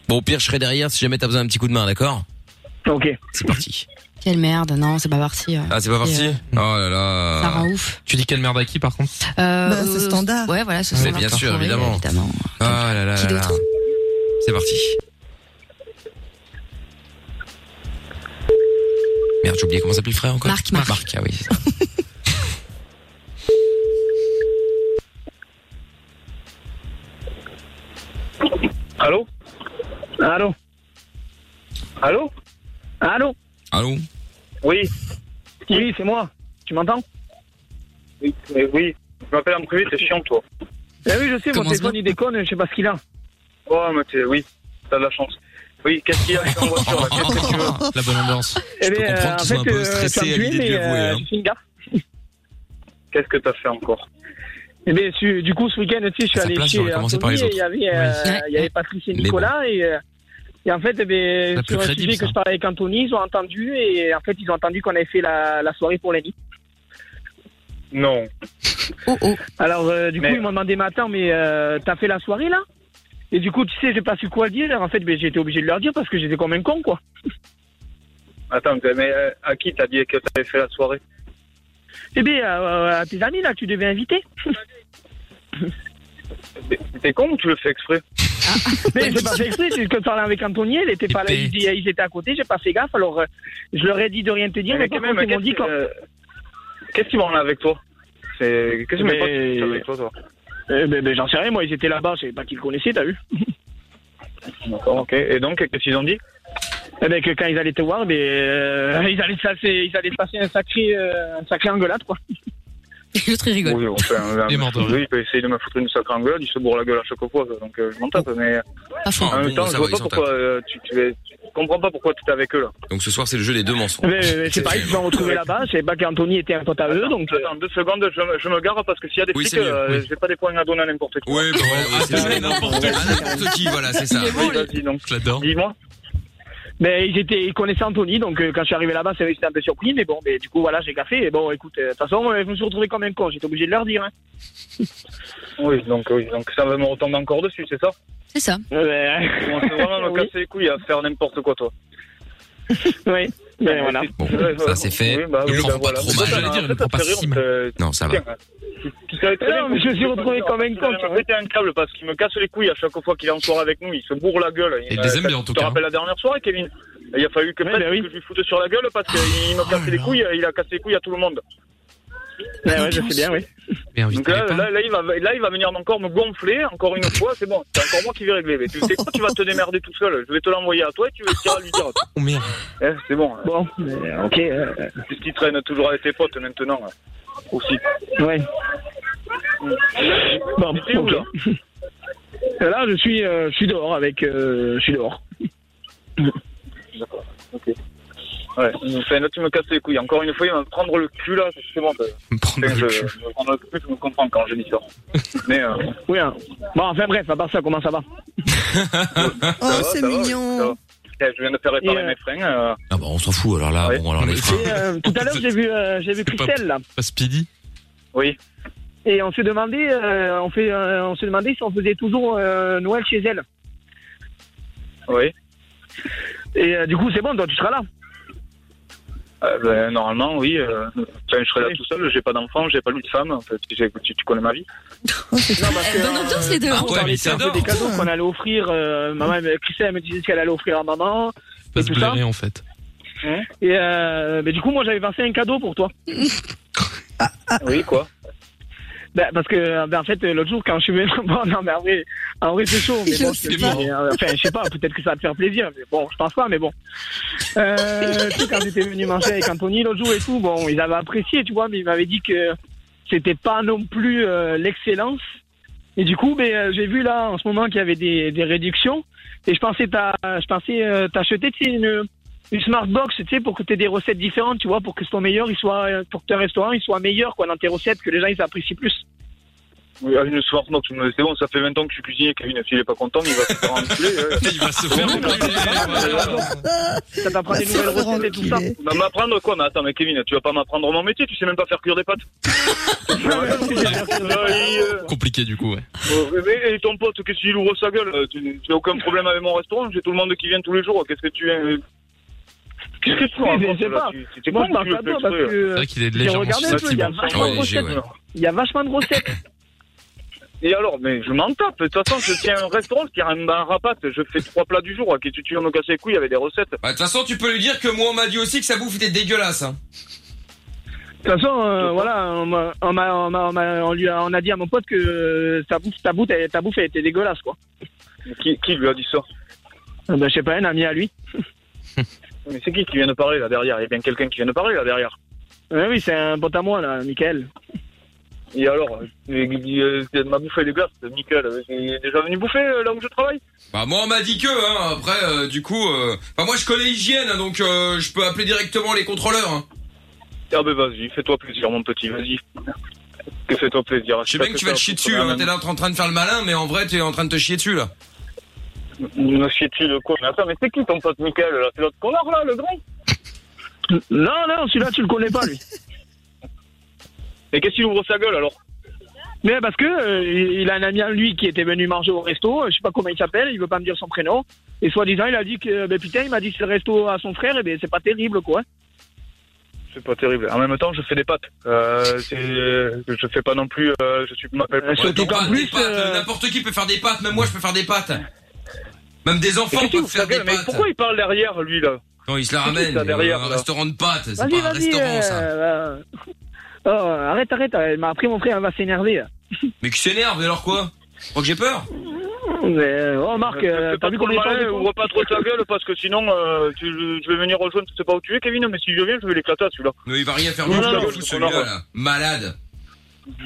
S2: Bon, au pire, je serai derrière si jamais t'as besoin d'un petit coup de main, d'accord
S12: Ok.
S2: C'est parti.
S3: Quelle merde, non, c'est pas parti. ouais.
S2: Ah, c'est pas parti
S3: Et, euh,
S2: Oh là là.
S3: Ça rend ouf.
S4: Tu dis quelle merde à qui par contre
S3: Euh,
S6: Bah, c'est
S3: euh,
S6: standard.
S3: Ouais, voilà, c'est
S2: Mais
S3: standard.
S2: bien sûr,
S3: Corée,
S2: évidemment. Ah là là
S3: Qui
S2: là là.
S3: d'autre
S2: C'est parti. Merde, j'ai oublié comment s'appelle le frère encore.
S3: Marc, Marc.
S2: ah oui.
S3: [LAUGHS]
S2: c'est ça.
S12: Allô Allô Allô Allô
S2: Allô
S12: Oui. Oui, c'est moi. Tu m'entends Oui, oui. Je m'appelle en privé, t'es chiant, toi. Eh oui, je sais, mon
S3: Commence
S12: téléphone, il déconne, je sais pas ce
S2: [LAUGHS]
S12: qu'il a. Oh, mais t'es... Oui, t'as de la chance. Oui, qu'est-ce qu'il y a Je suis en voiture, là. Qu'est-ce que tu veux
S4: La bonne ambiance.
S12: Eh bien,
S2: comprendre
S12: euh, en
S2: qu'ils soient
S12: fait,
S2: un peu
S12: euh,
S2: stressés
S12: tu as
S2: à
S12: tué,
S2: l'idée de
S12: mais,
S2: lui avouer,
S12: euh,
S2: hein.
S12: je suis une gaffe. Qu'est-ce que t'as fait encore eh bien, su- du coup, ce week-end, tu sais, je suis
S2: À sa
S12: allé
S2: place,
S12: chez
S2: j'aurais commencé par
S12: Anthony et
S2: les
S12: il y avait, euh,
S3: Oui.
S12: il y avait Patrice et
S2: Mais
S12: Nicolas et, euh, et en fait, eh bien,
S4: La plus
S12: sur un
S4: crédible,
S12: sujet que
S4: ça.
S12: je parlais avec Anthony, ils ont entendu et en fait, ils ont entendu qu'on avait fait la, la soirée pour l'année. Non.
S3: Oh oh.
S12: Alors, euh, du coup, ils m'ont demandé, mais attends, mais euh, t'as fait la soirée là Et du coup, tu sais, j'ai pas su quoi dire. En fait, ben, j'ai été obligé de leur dire parce que j'étais comme un con, quoi. Attends, mais
S13: euh,
S12: à qui t'as dit que t'avais fait la soirée Eh bien, euh, à tes amis là, tu devais inviter. [LAUGHS] T'es con ou tu le fais exprès Mais j'ai pas fait exprès, c'est que je parlais avec Anthony, elle était pas là,
S4: Épée.
S12: ils étaient- ils étaient à côté, j'ai pas fait gaffe, alors euh, je leur ai dit de rien te dire, mais, par contre, ils m'ont dit quand...
S13: Qu'est-ce qu'ils vont là avec toi C'est qu'est-ce que
S12: Mais-
S13: mes potes ils font avec toi, toi
S12: Eh ben, ben, j'en sais rien, moi, ils étaient là-bas, je savais pas qu'ils le connaissaient, t'as vu [LAUGHS]
S13: D'accord, ok. Et donc qu'est-ce qu'ils ont dit
S12: Eh ben, que quand ils allaient te voir, ben, euh, [LAUGHS] ils allaient se passer, ils allaient se passer un sacré, euh, un sacré engueulade, [LAUGHS] quoi.
S3: L'autre, il rigole.
S13: Oui, enfin, un-
S4: Des
S13: un-
S4: mordeurs.
S13: oui, il peut essayer de me foutre une sacrée engueulade, il se bourre la gueule à chaque fois, donc euh, je m'en tape. Mais
S3: Oh. Pas fort.
S13: en
S2: Ah,
S13: même
S2: bon,
S13: temps,
S2: ça
S13: je
S2: va,
S13: vois
S2: ils
S13: pas
S2: s'en
S13: pourquoi euh, tu, tu, es- tu comprends pas pourquoi tu étais avec eux là.
S2: Donc ce soir, c'est le jeu des deux mensonges.
S12: Eh ben, euh, c'est pareil, ils [LAUGHS] se sont retrouvés là-bas, je savais pas qu'Anthony était un pote à eux, donc... euh,
S13: Attends, deux secondes, je, me- je me gare parce que s'il y a des
S2: Oui,
S13: flics,
S2: c'est mieux,
S13: euh,
S2: oui.
S13: j'ai pas des points à donner à n'importe qui.
S2: Ouais, bah voilà, oui, c'est
S4: Ah,
S2: ça.
S4: n'importe
S2: Ah, n'importe qui, voilà, c'est ça.
S13: Oui, vas-y, donc.
S4: Je l'adore.
S13: Dis-moi.
S12: Mais ben, ils étaient, ils connaissaient Anthony, donc euh, quand je suis arrivé là-bas, c'est vrai que j'étais un peu surpris, mais bon, mais du coup, voilà, j'ai gaffé. Et bon, écoute, euh, de toute façon, euh, je me suis retrouvé comme un con, j'étais obligé de leur dire. Hein.
S13: Oui, donc, oui, donc ça va me retomber encore dessus, c'est ça
S3: C'est ça.
S12: Euh,
S13: On se vraiment me casser les couilles à faire n'importe quoi, toi.
S12: oui. Ben voilà.
S2: ça c'est fait.
S13: Ah, Oui, bah,
S2: Il
S13: oui,
S2: le
S13: bah,
S2: prend pas
S13: voilà.
S2: trop mal.
S13: Ça,
S2: J'allais dire, il
S13: ça,
S2: le
S13: ça
S2: prend pas
S13: fait rire,
S2: si mal.
S13: euh,
S2: Non, ça va.
S13: tiens, Tu savais très bien
S12: mais
S13: que
S12: je me suis retrouvé
S13: connaisseur,
S12: comme un
S13: tu savais
S12: con,
S13: bien qu'il pétait un câble parce qu'il me casse les couilles à chaque fois qu'il est en soirée avec nous. Il se bourre la gueule.
S4: Et il les aime bien, en
S13: Tu
S4: tout
S13: te
S4: cas,
S2: hein.
S13: rappelles la dernière soirée, Kevin Il a fallu que, Fred,
S12: bah
S13: que je lui foute sur la gueule parce qu'il
S2: Ah,
S13: m'a cassé les couilles. Il a cassé les couilles à tout le monde.
S12: Ah, Ouais, ouais, je sais bien, oui.
S13: Donc là, là, là, il va, là, il va venir encore me gonfler, encore une fois, c'est bon, c'est encore moi qui vais régler. Mais tu sais quoi, tu vas te démerder tout seul, je vais te l'envoyer à toi et tu vas lui dire.
S4: Oh merde.
S13: Eh, c'est bon.
S12: Bon, euh, ok.
S13: Puisqu'il traîne toujours avec tes potes maintenant, hein, aussi.
S12: Ouais. Bon,
S13: T'es où,
S12: ok.
S13: là
S12: Là, je suis, [LAUGHS] euh, je suis dehors avec, euh, je suis dehors.
S13: D'accord, ok. Ouais, enfin, là, tu me casses les couilles. Encore une fois, il va me prendre le cul, là, c'est bon.
S4: Me prendre
S13: le cul. Me prendre le cul, je me comprends quand j'ai dit ça. Mais, euh,
S12: [LAUGHS] Oui. hein. Bon, enfin bref, à part ça, comment ça va
S13: Oh, c'est mignon. Eh, Je viens de faire réparer
S12: Et, euh,
S13: mes freins. euh,
S2: Ah bah on s'en fout alors là. Bon alors les freins.
S12: Et, euh, Tout à l'heure, j'ai vu, euh, j'ai vu Christelle là.
S4: Pas Speedy.
S13: Oui.
S12: Et on s'est demandé, euh, on fait, euh, on s'est demandé si on faisait toujours euh, Noël chez elle.
S13: Oui.
S12: Et euh, du coup, c'est bon, toi, tu seras là.
S13: Euh, ben, normalement, oui. euh, enfin, je serai là tout seul. J'ai pas d'enfant, j'ai pas lu de femme. En fait, j'ai- tu, tu connais ma vie.
S3: Bonne ambiance les deux.
S2: Ah
S3: hein.
S12: On parlait un peu des cadeaux qu'on allait offrir. euh, maman, elle- Christelle elle me disait ce qu'elle allait offrir à maman.
S4: Pas
S12: et
S4: se
S12: tout ça.
S4: blairer en fait.
S12: Hein? Et euh, mais du coup, moi, j'avais pensé à un cadeau
S13: [LAUGHS]
S12: pour toi.
S13: Ah, Oui, quoi
S12: Ben, parce que, ben, en fait, l'autre jour, quand je suis venu, [LAUGHS] bon, non, mais en vrai, en vrai, c'est chaud, mais
S13: Je
S12: bon,
S13: sais
S12: je te
S13: pas.
S12: dis, mais, euh, enfin, je sais pas, peut-être que ça va te faire plaisir, mais bon, je pense pas, mais bon. Euh, tu sais, quand j'étais venu manger avec Anthony l'autre jour et tout, bon, ils avaient apprécié, tu vois, mais ils m'avaient dit que c'était pas non plus euh, l'excellence. Et du coup, ben, euh, j'ai vu là, en ce moment, qu'il y avait des, des réductions, et je pensais t'a- je pensais euh, t'acheter, tu sais, une, une smart box, tu sais, pour que tu aies des recettes différentes, tu vois, pour que ton meilleur, il soit, euh, pour que ton restaurant, il soit meilleur, quoi, dans tes recettes, que les gens, ils apprécient
S13: [LAUGHS]
S12: plus.
S13: Oui, Une soirée, non, tu me- c'est bon, ça fait 20 ans que je suis cuisinier. Kevin, s'il est pas content, il va se faire enculer. [LAUGHS]
S4: Il va se faire
S12: Ça t'apprend des nouvelles recettes et tout ça.
S13: [LAUGHS] Bah, m'apprendre quoi Mais attends, mais Kevin, tu vas pas m'apprendre mon métier, tu sais même pas faire cuire des [LAUGHS] pâtes.
S4: [LAUGHS] Compliqué du coup, ouais.
S13: Euh, mais, et ton pote, qu'est-ce qu'il ouvre sa gueule Euh, Tu tu n'as aucun problème avec mon restaurant, j'ai tout le monde qui vient tous les jours. Qu'est-ce que tu. euh, Qu'est-ce que tu
S12: Oui, mais
S13: racontes,
S12: je sais
S13: là
S12: pas.
S13: Tu- tu- t'es
S12: Moi,
S13: con,
S12: je parle
S13: tu veux
S12: pas de
S13: faire
S12: moi parce
S13: exprès,
S12: que. euh,
S13: C'est vrai qu'il est
S12: j'ai
S13: légèrement
S12: regardé un peu, Il y a
S13: susceptible.
S12: vachement de
S13: Ouais, léger,
S12: recettes.
S13: ouais.
S12: Il y a vachement de recettes.
S13: Et alors, mais je m'en tape. De toute façon, je tiens un restaurant qui ramène un rapat. Je fais trois plats du jour. Qui tu tu viens me casser les couilles avec des recettes.
S2: Bah, de toute façon, tu peux lui dire que moi, on m'a dit aussi que sa bouffe était dégueulasse. Hein.
S12: De toute façon, euh, voilà, on, m'a- on, m'a- on, m'a- on m'a- on lui a, on a dit à mon pote que euh, ta bouffe, ta bouffe, elle- ta bouffe, elle était dégueulasse, quoi.
S13: Qui, qui lui a dit ça
S12: Euh, Ben, je sais pas, un ami à lui.
S13: Mais c'est qui qui vient de parler là derrière Il y a bien quelqu'un qui vient de parler là derrière.
S12: Ouais, Eh oui, c'est un pote à moi, là, Michael.
S13: Et alors, euh, euh, euh, ma bouffe elle est dégueulasse, Michael. euh, Il est déjà venu bouffer euh, là où je travaille
S2: Bah moi on m'a dit que hein, après euh, du coup euh... bah, moi je connais hygiène hein, donc euh, je peux appeler directement les contrôleurs hein.
S13: Ah ben vas-y, fais-toi plaisir mon petit, vas-y. Que fais-toi plaisir.
S2: Je sais bien que tu vas te chier dessus hein, t'es là en train de faire le malin mais en vrai t'es en train de te chier dessus là.
S13: Me chier dessus de quoi Mais attends, mais c'est qui ton pote Michael là C'est l'autre connard là, le grand
S12: Non, non, celui-là, tu le connais pas,
S13: [LAUGHS]
S12: lui.
S13: Et qu'est-ce qu'il ouvre sa gueule alors
S12: Mais parce que euh, il a un ami à lui qui était venu manger au resto, euh, je sais pas comment il s'appelle, il veut pas me dire son prénom. Et soi-disant, il a dit que euh, ben putain, il m'a dit que c'est le resto à son frère, et ben c'est pas terrible quoi.
S13: C'est pas terrible. En même temps, je fais des pâtes. Euh, c'est- je fais pas non plus. euh, je suis. m'appelle pas-
S2: des pâtes, des pâtes, euh, n'importe qui peut faire des pâtes, même moi je peux faire des pâtes. Même des
S13: Mais
S2: enfants
S13: qu'est-ce qu'il
S2: peuvent
S13: ouvre
S2: faire
S13: sa
S2: des
S13: gueule Mais
S2: pâtes.
S13: pourquoi il parle derrière lui là
S2: Non, il se la
S13: C'est qui,
S2: ramène,
S13: ça,
S2: euh,
S13: derrière,
S2: un
S13: là
S2: restaurant de pâtes, c'est pas
S12: Vas-y,
S2: un
S12: vas-y.
S2: restaurant
S12: euh,
S2: ça.
S12: euh, [LAUGHS] oh, arrête, arrête, elle m'a appris mon frère, elle va s'énerver. là.
S2: Mais qui s'énerve alors quoi Je crois que j'ai peur.
S12: Mais, euh, oh Marc, euh,
S13: Fais
S12: t'as
S13: pas
S12: vu
S13: trop le
S12: combien de
S13: malin,
S12: temps
S13: ouvre pas trop ta gueule parce que sinon euh, tu, je vais venir rejoindre, je sais pas où tu es Kevin, mais si je viens je vais l'éclater à celui-là.
S2: Mais il va rien faire
S13: Non,
S2: du
S13: non,
S2: tout,
S13: non,
S2: fou,
S13: je
S2: celui-là
S13: comprends.
S2: là. Malade.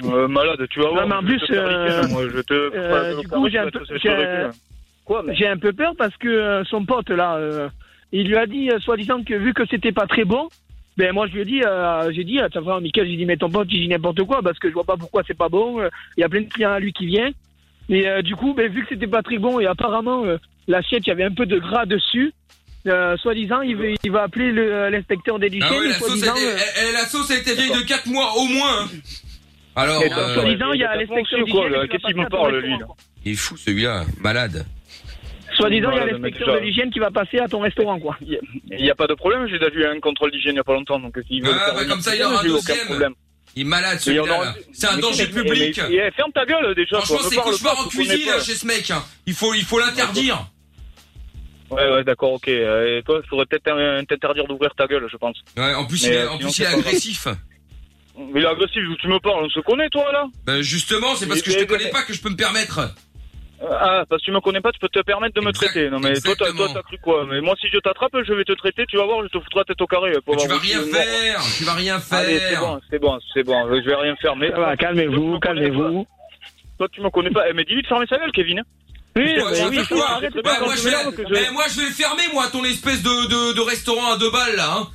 S13: Euh, malade, tu vas voir.
S12: Non, mais en
S13: je vais te
S12: plus,
S13: faire
S12: euh,
S13: ricaner, moi, je vais te
S12: euh,
S13: faire-
S12: du coup, j'ai un
S13: je vais te
S12: peu-
S13: faire
S12: j'ai-
S13: ricaner.
S12: J'ai un peu peur parce que euh, son pote là, euh, il lui a dit euh, soi-disant que vu que c'était pas très bon, ben moi je lui ai dit, euh, j'ai dit, ça va, Michael, j'ai dit mais ton pote, il dit n'importe quoi parce que je vois pas pourquoi c'est pas bon. euh, Il y a plein de clients à lui qui viennent. Et euh, du coup, ben vu que c'était pas très bon et apparemment euh, l'assiette, il y avait un peu de gras dessus. Euh, soi-disant, il, veut- il va appeler le- euh, l'inspecteur des lycées,
S2: Ah ouais,
S12: mais
S2: la sauce,
S12: soi-disant,
S2: elle,
S12: euh,
S2: elle- elle- la sauce, elle était vieille de 4 mois au moins. hein. Alors,
S13: Mais non,
S2: euh,
S13: soi-disant, il y a
S12: Mais
S13: l'inspecteur d'hygiène
S12: t'as pensé ou quoi, là
S13: qui va
S12: Qu'est-ce
S13: passer
S12: qu'il me
S13: à ton
S12: parle,
S13: restaurant.
S2: il est fou celui-là, malade.
S12: soi-disant, il y a
S13: Voilà, le mec,
S12: l'inspecteur
S13: ça.
S12: de l'hygiène qui va passer à ton restaurant, quoi.
S13: Il n'y a pas de problème, j'ai déjà eu un contrôle d'hygiène il n'y a pas longtemps, donc s'il veut.
S2: Ah, bah, comme ça, il aura un deuxième. Il est malade celui-là. là. C'est un danger public.
S13: ferme ta gueule déjà.
S2: Franchement,
S13: quoi, me
S2: c'est
S13: parle
S2: cauchemar
S13: pas,
S2: en
S13: tu connais
S2: cuisine
S13: pas.
S2: hein, chez ce mec. hein. Il faut, il faut l'interdire.
S13: Ouais, ouais, d'accord, ok. Euh, Et toi, il faudrait peut-être euh, t'interdire d'ouvrir ta gueule, je pense.
S2: Ouais, en plus,
S13: Mais,
S2: il est,
S13: euh,
S2: en
S13: sinon,
S2: plus,
S13: c'est
S2: il est
S13: pas grave.
S2: agressif.
S13: Mais il est agressif, d'où tu me parles, on se connaît, toi, là
S2: Ben, justement, c'est parce
S13: Il
S2: que je te
S13: est-
S2: connais pas que je peux me permettre.
S13: Ah, parce que tu me connais pas, tu peux te permettre de me traiter. Non, mais toi, t'as- toi, t'as cru quoi Mais moi, si je t'attrape, je vais te traiter, tu vas voir, je te foutrai la tête au carré. Pour
S2: Mais tu
S13: voir
S2: vas
S13: si
S2: rien
S13: je suis mort.
S2: faire. Tu vas rien
S13: Allez, c'est
S2: faire.
S13: bon, c'est bon, c'est bon, je vais rien faire. Mais... calmez-vous, calmez-vous. Toi, tu me connais pas. Eh, mais dis-lui de fermer sa gueule, Kevin. Oui,
S2: Quoi,
S13: mais
S2: je vais
S13: oui,
S2: faire
S13: je
S2: quoi
S13: arrête de
S2: Ouais,
S13: parler
S2: moi,
S13: de
S2: je vais,
S13: merde que je-
S2: Eh, moi, je vais le fermer, moi, ton espèce de, de, de restaurant à deux balles, là. hein.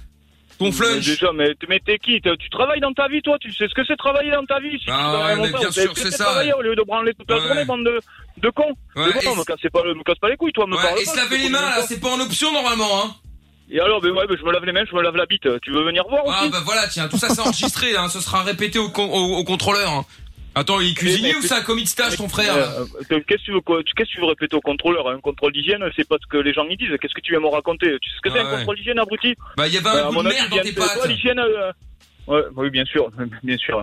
S2: Ton
S13: flunch. Déjà, mais, mais t'es qui T'es- Tu travailles dans ta vie, toi Tu sais ce que c'est travailler dans ta vie si tu
S2: Ah
S13: travailles
S2: ouais,
S13: mon
S2: mais
S13: frère,
S2: bien
S13: vous savez
S2: sûr,
S13: ce que
S2: c'est ça,
S13: travailler
S2: ouais.
S13: au lieu de branler toute la
S2: Ouais.
S13: journée, bande de, de cons.
S2: Ouais,
S13: mais bon,
S2: et-
S13: me casse pas, le- me casse pas les couilles, toi, me
S2: Ouais,
S13: parle
S2: et
S13: pas,
S2: se laver
S13: tu
S2: les
S13: connais
S2: mains,
S13: pas.
S2: là, c'est pas en option, normalement, hein.
S13: Et alors, ben ouais, ben, je me lave les mains, je me lave la bite. Tu veux venir voir
S2: Ah,
S13: aussi
S2: bah voilà, tiens, tout ça, c'est enregistré, hein. Ce sera répété au, con- au, au contrôleur, hein. Attends, il est cuisinier
S13: mais-
S2: ou c'est un commis de stage, ton frère là
S13: Euh, euh, Qu'est-ce que tu veux quoi Tu- Qu'est-ce que tu veux répéter au contrôleur Un contrôle d'hygiène, c'est pas ce que les gens y disent. Qu'est-ce que tu viens me raconter Tu sais ce que c'est
S2: Ah
S13: un
S2: ouais.
S13: contrôle d'hygiène, abruti
S2: Bah, il y avait
S13: Euh, à
S2: un bout
S13: mon
S2: de
S13: avis,
S2: merde dans
S13: Yann,
S2: tes
S13: toi,
S2: pattes.
S13: l'hygiène, euh, ouais, oui, bien sûr, [LAUGHS] bien sûr.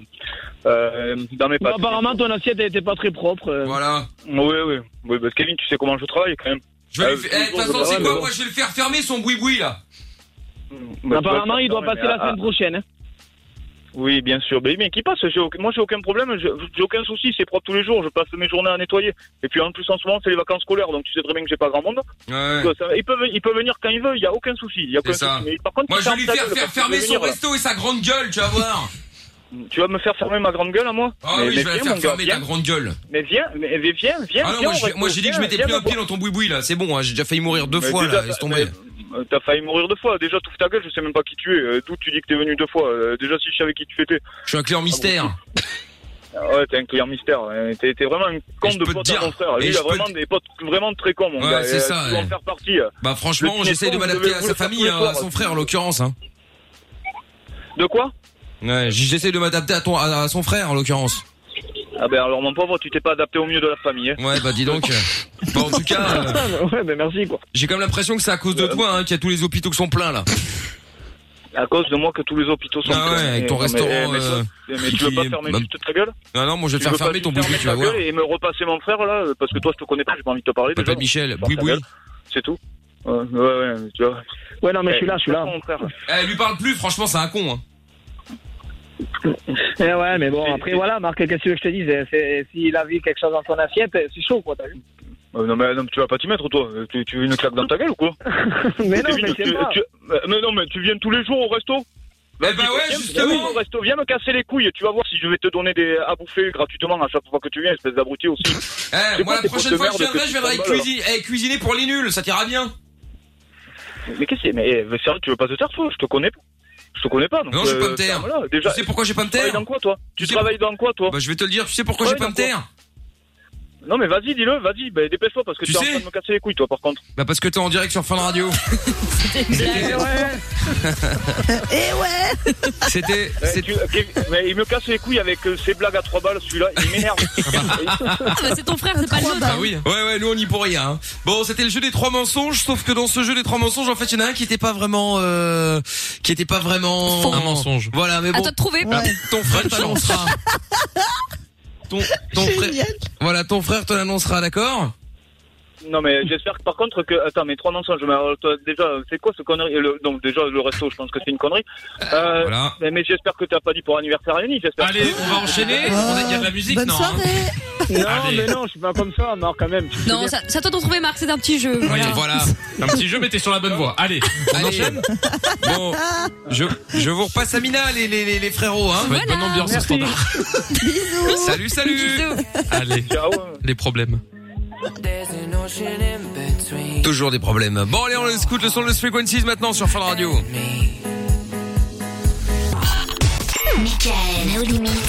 S13: Euh, dans mes pattes. apparemment,
S12: ton assiette n'était pas très propre. euh.
S2: Voilà.
S13: Oui, oui, oui. Parce que Kevin, tu sais comment je travaille quand même.
S2: Je vais
S13: Euh,
S2: lui faire- eh, de
S13: toujours,
S2: toute façon,
S13: je
S2: c'est
S13: travaille,
S2: quoi
S13: mais
S2: Moi,
S13: bon.
S2: je vais le faire fermer son boui-boui, là.
S13: Bah, ah, tu vas
S12: Apparemment,
S13: le
S12: il doit
S13: fermer,
S12: passer
S13: mais
S12: la
S13: à-
S12: semaine prochaine. hein.
S13: Oui, bien sûr. Mais, mais qui passe j'ai aucun- Moi, j'ai aucun problème, j'ai j'ai aucun souci, c'est propre tous les jours, je passe mes journées à nettoyer. Et puis en plus, en ce moment, c'est les vacances scolaires, donc tu sais très bien que j'ai pas grand monde.
S2: Ouais.
S13: Donc, ça- il, peut, ve- il peut venir quand il veut, il y a aucun souci. il Y a aucun
S2: C'est ça.
S13: souci. Mais par contre,
S2: Moi,
S13: tu
S2: je vais
S13: fermes
S2: lui
S13: ta
S2: faire,
S13: gueule,
S2: faire
S13: parce que
S2: fermer
S13: je vais
S2: son
S13: venir, là.
S2: resto et sa grande gueule, tu vas voir.
S13: Tu vas me faire fermer ma grande gueule à moi
S2: Ah
S13: Mais- mais
S2: oui, je vais
S13: viens,
S2: la
S13: mon
S2: faire
S13: gars,
S2: fermer ta
S13: viens.
S2: grande gueule.
S13: Mais viens, mais mais viens, viens.
S2: Ah non,
S13: viens,
S2: moi,
S13: on
S2: je-
S13: reste-
S2: moi, j'ai dit que je
S13: viens,
S2: m'étais
S13: viens
S2: pris un
S13: me
S2: pied dans ton boui-boui, là. C'est bon, hein, j'ai déjà failli mourir deux
S13: Mais
S2: fois,
S13: déjà,
S2: là. Laisse tomber.
S13: voir. Euh, T'as failli mourir deux fois. Déjà, trouve ta gueule, je sais même pas qui tu es. Euh, D'où tu dis que t'es venu deux fois Euh, Déjà, si je savais qui tu étais.
S2: Je suis un client mystère.
S13: Ah ouais, t'es un client mystère. Euh, T'es t'es vraiment une con de pote à mon frère.
S2: et
S13: Lui, il
S2: je
S13: a
S2: peux
S13: vraiment
S2: te-
S13: des potes vraiment très cons, mon
S2: Ouais,
S13: gars.
S2: c'est
S13: Et,
S2: ça,
S13: euh, tu dois
S2: ouais.
S13: en faire partie.
S2: Bah, franchement,
S13: Le
S2: j'essaye de
S13: petit con,
S2: m'adapter
S13: vous devez
S2: à sa
S13: vous le
S2: famille,
S13: faire tous les
S2: hein, à
S13: soirs.
S2: son frère, en l'occurrence, hein.
S13: De quoi
S2: Ouais, j- j'essaie de m'adapter à ton, à à son frère, en l'occurrence.
S13: Ah ben alors, mon pauvre, tu t'es pas adapté au mieux de la famille. hein.
S2: Ouais, bah dis
S13: [LAUGHS]
S2: donc. Bah, en tout cas, euh,
S13: ouais, mais merci, Euh, quoi.
S2: j'ai quand même l'impression que c'est à cause de toi, hein, qu'il y a tous les hôpitaux qui sont pleins, là.
S13: À cause de moi que tous les hôpitaux sont
S2: Ah ouais,
S13: pleins.
S2: avec ton
S13: Eh, non, mais-
S2: restaurant,
S13: eh, Mais, toi,
S2: euh,
S13: eh, mais tu veux
S2: qui-
S13: pas fermer
S2: bah-
S13: juste ta gueule
S2: Non, non, moi,
S13: Tu
S2: je vais le faire
S13: veux pas
S2: fermer
S13: juste
S2: ton boui-boui,
S13: fermer
S2: tu
S13: ta
S2: vas voir.
S13: gueule Et me repasser mon frère là, parce que toi je te connais pas, j'ai pas envie de te parler.
S2: Papa
S13: déjà.
S2: de Michel,
S13: Ferme
S2: boui
S13: ta
S2: boui.
S13: gueule. C'est tout. Ouais, ouais, ouais, tu vois. Ouais, non,
S2: Eh, mais je suis là, je suis là.
S13: Mon frère.
S2: Eh, lui parle plus, franchement, c'est un con, hein.
S12: Eh ouais, mais bon, après, voilà, Marc, qu'est-ce que tu veux que je te dise Eh, c'est- S'il a vu quelque chose dans ton assiette, eh, c'est chaud, quoi, t'as vu [LAUGHS]
S13: Euh, non, mais, non, mais tu vas pas t'y mettre, toi. Euh, Tu, tu veux une claque dans ta gueule ou
S2: [LAUGHS]
S13: quoi
S12: Mais non,
S13: Kevin,
S12: mais c'est
S13: tu-
S12: pas.
S13: tu- euh, mais non, mais tu viens tous les jours au resto
S2: Eh bah ouais,
S13: Viens-
S2: justement.
S13: viens au resto, viens me casser les couilles, tu vas voir si je vais te donner des, à bouffer gratuitement à chaque fois que tu viens, espèce d'abruti aussi. Je sais
S2: Eh,
S13: pas,
S2: moi, la
S13: tes
S2: prochaine
S13: potes
S2: fois que
S13: de
S2: je
S13: merde
S2: viendrai, je viendrai
S13: tu te balles.
S2: cuisiner, eh, cuisiner pour les nuls, ça t'ira bien.
S13: Mais qu'est-ce que mais, eh, mais sérieux, tu veux pas te taire, toi Je te connais pas. Je te connais pas. Donc,
S2: Non, je vais
S13: euh,
S2: pas me taire.
S13: ferme-la. Déjà,
S2: tu sais pourquoi je vais pas me taire
S13: Tu travailles dans quoi, toi Tu travailles dans quoi, toi
S2: Bah, je vais te le dire, tu sais pourquoi je
S13: Ouais,
S2: vais pas
S13: dans
S2: me
S13: quoi
S2: taire
S13: Non, mais vas-y, dis-le, vas-y, bah, dépêche-toi parce que tu es en train de me casser les couilles, toi, par contre. [LAUGHS]
S2: Bah, parce que t'es en direct sur Fun [LAUGHS] Radio.
S6: [LAUGHS] Et ouais
S2: [LAUGHS] C'était.
S13: Mais il me casse les couilles avec euh, ses blagues à trois balles, celui-là, il
S2: [LAUGHS]
S13: m'énerve.
S3: [LAUGHS] Ah bah c'est ton frère, c'est pas le nôtre. hein.
S2: Ouais, ouais, nous on y pour rien. hein. Bon, c'était le jeu des trois mensonges, sauf que dans ce jeu des trois mensonges, en fait, il y en a un qui était pas vraiment, euh, qui était pas vraiment
S4: Faux. Un mensonge.
S2: Voilà, Ah, mais
S4: À
S2: bon.
S4: toi de trouver. Ouais.
S2: Ton frère te l'annoncera. ton, ton frère. Voilà, ton frère te l'annoncera, d'accord
S13: Non, mais j'espère que par contre que. Attends, mais trois mensonges, mais alors, toi, déjà, c'est quoi ce connerie Le- Donc, déjà, le resto, je pense que c'est une connerie. Euh, Mais, mais j'espère que t'as pas dit pour anniversaire à Yannick, j'espère. Allez,
S4: on va enchaîner. On a- il y a de la musique, non, hein
S2: [LAUGHS]
S12: Non,
S4: Allez.
S12: mais non, je suis pas comme ça, Marc, quand même.
S3: Non, ça, ça t'entend trouver Marc, c'est un petit jeu.
S4: Oui,
S3: voilà.
S4: voilà. Un petit jeu, mais t'es sur la bonne voie. Allez, on enchaîne.
S2: Bon, Ah, je, je vous repasse Amina, les, les, les, les frérots, hein.
S4: Voilà. Bonne ambiance, Merci. standard.
S2: Salut, salut.
S4: Allez. Les problèmes.
S2: Toujours des problèmes. Bon, allez, on écoute le son de Lost Frequencies maintenant sur Fun Radio.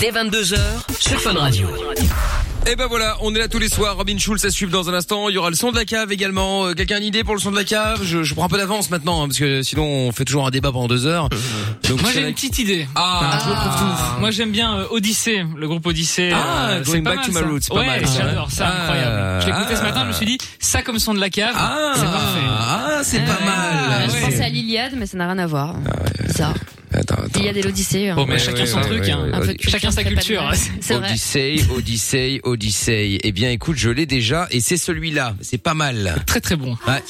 S1: Dès 22h sur Fun Radio.
S2: Et ben voilà, on est là tous les soirs. Robin Schulz à suivre dans un instant. Il y aura le son de la cave également. Euh, Quelqu'un a une idée pour le son de la cave je, je prends un peu d'avance maintenant hein, parce que sinon on fait toujours un débat pendant deux heures.
S4: Euh,
S2: Donc,
S5: Moi
S2: je
S5: j'ai
S2: fais
S5: une
S2: la-
S5: petite idée.
S2: Ah, je retrouve tout.
S5: Moi j'aime bien euh, Odyssée, le groupe Odyssée.
S2: Ah,
S5: euh,
S2: Going
S5: c'est pas
S2: Back to
S5: mal,
S2: My
S5: ça.
S2: Roots, pas
S5: ouais,
S2: mal, ça,
S5: j'adore ça,
S2: ouais.
S5: incroyable. Je l'ai écouté ce
S2: Ah.
S5: matin, je me suis dit ça comme son de la cave, c'est parfait. Euh,
S2: Ah, c'est pas mal.
S3: Je pensais à l'Iliade, mais ça n'a rien à voir.
S2: Ah,
S3: Bizarre. L'Iliade et l'Odyssée. hein.
S2: Bon, mais chacun son truc, hein.
S3: Un peu de culture,
S5: Chacun sa
S3: ça fait pas de
S5: culture,
S3: mal.
S5: ouais.
S3: [LAUGHS] C'est vrai.
S2: Odyssey, Odyssey, Odyssey. Eh bien, écoute, je l'ai déjà et c'est celui-là. C'est pas mal.
S5: Très très bon.
S2: Ouais.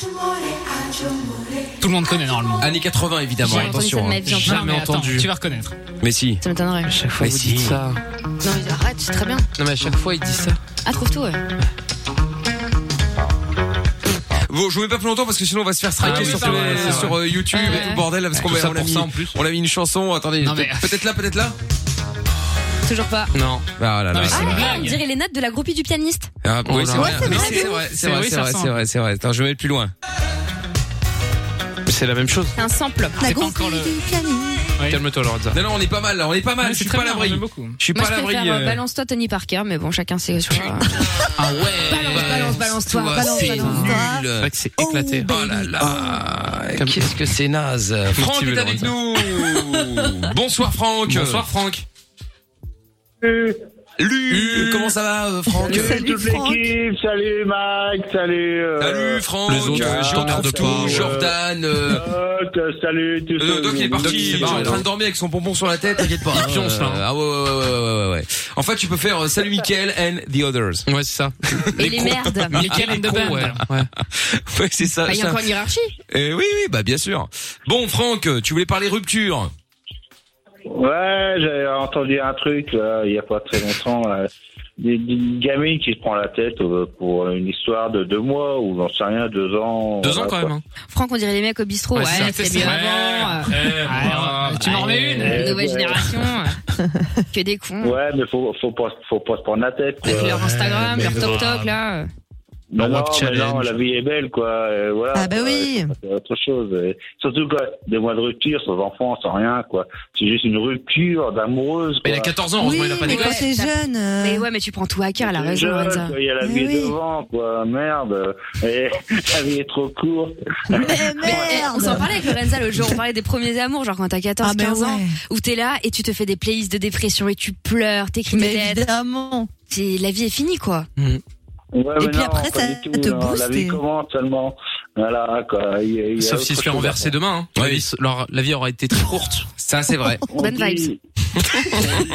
S5: Tout le monde connaît normalement.
S2: Années 80, évidemment.
S5: J'ai entendu
S2: Attention.
S5: ça de
S2: hein.
S5: ma vie, j'entends. Jamais entendu. Tu vas reconnaître.
S2: Mais si.
S3: Ça m'étonnerait.
S2: chaque fois, vous dites ça.
S3: Non, mais arrête, c'est très bien.
S2: Non, mais à chaque fois, il dit ça.
S3: Ah, trouve tout, ouais.
S2: Bon, jouez pas plus longtemps parce que sinon on va se faire striker
S4: Ah oui,
S2: sur,
S4: c'est
S2: tous
S4: vrai,
S2: les-
S4: c'est vrai.
S2: sur euh, YouTube et tout le bordel parce
S4: Ouais.
S2: qu'on
S4: Tout ça
S2: on a
S4: pour
S2: mis,
S4: ça, en plus.
S2: on a mis une chanson. Attendez,
S4: Non, mais-
S2: peut- peut-être là, peut-être là.
S3: Toujours pas.
S2: Non. Ah là là.
S4: Non, mais c'est une
S3: Ah, on dirait les notes de la groupie du pianiste.
S2: Ah, oui,
S4: Oh
S2: c'est
S4: là.
S2: vrai.
S4: Ouais, c'est
S2: Mais
S4: vrai,
S2: c'est
S4: de
S2: c'est
S4: ouf.
S2: vrai, c'est
S4: C'est
S2: vrai,
S4: oui,
S2: c'est
S4: ça
S2: vrai,
S4: ressemble.
S2: c'est vrai, c'est vrai. Attends, je vais mettre plus loin.
S4: C'est la même chose.
S3: C'est un sample.
S8: La
S4: C'est pas
S8: gonfle
S4: encore le-
S8: du pianiste.
S4: Calme-toi, Lorenza.
S2: Non, non, on est pas mal, là, on est pas mal.
S4: Ouais,
S2: je
S4: c'est
S2: suis
S4: très
S2: pas à
S4: bien,
S2: l'abri.
S4: j'aime beaucoup.
S2: Je suis
S3: Moi,
S2: pas à
S3: je
S2: l'abri.
S3: préfère euh,
S2: euh.
S3: Balance-toi Tony Parker, mais bon, chacun ses.
S2: Ah ouais.
S3: Balance, balance-toi.
S2: Toi,
S3: Balance,
S2: c'est
S3: balance-toi.
S4: Ah.
S2: nul. C'est vrai que c'est éclaté. euh, Oh, là là. Qu'est-ce que c'est naze.
S3: hein.
S4: [LAUGHS]
S2: Franck
S4: tu veux,
S2: est avec nous. [LAUGHS] Bonsoir Franck.
S4: Bonsoir, Franck.
S2: Lu. Comment ça va euh, Franck
S12: Salut toute l'équipe, salut Mike, salut. euh,
S2: Salut Franck,
S12: les autres,
S2: euh,
S12: je
S2: Jean
S12: t'emmerde
S2: Toutou,
S12: pas, ouais.
S2: Jordan. euh,
S12: Doc, euh, salut. tout
S2: Euh,
S12: ça,
S2: Doc il est
S12: Doc,
S2: parti, il est
S12: barré,
S2: en train de
S12: là.
S2: dormir avec son bonbon sur la tête, t'inquiète pas.
S4: Il
S2: hein,
S4: pionce, là, hein.
S2: euh, Ah ouais ouais ouais ouais ouais ouais. ouais. En fait tu peux faire euh, salut Mickaël and the others.
S4: Ouais c'est
S2: [LAUGHS]
S4: ça.
S3: Et les
S4: [LAUGHS]
S3: merdes.
S4: Michael and the Band.
S2: Ouais, ouais. [LAUGHS] Ouais, c'est ça.
S3: Bah, Il y a
S2: ça.
S3: encore une hiérarchie.
S2: Eh oui oui bah bien sûr. Bon Franck, euh, tu voulais parler rupture.
S12: Ouais, j'ai entendu un truc là, il y a pas très longtemps. là. Des, des gamines qui se prend la tête euh, pour une histoire de deux mois ou j'en sais rien, deux ans. Euh,
S4: Deux ans
S12: voilà,
S4: quand
S12: quoi.
S4: même. hein.
S3: Franck, on dirait les mecs au bistrot. Ouais,
S4: Ouais, c'est ça,
S3: c'était
S4: c'est
S3: mieux
S4: ça.
S3: avant.
S4: Eh,
S3: euh,
S4: voilà.
S5: Tu m'en remets une
S3: euh,
S8: [LAUGHS]
S3: Nouvelle génération. euh, Que des cons.
S12: Ouais, mais faut, faut pas, faut pas se prendre la tête. Quoi.
S3: Avec leur Instagram, leur
S12: mais-
S3: TokTok, là. euh.
S12: Non,
S4: Le
S12: non,
S4: Rock
S12: mais non,
S4: Bah, Challenge.
S12: la vie est belle, quoi. euh, voilà,
S8: Ah bah
S12: quoi,
S8: oui.
S12: c'est autre chose. euh. Surtout, quoi, des mois de rupture, sans enfants, sans rien, quoi. C'est juste une rupture d'amoureuse.
S4: Mais il a
S12: quoi.
S4: 14 ans, heureusement, il a pas
S8: mais
S4: des
S8: quand
S4: gosses.
S8: t'es jeune. euh,
S3: Mais ouais, mais tu prends tout à cœur, elle a raison,
S12: Jeune,
S3: Lorenza.
S12: quoi, Il y a la
S8: Mais
S12: vie
S8: oui.
S12: devant, quoi. Merde. Et [LAUGHS] la vie est trop courte.
S8: Mais
S3: Eh,
S8: merde.
S3: on s'en parlait avec Lorenza le jour, on parlait des premiers amours, genre quand t'as 14,
S8: Ah, mais
S3: 15 ans,
S8: ouais.
S3: où t'es là et tu te fais des playlists de dépression et tu pleures, t'écris
S8: Mais
S3: des lettres.
S8: évidemment.
S3: C'est- La vie est finie, quoi.
S12: Ouais, mais
S8: puis
S12: non,
S8: après,
S12: pas
S8: ça
S12: du tout,
S8: te
S12: non, La
S8: booste et-
S12: vie commence seulement. Voilà, quoi. Il y a- il y a
S4: Sauf
S12: autre
S4: s'ils se fait
S12: chose à
S4: renverser
S12: faire.
S4: demain. hein. La vie s- leur- La vie aura été très courte.
S2: Ça c'est [LAUGHS] vrai.
S12: On
S3: Bonne
S12: dit-
S3: vibes.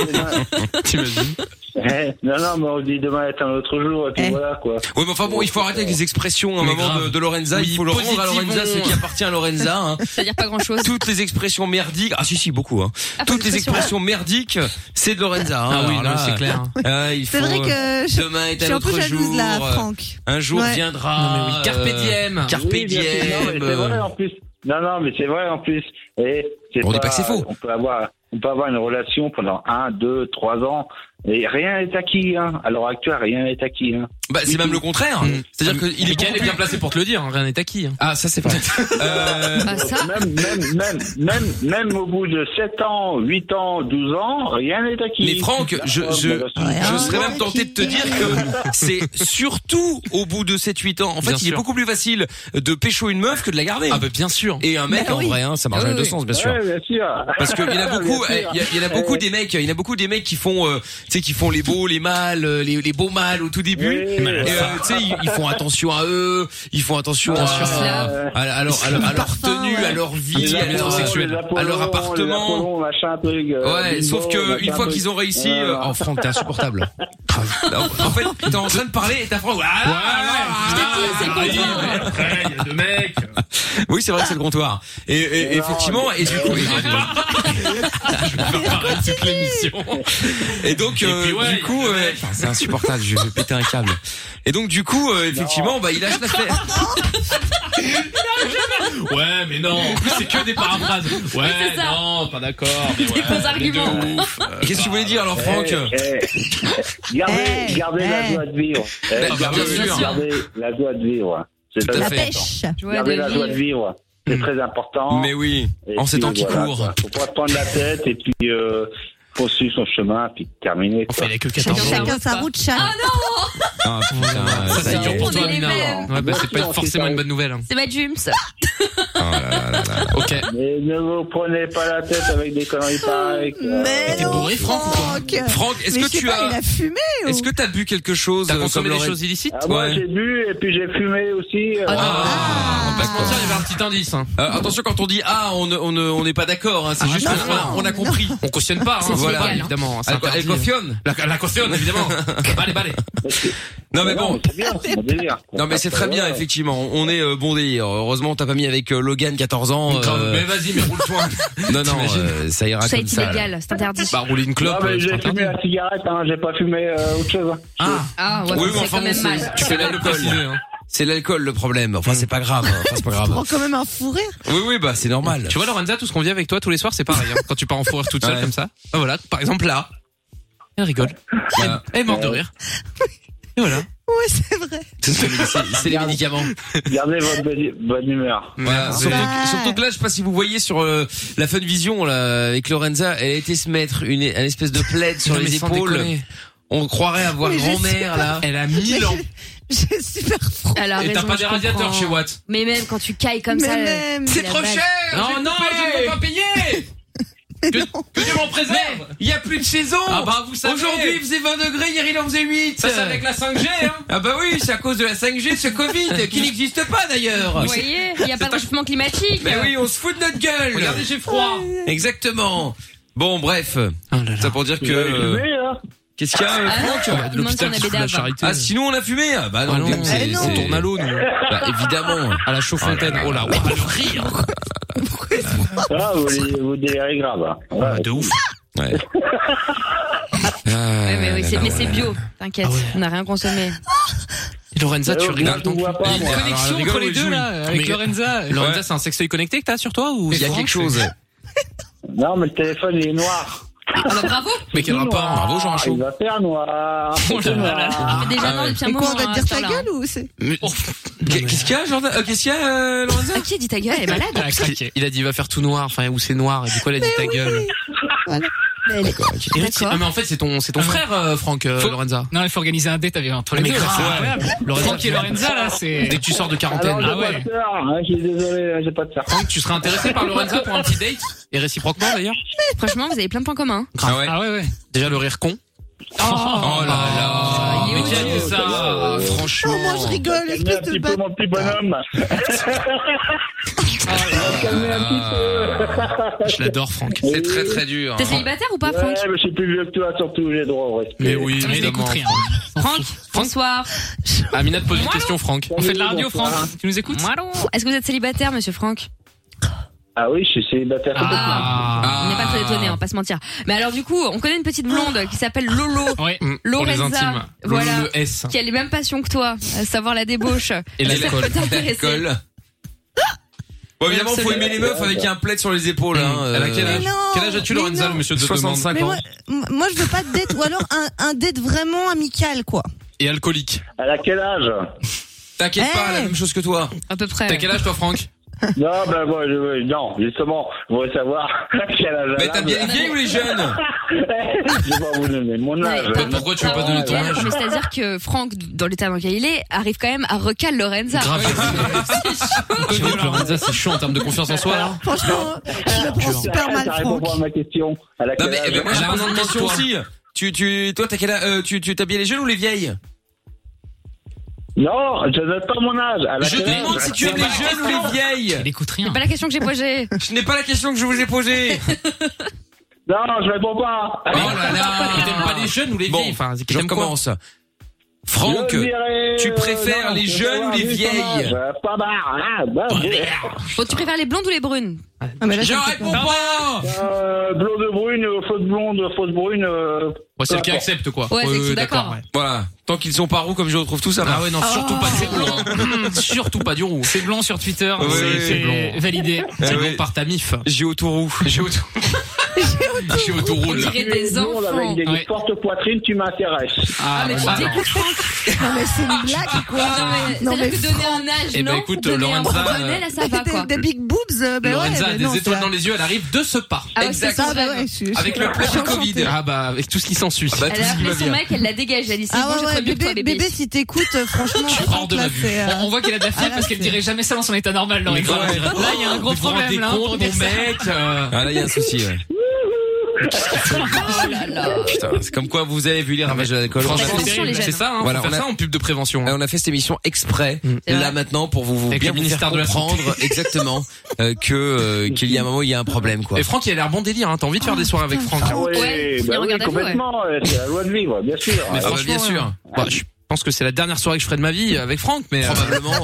S4: T'imagines
S12: Eh, Non, non, mais on dit demain est un autre jour, et puis
S8: Eh.
S12: voilà, quoi.
S2: Ouais mais enfin bon il faut arrêter avec les expressions à un
S4: Mais
S2: moment de,
S4: grave.
S2: de Lorenza.
S4: Oui,
S2: il faut le rendre à
S4: positivons.
S2: Lorenza ce qui appartient à Lorenza.
S3: [LAUGHS]
S2: hein.
S3: C'est-à-dire pas grand-chose.
S2: Toutes les expressions merdiques. Ah si si beaucoup. Hein.
S3: Ah, pas
S2: Toutes les
S3: d'expression.
S2: expressions merdiques c'est de Lorenza. hein.
S4: Ah oui,
S2: Alors
S4: non,
S2: là,
S4: c'est clair.
S2: euh, il
S8: C'est
S2: faut,
S8: vrai
S2: euh,
S8: que je,
S2: demain est
S8: je suis
S2: un
S8: un peu
S2: autre
S8: jalouse
S2: jour.
S8: là,
S2: euh,
S8: Franck.
S2: Un jour
S8: Ouais.
S2: viendra.
S4: Non, mais oui, carpe
S2: euh,
S4: diem.
S2: Carpe
S12: Oui, bien sûr, non, mais
S2: diem.
S12: C'est vrai
S2: euh,
S12: en plus. Non, non, mais c'est vrai en plus. Et c'est
S2: On dit pas que c'est faux.
S12: On peut avoir, on peut avoir une relation pendant un, deux, trois ans et rien n'est acquis. Hein. À l'heure actuelle, rien n'est acquis. Hein.
S2: Bah, c'est même le contraire.
S4: Mm.
S2: C'est-à-dire que il est
S4: Michael est bien placé pour te le dire. hein. Rien n'est acquis. hein.
S2: Ah, ça
S4: [LAUGHS]
S2: c'est vrai. euh,
S3: Ah, ça,
S12: Même, même, même, même, même au bout de 7 ans, 8 ans, 12 ans, rien n'est acquis.
S2: mais Franck, je,
S12: Ah,
S2: je,
S12: bah, bah,
S2: je
S8: Ah,
S2: serais même tenté de te dire que c'est
S3: Bah
S2: surtout au bout de 7-8 ans. En fait,
S4: Bien
S2: il est
S4: sûr.
S2: beaucoup plus facile de pécho une meuf que de la garder.
S4: Ah bah bien sûr.
S2: Et un mec,
S3: Bah
S2: en
S3: oui.
S2: vrai, hein, ça marche
S3: Ah
S2: dans
S3: oui,
S2: les deux
S3: oui.
S2: sens, bien
S12: Ouais,
S2: sûr.
S12: bien sûr.
S2: Parce qu'il
S3: [LAUGHS]
S2: y en a beaucoup,
S12: [LAUGHS]
S2: eh,
S12: Bien sûr.
S2: il y, a- il y en a beaucoup des mecs, il y en a beaucoup des mecs qui font, euh, tu sais, qui font les beaux, les mâles, euh, les, les beaux mâles au tout début.
S12: Oui.
S2: Et, euh, tu sais, ils, ils font attention à eux, ils font attention à,
S3: sûr.
S2: à, à leur, à leur- à leur
S8: Parfum,
S2: tenue,
S8: ouais.
S2: à leur vie,
S12: Euh, Les
S2: à leur,
S12: Apollo,
S4: sexuel,
S12: les
S2: à leur
S12: Apollo, les
S2: appartement.
S12: Apollo, machin, truc, euh,
S2: Ouais,
S12: Bimbo,
S2: sauf que
S12: machin,
S2: une fois
S12: truc.
S2: qu'ils ont réussi,
S12: Ouais.
S2: euh, oh Franck, t'es insupportable. [LAUGHS] Non, en fait, t'es en train de parler et ta ah, France. ah,
S4: Ouais, ouais, ouais, après, il y a deux mecs.
S2: [LAUGHS] oui, c'est vrai que c'est le comptoir. Et, et- et effectivement, et du coup,
S4: On va parler de toute l'émission.
S2: et donc,
S4: Et
S2: euh,
S4: puis ouais,
S2: du
S4: il
S2: coup,
S4: y a deux
S2: euh,
S4: mecs.
S2: enfin, c'est insupportable. Je vais péter un câble. Et donc, du coup, euh, effectivement, bah, il lâche l'affaire.
S4: [LAUGHS] Ouais, mais non. En plus, c'est que des paraphrases. Ouais,
S3: c'est ça.
S4: non, pas d'accord. mais
S3: Des
S4: ouais,
S3: faux
S4: les
S3: arguments.
S4: deux
S2: [LAUGHS]
S4: ouf. Euh,
S2: Qu'est-ce que tu voulais dire, alors, Franck
S12: Eh, eh. Gardez,
S8: Eh,
S12: gardez la
S8: eh.
S12: joie de vivre. Eh,
S2: Ah bah,
S12: gardez,
S2: bien sûr.
S12: gardez la joie de vivre. C'est
S2: Tout à
S12: très
S8: La
S2: fait.
S8: pêche.
S3: joie de
S12: Gardez la joie de
S3: vivre.
S12: vivre. C'est très important.
S2: Mais oui,
S12: Et
S2: en ces
S12: puis,
S2: temps qui
S12: voilà,
S2: courent.
S12: quoi. Faut pas se prendre la tête et puis euh, poursuit son chemin, puis terminé. quoi.
S6: Chacun sa route, chacun.
S2: Ah, putain,
S4: Ça,
S2: ça
S4: c'est
S2: y
S4: dur
S2: est.
S4: pour
S3: On
S4: toi,
S3: est les
S4: Amina.
S3: mêmes.
S4: Ouais, bah, c'est pas forcément une bonne nouvelle. hein.
S3: C'est ma Jums.
S4: Ok.
S12: Mais ne vous prenez pas la tête avec des conneries pareilles. quoi.
S6: Mais non, Franck.
S2: Franck, est-ce
S6: Euh, Mais
S2: que
S6: je sais
S2: tu
S6: pas,
S2: as-
S6: Il a fumé. ou-
S2: Est-ce que t'as bu quelque chose
S4: T'as
S2: euh,
S4: consommé
S2: comme
S4: des
S2: Lorraine
S4: choses illicites Ah,
S12: Ah, moi,
S2: Ouais.
S12: j'ai bu et puis j'ai fumé aussi. euh,
S4: On va pas se mentir, il y avait un petit indice. hein.
S2: Ah,
S4: Ah,
S2: Euh, attention quand on dit ah on ne- on ne- on n'est pas d'accord hein, c'est juste
S4: non,
S2: que
S4: non,
S2: on a compris
S4: On cautionne pas, hein,
S2: C'est
S4: voilà,
S2: illégal, hein.
S4: évidemment. c'est
S2: Elle-
S4: interdit.
S2: elle cautionne
S4: La, la cautionne,
S2: [LAUGHS]
S4: évidemment. allez, allez.
S2: non mais bon
S12: C'est bien, c'est mon délire.
S2: non mais c'est très bien effectivement on est euh, bon délire heureusement t'as pas mis avec euh, Logan 14 ans
S4: Grave,
S2: euh,
S4: Mais vas-y, mais roule-toi.
S2: non non
S4: T'imagines
S2: euh, ça ira
S3: Ça
S2: comme
S3: est
S2: ça là.
S3: illégal, c'est interdit.
S4: Bah, rouler une
S12: Ah,
S4: clope.
S12: mais
S4: euh,
S12: j'ai
S4: c'est
S12: fumé la cigarette, hein, j'ai pas fumé euh, autre chose. hein.
S3: Ah ouais,
S2: oui
S3: c'est
S2: mais enfin
S3: quand
S2: bon
S3: même
S2: c'est-
S3: mal.
S2: tu fais l'alcool
S4: hein.
S2: c'est l'alcool le problème enfin c'est pas grave hein. Enfin, c'est pas
S3: Ah
S2: grave
S6: [LAUGHS] Prends quand même un fou rire.
S2: oui oui bah c'est normal
S4: Tu vois, Lorenza, tout ce qu'on vit avec toi tous les soirs, c'est pareil. hein. Quand tu pars en fourrure toute seule
S2: Ouais.
S4: comme ça. Ah, voilà, par exemple là. Elle rigole.
S2: Voilà.
S4: Elle est morte de rire. Et voilà.
S6: Ouais, c'est vrai.
S2: C'est- c'est c'est les médicaments
S12: Gardez votre bonne, bonne humeur.
S2: Voilà,
S4: Merde.
S2: surtout,
S6: Ouais.
S2: surtout que là, je sais pas si vous voyez sur euh, la Fun Vision là, avec Lorenza, elle a été se mettre une, un espèce de plaid sur
S4: Non, mais
S2: les
S4: sans
S2: épaules.
S4: déconner.
S2: On croirait avoir
S6: Mais je
S2: grand-mère
S6: sais
S2: là.
S4: Elle a 1000 ans.
S6: J'ai super froid.
S3: Elle a
S4: Et t'as
S3: raison,
S4: pas
S3: je
S4: des radiateurs
S3: comprends.
S4: chez Watt.
S3: Mais même quand tu cailles comme
S6: Mais
S3: ça.
S6: même.
S3: euh,
S6: C'est
S3: la
S2: Trop
S3: balle.
S2: cher
S4: Non, non, je ne peux pas payer. [LAUGHS] Que Dieu m'en préserve.
S2: Il y a plus de saison
S4: Ah bah, vous savez.
S2: Aujourd'hui, il faisait 20 degrés, hier, il en faisait 8
S4: Ça, c'est avec la 5G, hein.
S2: Ah bah oui, c'est à cause de la 5G, de ce Covid,
S4: [LAUGHS]
S2: qui n'existe pas d'ailleurs
S3: Vous voyez, il n'y a pas de réchauffement climatique.
S2: Mais oui, on se fout de notre gueule
S4: Regardez, j'ai froid. Oh
S2: Exactement Bon, bref, ça pour dire que...
S12: Vous avez
S2: euh,
S12: fumé,
S8: hein,
S12: là
S2: Qu'est-ce qu'il y a, euh,
S3: Ah,
S2: Franck
S3: on demande si on a
S4: Bah, qui fout
S3: des
S4: la
S3: daves.
S4: charité.
S2: Ah, sinon on a fumé Ah Bah non,
S4: Ah non,
S2: donc,
S4: c'est-
S2: c'est- Ah,
S4: on
S2: c'est-
S4: tourne à l'eau, nous.
S2: Bah, évidemment.
S4: À la chaud-fontaine. Oh
S2: [LAUGHS]
S4: là, ouah, le rire.
S12: Ah, vous, vous délirez grave. hein. Ouais.
S4: De ouf. [LAUGHS]
S2: Ah, Ouais. Ah,
S3: Ouais, mais oui,
S2: là,
S3: c'est-
S2: là,
S3: mais
S2: là,
S3: c'est
S2: là.
S3: bio, t'inquiète,
S2: Ah
S3: on n'a rien consommé.
S4: Et Lorenza, tu
S12: Euh, moi,
S4: rigoles
S12: je
S4: non
S12: vous vois
S4: plus.
S12: pas,
S4: Il y a
S12: moi.
S4: une
S2: Alors,
S4: connexion
S2: elle
S4: entre
S2: rigole,
S4: les
S2: elle
S4: deux,
S2: joue.
S4: là, avec
S2: Mais-
S4: Lorenza.
S2: Ouais.
S4: Lorenza, c'est un sextoy connecté que t'as sur toi ou
S2: Il y a quelque chose.
S12: Non, mais le téléphone, il est noir.
S3: Ah bah bravo
S4: Mais quel
S12: Il est
S4: rapport
S12: noir.
S4: Bravo, Jean
S12: Il
S4: Rachaud.
S12: va faire noir.
S4: Oh là là
S3: Tu
S12: noir.
S3: fais déjà
S2: Ah
S3: non
S2: ouais.
S3: depuis un
S6: Mais quoi,
S3: moment.
S6: on va
S3: hein,
S6: te dire
S3: à
S6: ta
S3: ce temps-là,
S6: gueule ou c'est
S4: Mais-
S2: Qu'est- Qu'est-ce qu'il y a, Jordan Euh, Qu'est-ce qu'il y a, euh, Lorenza
S3: hein. Ah, qui a dit ta gueule Elle est
S4: Elle
S3: malade
S4: a claqué. Il a dit il va faire tout noir, enfin ou c'est noir et du coup elle a dit ta gueule.
S6: Voilà. Mais elle est-
S4: Eric, c'est- Ah mais en fait c'est ton c'est ton
S5: Ah,
S4: frère euh, Franck euh,
S5: Faut-
S4: Lorenza.
S5: Non, il faut organiser un date avec entre les
S4: Mais
S5: deux. là,
S4: grave.
S5: c'est incroyable.
S4: Lorenza,
S5: Franck et Lorenza, là, c'est.
S4: Dès que tu sors de quarantaine,
S12: Alors, j'ai
S5: Ah ouais.
S12: pas de sœur, hein, je suis désolé, hein, j'ai pas de sœur.
S4: Franck, tu serais
S6: Ah,
S4: intéressé par Lorenza pour un petit date et réciproquement d'ailleurs.
S3: Franchement, vous avez plein de points communs.
S2: Ah ouais.
S5: Ah ouais, ouais.
S4: Déjà le rire con. Oh là là.
S3: il est
S4: Mais
S3: où,
S4: qui a
S3: Dieu
S4: dit ça Franchement.
S6: Oh, moi je rigole,
S12: Calmez un
S6: espèce de
S12: petit
S6: bâtard.
S12: peu mon petit
S6: [LAUGHS]
S12: bonhomme. Calmez un petit peu.
S4: Je l'adore Franck.
S2: C'est très très dur. hein.
S3: T'es célibataire ou pas, Franck
S12: Ouais, mais je suis plus vieux que toi, surtout, j'ai droit au respect.
S4: Mais oui,
S5: Mais il
S4: évidemment.
S5: n'écoute rien.
S3: Franck, bonsoir.
S2: Ah,
S4: Amina te pose une question Franck.
S5: On fait de la radio,
S12: Bonsoir.
S5: Franck.
S4: Ah.
S5: Tu nous écoutes
S3: Est-ce que vous êtes célibataire, monsieur Franck
S12: Ah oui, je suis célibataire.
S4: Ah.
S3: On n'est pas très étonnés, hein, on va pas se mentir. Mais alors, du coup, on connaît une petite blonde qui s'appelle Lolo,
S5: [LAUGHS] Ouais.
S4: Pour les
S3: Lorenza,
S4: intimes. Le-
S3: voilà.
S4: Le S
S3: qui a les mêmes passions que toi, à savoir la débauche.
S4: et l'alcool.
S3: peut t'intéresser.
S2: L'alcool. Bon, évidemment, faut
S3: Absolument.
S2: aimer les meufs avec un plaid sur les épaules. Hein,
S4: Elle a quel
S2: euh,
S4: âge
S6: Mais non,
S4: Quel âge as-tu
S6: mais
S4: Lorenza
S6: non.
S4: le monsieur te demande
S2: 65
S6: Mais
S2: ans.
S6: moi, m- moi, je veux pas de date ou alors un, un date vraiment amical quoi.
S4: Et alcoolique.
S12: Elle a quel âge
S2: [LAUGHS] T'inquiète pas,
S6: Eh.
S2: la même chose que toi.
S3: À peu près.
S4: T'as quel âge toi Franck
S12: [LAUGHS] Non, ben moi, je- non, justement, vous voulez savoir [LAUGHS] quel âge elle
S2: Mais
S12: a,
S2: t'as bien les vieilles ou les jeunes
S12: [LAUGHS] Je vais pas vous donner mon
S3: Ouais,
S12: âge.
S3: t'as-
S4: Pourquoi tu veux
S3: t'as
S4: pas donner ton
S3: vraiment
S4: âge
S3: Mais c'est-à-dire que Franck, dans l'état dans lequel il est, arrive quand même à recal Lorenza.
S4: J'avoue que Lorenza, c'est chaud en termes de confiance en soi. Là.
S6: Franchement, je le prends super mal
S12: Ça répond
S6: Franck.
S12: pas à ma question. Elle a
S2: Non
S12: quel
S2: mais,
S12: âge
S2: mais moi j'ai
S4: Elle a
S2: posé
S4: un an de moins
S2: une
S4: que
S2: question
S4: toi.
S2: aussi. Tu tu toi t'as quel âge euh, tu tu t'as bien les jeunes ou les vieilles
S12: Non, je donne pas mon âge. Elle a
S2: Je te
S12: quel âge
S2: demande si tu aimes les jeunes ou les vieilles.
S5: Il écoute rien.
S3: C'est pas la question que j'ai posée.
S2: Ce n'est pas la question que je vous
S4: [LAUGHS]
S2: ai posée.
S12: Non, je réponds pas.
S2: Oh là là.
S4: Qui t'aime pas les jeunes ou les
S2: Bon,
S4: vieilles Enfin, qui
S2: Je
S4: t'aime quoi
S2: recommence. Franck,
S12: Je dirais,
S2: tu
S12: euh,
S2: préfères les
S12: je veux
S2: jeunes
S12: savoir
S2: ou les
S12: juste ton
S2: vieilles Oh,
S12: âge. Euh, Pas barre. Ah, bah,
S3: Bon, tu préfères les blondes ou les brunes
S6: Ah, mais là,
S2: je
S6: ça me fait
S2: réponds
S6: peur.
S2: pas.
S12: Euh, blonde brune, euh, fausse blonde, fausse brune. euh,
S4: Ouais, celle qui accepte quoi.
S3: Ouais, celle qui est d'accord.
S4: ouais.
S2: Voilà, tant qu'ils sont pas roux comme je retrouve tout ça. va.
S4: Ah ouais, non, surtout pas
S5: Oh.
S4: du roux.
S5: hein.
S4: Surtout pas du roux.
S5: C'est blond sur Twitter.
S2: Ouais,
S5: c'est-
S2: ouais,
S5: c'est
S4: Eh
S2: ouais.
S5: Eh, validé.
S4: C'est [LAUGHS]
S2: ouais.
S4: bon par ta mif.
S2: J'ai autour roux.
S4: Ah, J'ai autour.
S2: Je suis autoroute là.
S3: des enfants.
S14: Avec des fortes poitrines, tu m'intéresses.
S2: Ah,
S3: mais tu
S2: bah,
S3: dis
S2: non.
S3: que
S6: Non, mais c'est une blague, quoi.
S3: Non, mais c'est-à-dire que donner un âge,
S4: Eh ben,
S3: non
S4: écoute,
S3: Donner un
S4: Lorenza,
S3: bonnet, là, ça va,
S6: Des-
S3: quoi.
S6: Des big boobs, euh,
S3: bah
S6: ben ouais,
S4: Lorenza a
S6: mais non,
S4: des
S6: c'est-
S4: étoiles dans les yeux, elle arrive de ce pas.
S3: Ah ouais, c'est
S6: Exact.
S3: son
S6: Ah bah
S3: rêve.
S6: ouais, je suis- je
S4: Avec
S6: suis-
S4: le
S6: je suis
S4: plan Covid.
S6: enchantée.
S4: Ah bah avec tout ce qui s'ensuit.
S3: Elle a appelé son mec, elle l'a dégagé. Elle dit c'est
S6: Ah
S3: bon,
S6: ouais,
S3: j'ai
S6: ouais,
S3: prévenu
S6: bébé,
S3: toi, bébé.
S6: bébé, si t'écoutes, euh, franchement, je
S4: hors
S6: pense
S4: de
S6: que
S4: ma
S6: là,
S4: vue.
S6: c'est, euh,
S5: On voit qu'elle a de la fièvre parce qu'elle dirait jamais ça dans son état normal, Lorenza.
S4: Mais grave.
S5: Là, il y a un gros
S4: Vous vous rendez
S5: problème, là, hein, pour
S4: compte,
S5: dire
S4: mon
S5: ça. [LAUGHS]
S4: mec euh,
S2: Ah là, il y a un souci, ouais.
S5: Oh
S2: Putain, c'est comme quoi vous avez vu les ravages de l'alcool.
S4: Ah, Franchement,
S2: On a fait-
S4: c'est- c'est ça, hein,
S2: Voilà,
S4: faut
S2: on
S4: faire
S2: a-
S4: ça en pub de prévention. hein.
S2: Et on a fait cette émission exprès
S4: C'est
S2: là
S4: vrai.
S2: maintenant pour vous, vous
S4: Avec
S2: bien
S4: le
S2: vous
S4: ministère
S2: faire
S4: de la Santé.
S2: comprendre [LAUGHS] exactement euh, que [LAUGHS] euh, qu'il y a un moment il y a un problème quoi.
S4: Et Franck, il a l'air bon délire, hein. T'as envie de faire des soirées avec Franck.
S12: Ah
S4: hein.
S14: Ouais, bah oui, complètement, euh, c'est la loi
S4: [LAUGHS]
S14: de vivre, bien sûr.
S4: Mais
S14: Ah,
S4: franchement,
S14: bien sûr.
S4: euh, bah, je pense que c'est la dernière soirée que je ferai de ma vie avec Franck, mais euh,
S2: probablement.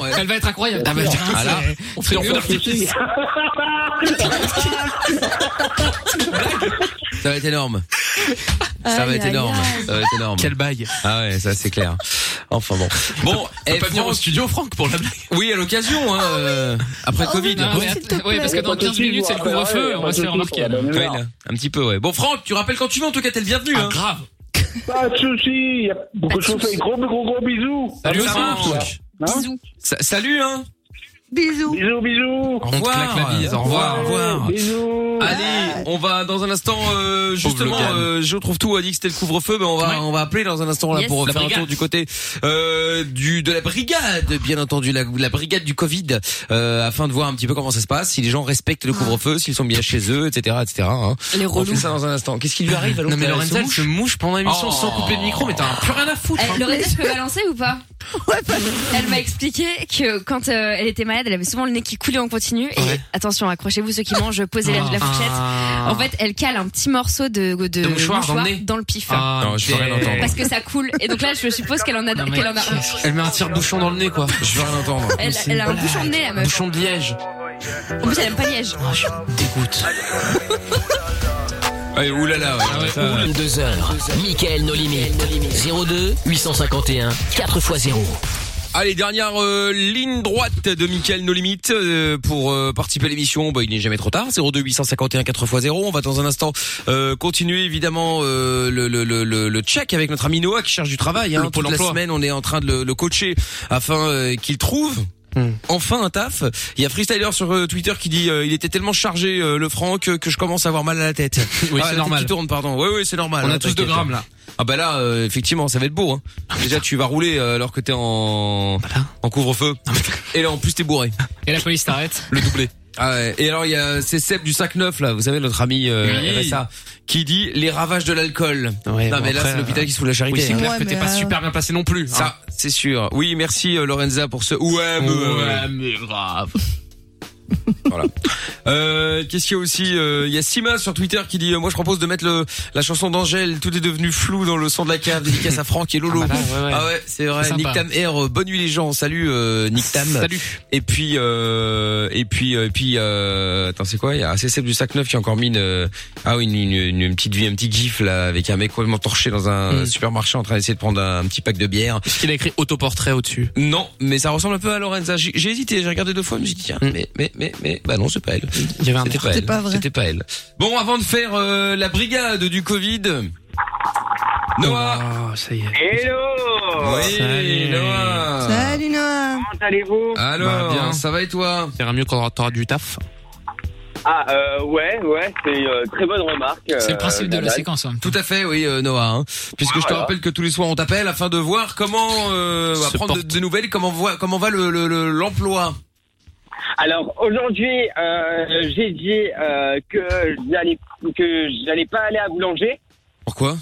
S4: [LAUGHS]
S2: ouais.
S5: Elle va être incroyable.
S4: Ah bah,
S5: C'est-
S4: ah là, on fait
S5: c'est
S4: un feu
S5: mieux.
S4: d'artifice.
S2: Ça va être
S5: [LAUGHS]
S2: énorme. Ça va être énorme. Ça va être énorme.
S4: Quel bail.
S2: Ah ouais, ça c'est clair. Enfin bon. Bon,
S4: Faut
S2: et
S4: pas venir au studio, eh, Franck, pour la blague.
S2: Oui, à l'occasion, hein, euh, après Covid.
S5: Ah, mais att- Oui, parce que dans 15 minutes, c'est le couvre-feu, on va se faire remarquer. là.
S2: Ouais, là, un petit peu, ouais. Bon, Franck, tu rappelles quand tu veux, en tout cas, t'es le bienvenu. hein.
S5: Grave.
S14: Pas de soucis, y a beaucoup de choses. Gros, gros, gros bisous.
S2: Salut,
S14: À demain,
S2: Franck.
S14: toi. Hein
S3: Bisous.
S2: Sa- Salut, hein.
S6: Bisous.
S14: Bisous, bisous.
S2: Au
S4: On te
S2: revoir.
S4: claque la bise, au revoir.
S2: Au revoir.
S14: Bisous.
S2: Allez, on va dans un instant euh, justement.
S4: Logan.
S2: euh, je trouve tout a dit que c'était le couvre-feu, mais on va on va appeler dans un instant là
S3: Yes.
S2: pour
S3: La
S2: faire un tour du côté euh, du de la brigade, bien entendu la, la brigade du Covid, euh, afin de voir un petit peu comment ça se passe, si les gens respectent le couvre-feu, s'ils sont bien chez eux, etc., etc. hein.
S3: Les
S2: On fait
S3: relous.
S2: ça dans un instant. Qu'est-ce qui lui arrive à
S4: Non, mais Lorenza, elle
S2: mouche
S4: se mouche pendant l'émission
S2: Oh.
S4: sans couper le micro, mais t'as plus rien à foutre. hein.
S3: Eh, Lorenza, je peux balancer ou pas Elle m'a expliqué que quand euh, elle était malade, elle avait souvent le nez qui coulait en continu. Et
S4: Ouais.
S3: attention, accrochez-vous ceux qui mangent, posez la, la fourchette.
S4: Ah.
S3: En fait, elle cale un petit morceau de, de,
S4: mouchoir dans le nez.
S3: dans le pif.
S4: Ah,
S2: Non, je veux rien
S4: ok.
S2: entendre.
S3: Parce que ça coule. Et donc là, je suppose qu'elle en a,
S4: Non, mais
S3: qu'elle en a un.
S4: Elle met un tire-bouchon dans le nez, quoi.
S2: Je veux rien entendre.
S3: Elle,
S4: Oh, c'est
S3: elle a un
S4: une blague.
S3: bouchon de nez, la meuf.
S4: Bouchon de liège.
S3: En plus, elle aime pas Liège.
S4: Ah, je dégoûte.
S2: Allez, oulala, Ah ouais.
S1: 22h, Mickaël No Limit. 02 851 4x0.
S2: Allez, dernière euh, ligne droite de Mickaël No Limite euh, pour euh, participer à l'émission. Bah, il n'est jamais trop tard. 02 851 4x0. On va dans un instant euh, continuer évidemment euh, le, le, le, le, le check avec notre ami Noah qui cherche du travail. Hein.
S4: Le Pôle
S2: Toute la
S4: emploi.
S2: semaine, on est en train de le, le coacher afin euh, qu'il trouve.
S4: Hmm.
S2: Enfin un taf. Il y a Freestyler sur euh, Twitter qui dit euh, il était tellement chargé euh, le Franck euh, que je commence à avoir mal à la tête.
S4: [LAUGHS] Oui,
S2: Ah, la
S4: c'est
S2: tête
S4: normal.
S2: Qui tourne pardon. Oui oui c'est normal.
S4: On
S2: hein,
S4: a tous 2
S2: t'inquiète.
S4: grammes, là. Ah,
S2: Ah bah là, euh, effectivement, ça va être beau. Hein. Déjà, tu vas rouler euh, alors que t'es en
S4: Bah
S2: en couvre-feu. Et là, en plus,
S4: [LAUGHS]
S2: t'es bourré.
S5: Et la police t'arrête.
S2: Le doublé. Ah ouais. Et alors, il y a c'est Seb du 5-9 là. Vous savez, notre ami euh,
S4: Oui.
S2: RSA, qui dit les ravages de l'alcool.
S4: Ouais,
S2: non
S4: bon,
S2: mais
S4: après,
S2: là,
S4: euh,
S2: c'est l'hôpital qui se fout la charité.
S4: Oui, c'est
S2: hein.
S4: clair
S6: Ouais,
S4: que t'es
S6: mais,
S4: pas
S6: euh,
S4: super bien placé non plus. hein.
S2: Ça, c'est sûr. Oui, merci euh, Lorenza pour ce. Ouais, mais, euh,
S4: Ouais, mais grave.
S2: Voilà. Euh, Qu'est-ce qu'il y a aussi Euh, Il y a Sima sur Twitter qui dit euh, moi je propose de mettre le, la chanson d'Angèle. Tout est devenu flou dans le son de la cave. Dédicace à Franck et Lolo.
S4: Ah bah là, ouais, ouais.
S2: Ah ouais, c'est vrai.
S4: C'est sympa.
S2: Nick Tam Air. euh, bonne nuit les gens. Salut euh, Nick Tam.
S4: Salut.
S2: Et puis euh, et puis euh, et puis euh, attends c'est quoi Il y a CCF du sac neuf qui a encore mis une euh, ah oui une, une, une- une petite vie un petit gif là avec un mec complètement torché dans un
S4: Mm.
S2: supermarché en train d'essayer de prendre un, un petit pack de bière.
S4: Est-ce qu'il a écrit autoportrait au-dessus
S2: Non, mais ça ressemble un peu à Lorenza. J'ai j'ai hésité, j'ai regardé deux fois, je me suis dit tiens,
S4: Mm.
S2: mais mais mais mais bah non c'est pas elle.
S4: Il y avait un
S2: C'était pas
S6: C'est
S2: elle.
S6: pas vrai.
S2: C'était pas elle. Bon, avant de faire euh, la brigade du Covid. Noah.
S4: Oh, ça y est.
S14: Hello
S2: Oui,
S4: Salut.
S2: Noah.
S6: Salut, Noah.
S14: Comment allez-vous
S4: Bah,
S2: Alors,
S4: bien.
S2: ça va et toi
S4: Ça ira mieux quand t'auras du taf.
S14: Ah, euh, ouais, ouais, c'est une très bonne remarque.
S5: C'est
S14: euh,
S5: le principe de la
S14: Nadal.
S5: séquence. hein.
S2: Tout à fait, oui, euh, Noah. hein. Puisque je te
S14: Voilà.
S2: rappelle que tous les soirs on t'appelle afin de voir comment euh,
S4: Se
S2: apprendre de,
S4: porte.
S2: de nouvelles, comment voit, comment va le le- le- l'emploi.
S14: Alors aujourd'hui, euh, j'ai dit euh, que j'allais que j'allais pas aller à boulanger
S2: Pourquoi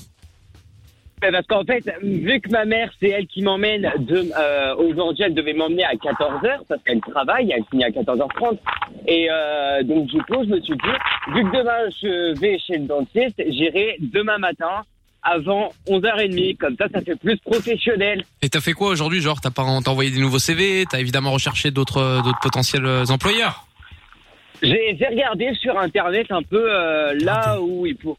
S14: mais parce qu'en fait, vu que ma mère c'est elle qui m'emmène de euh, aujourd'hui, elle devait m'emmener à 14h parce qu'elle travaille, elle finit à 14h30 et euh, donc du coup, je me suis dit vu que demain je vais chez le dentiste, j'irai demain matin avant 11h30 comme ça ça fait plus professionnel.
S4: Et t'as fait quoi aujourd'hui Genre, t'as pas t'as envoyé des nouveaux CV, t'as évidemment recherché d'autres d'autres potentiels euh, employeurs.
S14: J'ai j'ai regardé sur internet un peu euh, là où il faut.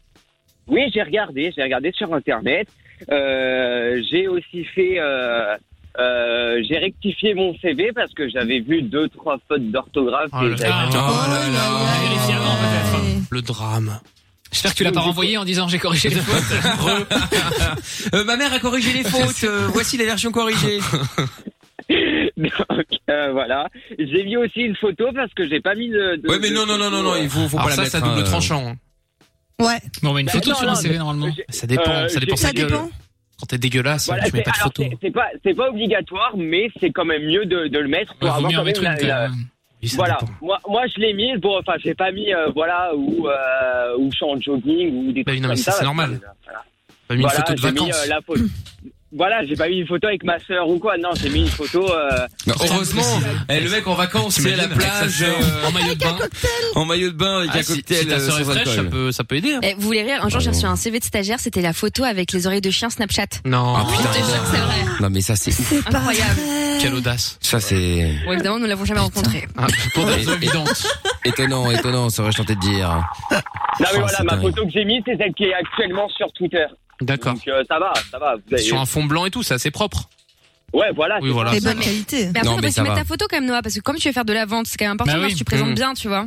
S14: Oui, j'ai regardé, j'ai regardé sur internet. Euh, j'ai aussi fait, euh, euh, j'ai rectifié mon CV parce que j'avais vu deux trois fautes d'orthographe.
S4: Oh
S14: et
S4: là
S14: j'avais-
S4: là.
S2: Oh là là.
S5: vérifier avant, peut-être.
S4: Le drame.
S5: [LAUGHS] J'espère que tu l'as pas renvoyé en disant j'ai corrigé les fautes.
S2: [LAUGHS] Euh, ma mère a corrigé les fautes. euh, voici la version corrigée.
S14: [LAUGHS] Donc, euh, voilà. J'ai mis aussi une photo parce que j'ai pas mis de. de
S2: Ouais, mais
S14: de
S2: non, non, non,
S14: photo, euh.
S2: non, non, il faut, faut
S4: Alors
S2: pas
S4: ça,
S2: la mettre.
S4: ça double
S2: hein.
S4: tranchant, hein.
S6: Ouais.
S5: Non, mais une
S14: Bah,
S5: photo
S14: non,
S5: sur un
S14: non,
S5: CV
S14: mais
S5: normalement.
S4: Ça dépend,
S14: Euh,
S4: ça dépend.
S14: j'ai-
S4: sa
S14: Ça
S4: gueule.
S14: dépend.
S4: Quand t'es dégueulasse,
S14: Voilà,
S4: tu mets
S14: c'est-
S4: pas de
S14: alors,
S4: photo.
S14: c'est- C'est pas, c'est pas obligatoire, mais c'est quand même mieux de, de le mettre pour
S4: Ouais, vaut
S14: avoir
S4: mieux en
S14: quand même
S4: mettre
S14: la-
S4: une, quand
S14: la-
S4: même. Oui, ça
S14: voilà,
S4: dépend.
S14: moi, moi je l'ai mis, bon, enfin j'ai pas mis, euh, voilà, ou, euh, ou je suis en jogging, ou des
S4: Bah oui,
S14: trucs
S4: non, mais
S14: comme
S4: ça,
S14: ça.
S4: c'est
S14: parce
S4: normal.
S14: que, euh, voilà.
S4: Pas mis une
S14: Voilà,
S4: photo de
S14: j'ai mis, euh,
S4: vacances.
S14: la photo- Voilà, j'ai pas mis une photo avec ma sœur ou quoi, non, j'ai mis une photo... euh,
S2: Bah, heureusement, eh, le mec en vacances, c'est à la
S4: T'imagines, avec
S2: plage,
S4: sa sœur,
S2: euh,
S4: en maillot de bain.
S2: en maillot de bain avec
S4: Ah,
S2: un
S4: si-
S2: cocktail.
S4: si ta
S2: euh,
S4: sœur est
S2: sans
S4: fraîche,
S2: alcool.
S4: ça peut, ça peut aider. hein.
S3: Eh, vous voulez rire Un jour, j'ai reçu un CV de stagiaire, c'était la photo avec les oreilles de chien Snapchat.
S4: Non.
S2: Ah, putain.
S3: Je te jure que c'est vrai.
S2: Non, mais ça, c'est ouf.
S3: Incroyable.
S4: Quelle audace.
S2: Ça, c'est
S3: Bon, évidemment, nous l'avons jamais rencontré.
S4: Pour des
S2: [LAUGHS] Et-
S4: raisons évidentes.
S2: étonnant, étonnant, ça aurait tenté de dire.
S14: Non mais
S2: Oh,
S14: voilà,
S2: c'est
S14: ma
S2: dingue.
S14: photo que j'ai mise, c'est celle qui est actuellement sur Twitter.
S4: D'accord.
S14: Donc euh, ça va, ça va. vous avez-
S4: Sur un fond blanc et tout, c'est assez propre.
S14: Ouais, voilà.
S4: Oui,
S14: c'est
S4: voilà.
S14: ça.
S6: Eh ben,
S4: ça va.
S6: qualité.
S3: Mais après,
S4: Non,
S3: tu
S4: mais
S3: peux
S4: ça
S3: mettre
S4: va.
S3: ta photo quand même, Noah, parce que comme tu veux faire de la vente, c'est quand même important
S4: Bah
S3: de voir
S4: oui.
S3: si tu présentes
S4: Mm.
S3: bien, tu vois.